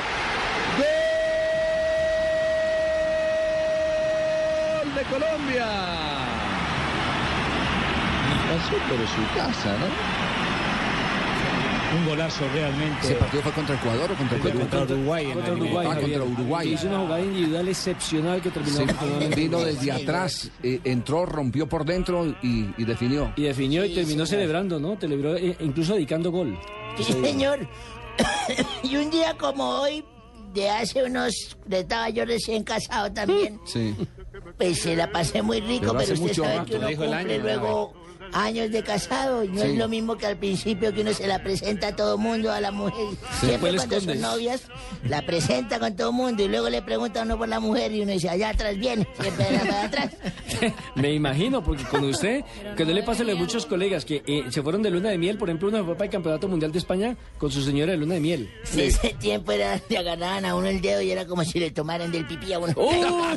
Speaker 14: Gol de Colombia. Pasó por su casa, ¿no?
Speaker 6: Un golazo realmente.
Speaker 4: ¿Ese partido fue contra Ecuador o contra Perú?
Speaker 6: Contra Uruguay.
Speaker 4: Contra
Speaker 6: Contra
Speaker 4: Uruguay.
Speaker 6: Uruguay.
Speaker 4: Ah, contra
Speaker 6: Javier.
Speaker 4: Uruguay.
Speaker 6: Hizo una jugada individual excepcional que terminó.
Speaker 4: Sí,
Speaker 6: afortunadamente
Speaker 4: vino
Speaker 6: con-
Speaker 4: desde atrás, eh, entró, rompió por dentro y, y definió.
Speaker 6: Y definió y terminó celebrando, ¿no? Celebró eh, incluso dedicando gol.
Speaker 54: Sí, señor. y un día como hoy, de hace unos... Estaba yo recién casado también.
Speaker 4: Sí.
Speaker 54: Pues se la pasé muy rico,
Speaker 4: Pero
Speaker 54: pero,
Speaker 4: hace
Speaker 54: usted
Speaker 4: mucho
Speaker 54: sabe
Speaker 4: rato,
Speaker 54: que uno
Speaker 4: dijo el
Speaker 54: cumple
Speaker 4: año,
Speaker 54: luego años de casado y no
Speaker 12: Sí.
Speaker 54: es lo mismo que al principio que uno se la presenta a todo mundo, a la mujer.
Speaker 12: Sí,
Speaker 54: Siempre
Speaker 12: después la
Speaker 54: cuando son
Speaker 12: escondes.
Speaker 54: novias, la presenta con todo mundo y luego le pregunta a uno por la mujer y uno dice, allá atrás viene, siempre era para atrás.
Speaker 6: Me imagino, porque con usted, que no le pasa a los muchos colegas que eh, se fueron de luna de miel, por ejemplo, uno se fue para el Campeonato Mundial de España con su señora de luna de miel.
Speaker 54: En ese tiempo era, le agarraban a uno el dedo y era como si le tomaran del pipí a uno.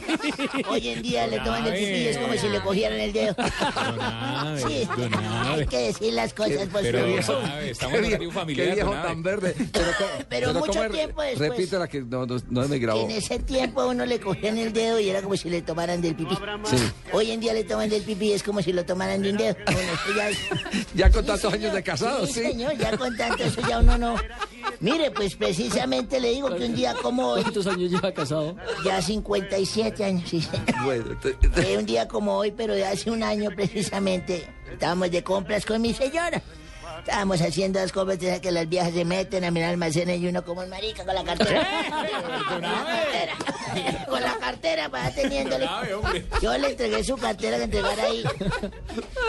Speaker 54: Hoy en día le toman el pipí y es como si le cogieran el dedo. Sí, hay que decir las cosas pues, por
Speaker 13: Pero,
Speaker 54: su
Speaker 13: Donave, estamos en horario familiar,
Speaker 4: Qué viejo
Speaker 13: Donave.
Speaker 4: tan verde. Pero, co-
Speaker 54: Pero
Speaker 4: ¿cómo
Speaker 54: mucho
Speaker 4: es?
Speaker 54: tiempo después.
Speaker 4: Repite la que no, no, no me
Speaker 54: Que
Speaker 4: grabó.
Speaker 54: en ese tiempo a uno le cogían el dedo y era como si le tomaran del pipí.
Speaker 4: Sí.
Speaker 54: Hoy en día le toman del pipí y es como si lo tomaran de un dedo. Bueno, eso ya es-
Speaker 4: Ya con tantos años de casado,
Speaker 54: Sí,
Speaker 4: sí.
Speaker 54: señor, ya con tanto eso ya uno no. Mire, pues precisamente le digo que un día como hoy.
Speaker 6: ¿Cuántos años lleva casado?
Speaker 54: Ya 57 años, sí. señor.
Speaker 4: Bueno, te-
Speaker 54: Que Eh, un día como hoy, pero de hace un año precisamente, estábamos de compras con mi señora. Estábamos haciendo las compras, ya que las viejas se meten a mirar almacenes y uno como un marica con la cartera. con la cartera. con la cartera para teniéndole. Yo le entregué su cartera que entregara ahí.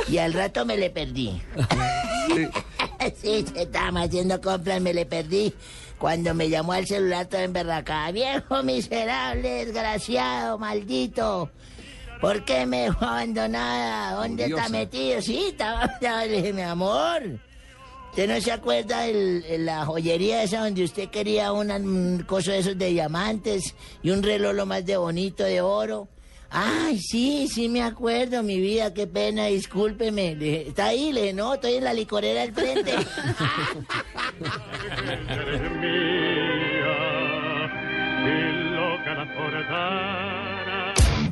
Speaker 54: Y al rato me le perdí. sí, se estaba haciendo compras, me le perdí. Cuando me llamó al celular todo emberracada, viejo miserable, desgraciado, maldito. ¿Por qué me dejó abandonada? ¿Dónde está
Speaker 12: Odiosa.
Speaker 54: metido? Sí, estaba abandonada. Le dije, mi amor, ¿usted no se acuerda de la joyería esa donde usted quería una- un coso de esos de diamantes y un reloj lo más de bonito de oro? Ay, sí, sí me acuerdo, mi vida, qué pena, discúlpeme. Le dije, ¿Está ahí? Le dije, no, estoy en la licorera del frente.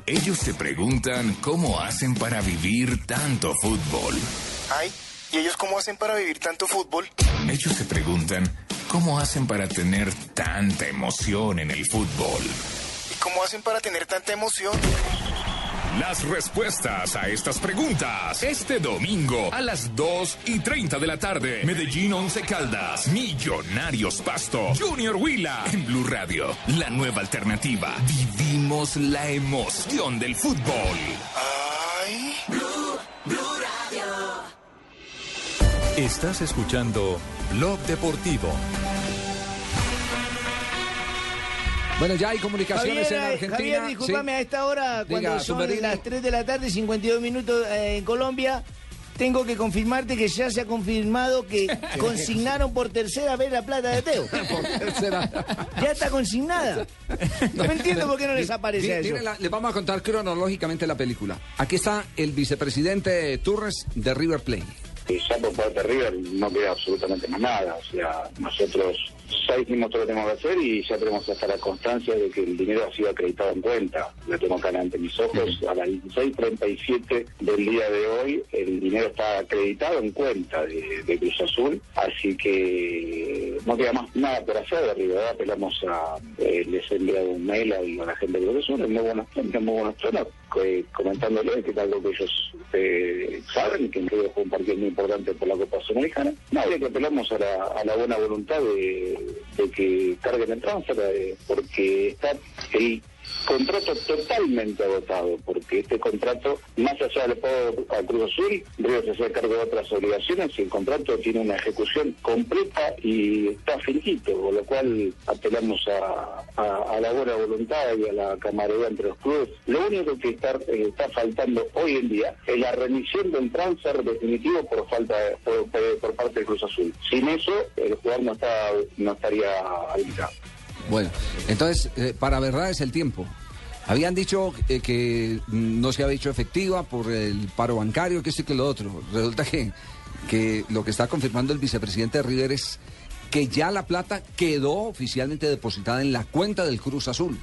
Speaker 14: Ellos se preguntan cómo hacen para vivir tanto fútbol.
Speaker 55: Ay, ¿y ellos cómo hacen para vivir tanto fútbol?
Speaker 14: Ellos se preguntan cómo hacen para tener tanta emoción en el fútbol.
Speaker 55: ¿Y cómo hacen para tener tanta emoción?
Speaker 14: Las respuestas a estas preguntas este domingo a las 2 y 30 de la tarde. Medellín 11 Caldas, Millonarios Pasto, Junior Huila. En Blue Radio, la nueva alternativa. Vivimos la emoción del fútbol.
Speaker 1: Estás escuchando Blog Deportivo.
Speaker 4: Bueno, ya hay comunicaciones en
Speaker 20: Javier, eh,
Speaker 4: Argentina.
Speaker 20: Javier,
Speaker 4: sí.
Speaker 20: discúlpame a esta hora,
Speaker 4: Diga,
Speaker 20: cuando son
Speaker 4: Tumberini.
Speaker 20: las 3 de la tarde, 52 minutos eh, en Colombia, tengo que confirmarte que ya se ha confirmado que consignaron por tercera vez la plata de Teo. Ya está consignada. No entiendo por qué no les aparece
Speaker 4: Di-
Speaker 20: eso.
Speaker 4: dile la- le vamos a contar cronológicamente la película. Aquí está el vicepresidente Turres de River Plate.
Speaker 30: Y ya por parte de River no queda absolutamente más nada. O sea, nosotros ya hicimos todo lo que tenemos que hacer y ya tenemos hasta la constancia de que el dinero ha sido acreditado en cuenta. Lo tengo acá ante mis ojos. A las 16.37 del día de hoy, el dinero está acreditado en cuenta de, de Cruz Azul. Así que no queda más nada por hacer de River. ¿verdad? Apelamos a. eh, les he enviado un mail a, a la gente de Cruz Azul en muy buenas, en muy buenas tonos, eh, comentándole que es algo que ellos eh, saben que en Río fue un partido muy importante por la Copa Sudamericana. Nadie que apelamos a la, a la buena voluntad de, de que carguen el transfer, eh, porque está el contrato totalmente agotado, porque este contrato, más allá del pago a Cruz Azul, Río se hace cargo de otras obligaciones y el contrato tiene una ejecución completa y está finquito, con lo cual apelamos a, a- a la buena voluntad y a la camaradería entre los clubes. Lo único que está, eh, está faltando hoy en día es la remisión del transfer definitivo por falta de- por, por- por parte de Cruz Azul. Sin eso, el jugador no, está, no estaría habilitado.
Speaker 4: Bueno, entonces, eh, para verdad es el tiempo. Habían dicho eh, que mm, no se había hecho efectiva por el paro bancario, que sí que lo otro. Resulta que, que lo que está confirmando el vicepresidente River es que ya la plata quedó oficialmente depositada en la cuenta del Cruz Azul.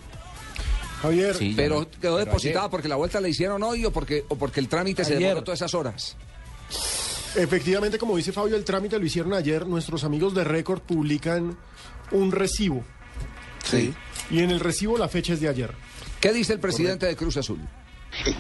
Speaker 5: Javier,
Speaker 4: pero quedó depositada porque la vuelta la hicieron hoy o porque, o porque el trámite se
Speaker 5: Ayer.
Speaker 4: demoró todas esas horas.
Speaker 5: Efectivamente, como dice Fabio, el trámite lo hicieron ayer. Nuestros amigos de Récord publican un recibo. Sí. Y en el recibo la fecha es de ayer.
Speaker 4: ¿Qué dice el presidente de Cruz Azul?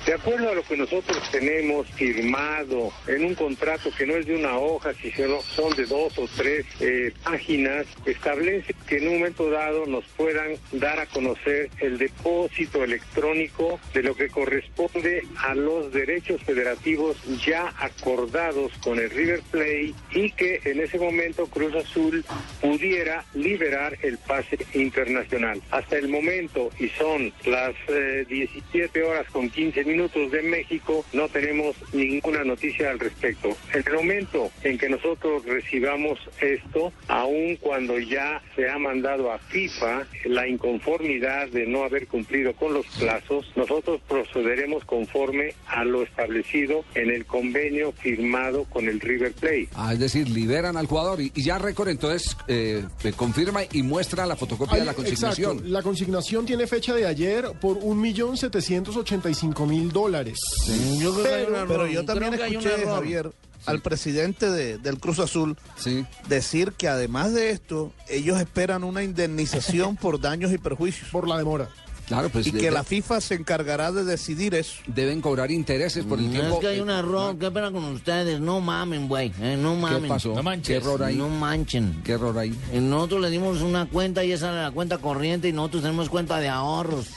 Speaker 56: De acuerdo a lo que nosotros tenemos firmado en un contrato que no es de una hoja, si sino son de dos o tres eh, páginas, establece que en un momento dado nos puedan dar a conocer el depósito electrónico de lo que corresponde a los derechos federativos ya acordados con el River Play y que en ese momento Cruz Azul pudiera liberar el pase internacional. Hasta el momento, y son las eh, 17 horas con 15 minutos de México, no tenemos ninguna noticia al respecto. En el momento en que nosotros recibamos esto, aun cuando ya se ha mandado a FIFA la inconformidad de no haber cumplido con los plazos, nosotros procederemos conforme a lo establecido en el convenio firmado con el River Plate.
Speaker 4: Ah, es decir, liberan al jugador y, y ya récord entonces eh, eh, confirma y muestra la fotocopia de la consignación.
Speaker 5: Exacto. La consignación tiene fecha de ayer por 1.785.000 dólares.
Speaker 28: Yo creo que hay un error.
Speaker 5: pero yo
Speaker 28: Creo
Speaker 5: también
Speaker 28: que hay un
Speaker 5: escuché,
Speaker 28: error.
Speaker 5: Javier,
Speaker 28: al presidente de- del Cruz Azul decir que además de esto, ellos esperan una indemnización por daños y perjuicios.
Speaker 5: Por la demora.
Speaker 4: Claro, pues,
Speaker 28: y
Speaker 4: de-
Speaker 28: que
Speaker 4: de-
Speaker 28: la FIFA se encargará de decidir eso.
Speaker 4: Deben cobrar intereses por el
Speaker 12: No,
Speaker 4: tiempo.
Speaker 12: Es que hay un error, qué pena con ustedes. No mamen, güey. eh, no mamen.
Speaker 4: pasó? No manches. ¿Qué error hay?
Speaker 12: No manchen.
Speaker 4: ¿Qué error hay?
Speaker 12: Nosotros le dimos una cuenta y esa era la cuenta corriente y nosotros tenemos cuenta de ahorros.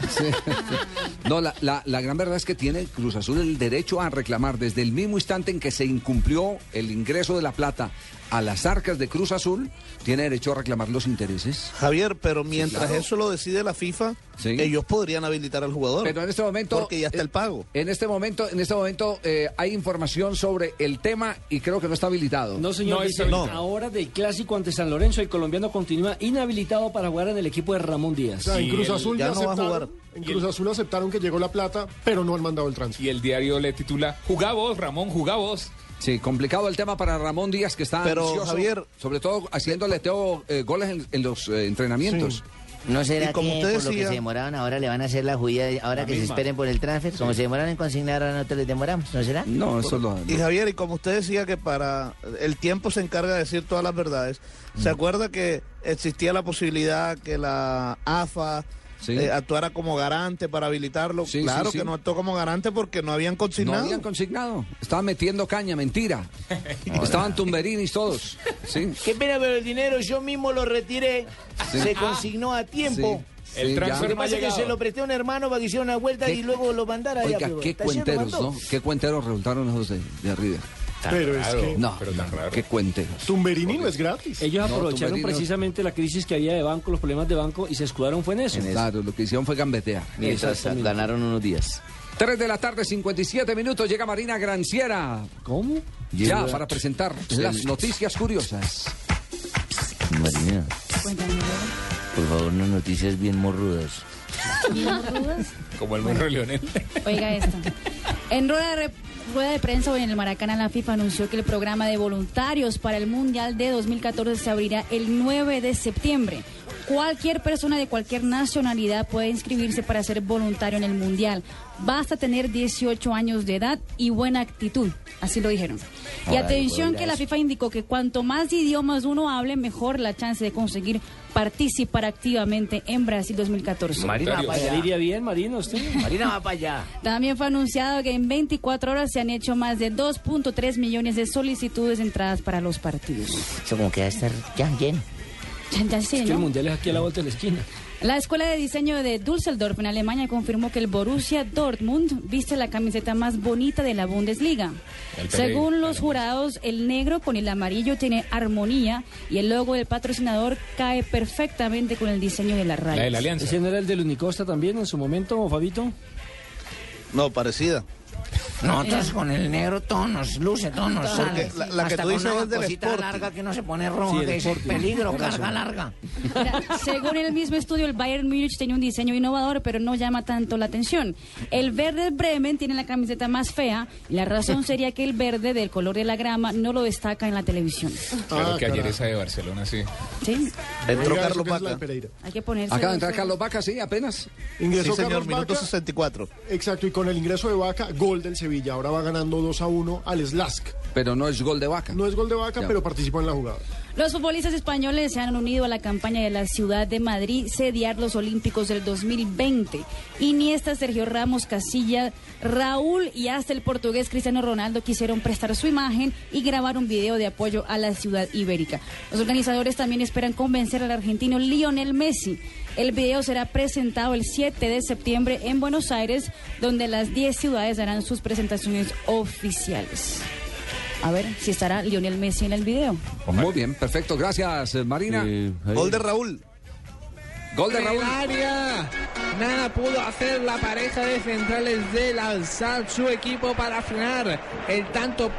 Speaker 4: No, la, la- la gran verdad es que tiene Cruz Azul el derecho a reclamar desde el mismo instante en que se incumplió el ingreso de la plata a las arcas de Cruz Azul, tiene derecho a reclamar los intereses.
Speaker 28: Javier, pero mientras
Speaker 4: claro.
Speaker 28: eso lo decide la FIFA, ellos podrían habilitar al jugador.
Speaker 4: Pero en este momento.
Speaker 28: Porque ya está el pago.
Speaker 4: En este momento, en este momento eh, hay información sobre el tema y creo que no está habilitado.
Speaker 6: No, señor, dice, ahora del clásico ante San Lorenzo, el colombiano continúa inhabilitado para jugar en el equipo de Ramón
Speaker 5: O
Speaker 6: Díaz.
Speaker 5: sea, en Cruz Azul ya, aceptaron, En
Speaker 6: Y
Speaker 5: Cruz
Speaker 6: el-
Speaker 5: Azul aceptaron que llegó la plata, pero no han mandado el tránsito.
Speaker 14: Y el diario le titula Jugá vos, Ramón, jugá vos.
Speaker 4: Sí, complicado el tema para Ramón Díaz que está
Speaker 14: Pero,
Speaker 4: ansioso,
Speaker 14: Javier-
Speaker 4: sobre todo haciéndole teo, eh, goles en, en los eh, entrenamientos.
Speaker 12: ¿No será que por lo que se demoraron ahora le van a hacer la judía ahora
Speaker 4: La
Speaker 12: que se
Speaker 4: misma.
Speaker 12: esperen por el transfer? Como
Speaker 4: Sí.
Speaker 12: se demoraron en consignar, ahora no te les demoramos, ¿no será?
Speaker 4: No, eso lo...
Speaker 28: Y Javier, y como usted decía que para el tiempo se encarga de decir todas las verdades,
Speaker 4: Mm.
Speaker 28: ¿se acuerda que existía la posibilidad que la AFA
Speaker 4: Sí.
Speaker 28: eh, actuara como garante para habilitarlo?
Speaker 4: Sí,
Speaker 28: claro
Speaker 4: sí, sí.
Speaker 28: que no actuó como garante porque no habían consignado.
Speaker 4: No habían consignado. Estaban metiendo caña, mentira. Estaban tumberinis todos. Sí.
Speaker 20: Qué pena, pero el dinero yo mismo lo retiré.
Speaker 4: Sí.
Speaker 20: Se consignó a tiempo.
Speaker 4: Sí, El sí, transfer ya.
Speaker 20: lo que
Speaker 4: no ha
Speaker 20: pasa es que
Speaker 4: llegado.
Speaker 20: se lo presté a un hermano para que hiciera una vuelta
Speaker 4: ¿Qué?
Speaker 20: y luego lo mandara allá,
Speaker 4: Oiga,
Speaker 20: pero
Speaker 4: qué
Speaker 20: está lleno,
Speaker 4: cuenteros,
Speaker 20: mandó.
Speaker 4: ¿no? Qué cuenteros resultaron esos de, de River.
Speaker 5: Tan Pero es raro, que-
Speaker 4: No, qué cuenteros.
Speaker 5: Tumberini no es gratis.
Speaker 4: No,
Speaker 6: Ellos aprovecharon
Speaker 4: Tumberini no.
Speaker 6: precisamente la crisis que había de banco, los problemas de banco, y se escudaron fue en eso.
Speaker 4: Claro, lo que hicieron fue gambetear.
Speaker 6: Mientras Exactamente.
Speaker 4: ganaron unos días. 3 de la tarde, 57 minutos, llega Marina Granciera. ¿Cómo? Ya,
Speaker 12: Llega-
Speaker 4: para presentar
Speaker 12: Sí.
Speaker 4: las noticias curiosas.
Speaker 12: Marina, por favor, unas noticias bien morrudas.
Speaker 14: Como el morro de Leonel.
Speaker 9: Oiga esto. En rueda de, re- rueda de prensa hoy en el Maracaná, la FIFA anunció que el programa de voluntarios para el Mundial de 2014 se abrirá el 9 de septiembre. Cualquier persona de cualquier nacionalidad puede inscribirse para ser voluntario en el Mundial. Basta tener 18 años de edad y buena actitud. Así lo dijeron. Y Ay, atención huevón, que la eso. FIFA indicó que cuanto más idiomas uno hable, mejor la chance de conseguir participar activamente en Brasil 2014.
Speaker 20: Ah,
Speaker 6: ¿Le diría bien, Marina, usted?
Speaker 9: Marina va
Speaker 6: para allá.
Speaker 9: También fue anunciado que en 24 horas se han hecho más de 2.3 millones de solicitudes de entradas para los partidos.
Speaker 12: Eso como que va a estar ya lleno.
Speaker 9: Ya, ya sé,
Speaker 6: Que el
Speaker 9: ¿no?
Speaker 6: mundial es aquí a la vuelta de la esquina.
Speaker 9: La Escuela de Diseño de Düsseldorf en Alemania confirmó que el Borussia Dortmund viste la camiseta más bonita de la Bundesliga.
Speaker 8: El PLA,
Speaker 9: Según los jurados, el negro con el amarillo tiene armonía y el logo del patrocinador cae perfectamente con el diseño de la raya.
Speaker 6: ¿Ese no era el del Unicosta también en su momento, Fabito?
Speaker 28: No, parecida.
Speaker 12: Notas con el negro tonos, Pues luce tonos,
Speaker 28: Porque
Speaker 12: sale.
Speaker 28: la, la que
Speaker 12: Hasta
Speaker 28: tú
Speaker 12: con
Speaker 28: dices
Speaker 12: una
Speaker 28: es del
Speaker 12: cosita
Speaker 28: Sporting.
Speaker 12: larga que no se pone roja,
Speaker 28: Sí, el
Speaker 12: que dice
Speaker 28: Sporting.
Speaker 12: peligro,
Speaker 28: Con
Speaker 12: carga
Speaker 28: razón.
Speaker 12: larga.
Speaker 9: Mira, según el mismo estudio, el Bayern Múnich tenía un diseño innovador, pero no llama tanto la atención. El verde Bremen tiene la camiseta más fea. y La razón sería que el verde del color de la grama no lo destaca en la televisión.
Speaker 12: Ah,
Speaker 14: Claro que ayer esa de Barcelona, sí.
Speaker 9: Ah, Sí,
Speaker 28: Entró
Speaker 14: Oiga,
Speaker 28: Carlos
Speaker 14: eso que es la
Speaker 28: Vaca.
Speaker 9: hay que ponerse.
Speaker 4: Acaba de entrar Carlos Vaca, sí, apenas.
Speaker 5: Ingresó
Speaker 28: Sí, señor,
Speaker 5: Carlos Vaca.
Speaker 28: minuto 64.
Speaker 5: Exacto, y con el ingreso de Vaca, gol del Sevilla. Ahora va ganando 2 a 1 al Slask.
Speaker 4: Pero no es gol de Vaca.
Speaker 5: No es gol de Vaca,
Speaker 4: Ya.
Speaker 5: pero participó en la jugada.
Speaker 9: Los futbolistas españoles se han unido a la campaña de la ciudad de Madrid sediar los Olímpicos del 2020. Iniesta, Sergio Ramos, Casilla, Raúl y hasta el portugués Cristiano Ronaldo quisieron prestar su imagen y grabar un video de apoyo a la ciudad ibérica. Los organizadores también esperan convencer al argentino Lionel Messi. El video será presentado el 7 de septiembre en Buenos Aires, donde las 10 ciudades darán sus presentaciones oficiales. A ver si estará Lionel Messi en el video.
Speaker 4: Muy bien, perfecto. Gracias, eh, Marina.
Speaker 57: Gol de Raúl.
Speaker 4: Gol de
Speaker 20: En
Speaker 4: Raúl.
Speaker 20: área. Nada pudo hacer la pareja de centrales del alzar su equipo para frenar el tanto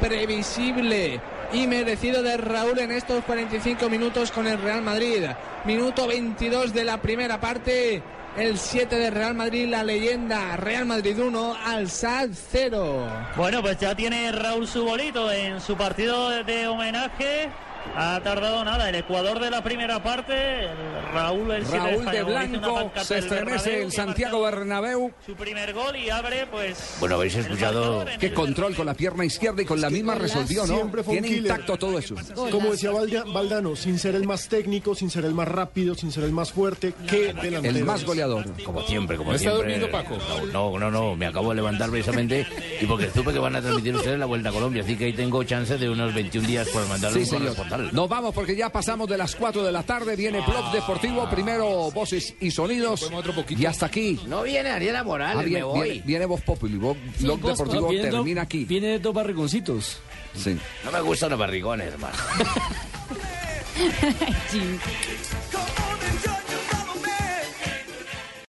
Speaker 20: previsible y merecido de Raúl en estos 45 minutos con el Real Madrid. Minuto 22 de la primera parte. El 7 de Real Madrid, la leyenda Real Madrid 1, Alzad 0.
Speaker 51: Bueno, pues ya tiene Raúl su bolito en su partido de homenaje. Ha tardado nada el Ecuador de la primera parte. el Raúl el siete
Speaker 4: Raúl de
Speaker 51: español, hizo una
Speaker 4: Blanco
Speaker 51: pancarta
Speaker 4: se
Speaker 51: del
Speaker 4: estremece
Speaker 51: Bernabéu,
Speaker 4: el
Speaker 51: que
Speaker 4: Santiago Bernabéu.
Speaker 51: marca Su primer gol y abre pues
Speaker 4: Bueno, habéis escuchado. Qué control con la pierna izquierda y con la misma resolvió, ¿no?
Speaker 5: Siempre fue un
Speaker 4: Tiene
Speaker 5: killer.
Speaker 4: intacto todo eso.
Speaker 5: Como decía Valda- Valdano, sin ser el más técnico, sin ser el más rápido, sin ser el más fuerte, que delantero.
Speaker 41: El más
Speaker 4: goleador.
Speaker 41: Como siempre, como
Speaker 5: ¿No está
Speaker 41: siempre.
Speaker 5: durmiendo, Paco?
Speaker 41: No, no, no, no, me acabo de levantar precisamente y porque supe que van a transmitir ustedes la Vuelta a Colombia, así que ahí tengo chance de unos 21 días por mandarle
Speaker 4: Sí,
Speaker 41: un
Speaker 4: señor.
Speaker 41: corresponsal.
Speaker 4: Nos vamos porque ya pasamos de las 4 de la tarde. Viene Blog Deportivo. Primero voces y sonidos. Y hasta aquí.
Speaker 14: No viene Ariela Morales,
Speaker 4: Ah, viene,
Speaker 14: me voy.
Speaker 4: Viene, viene Voz Populi. Voz-
Speaker 14: Sí,
Speaker 4: Blog
Speaker 14: Voz
Speaker 4: Deportivo
Speaker 14: Populi. Viene
Speaker 4: termina aquí.
Speaker 6: Viene dos barrigoncitos.
Speaker 4: Sí.
Speaker 41: No me gustan los barrigones, hermano.
Speaker 9: Jim.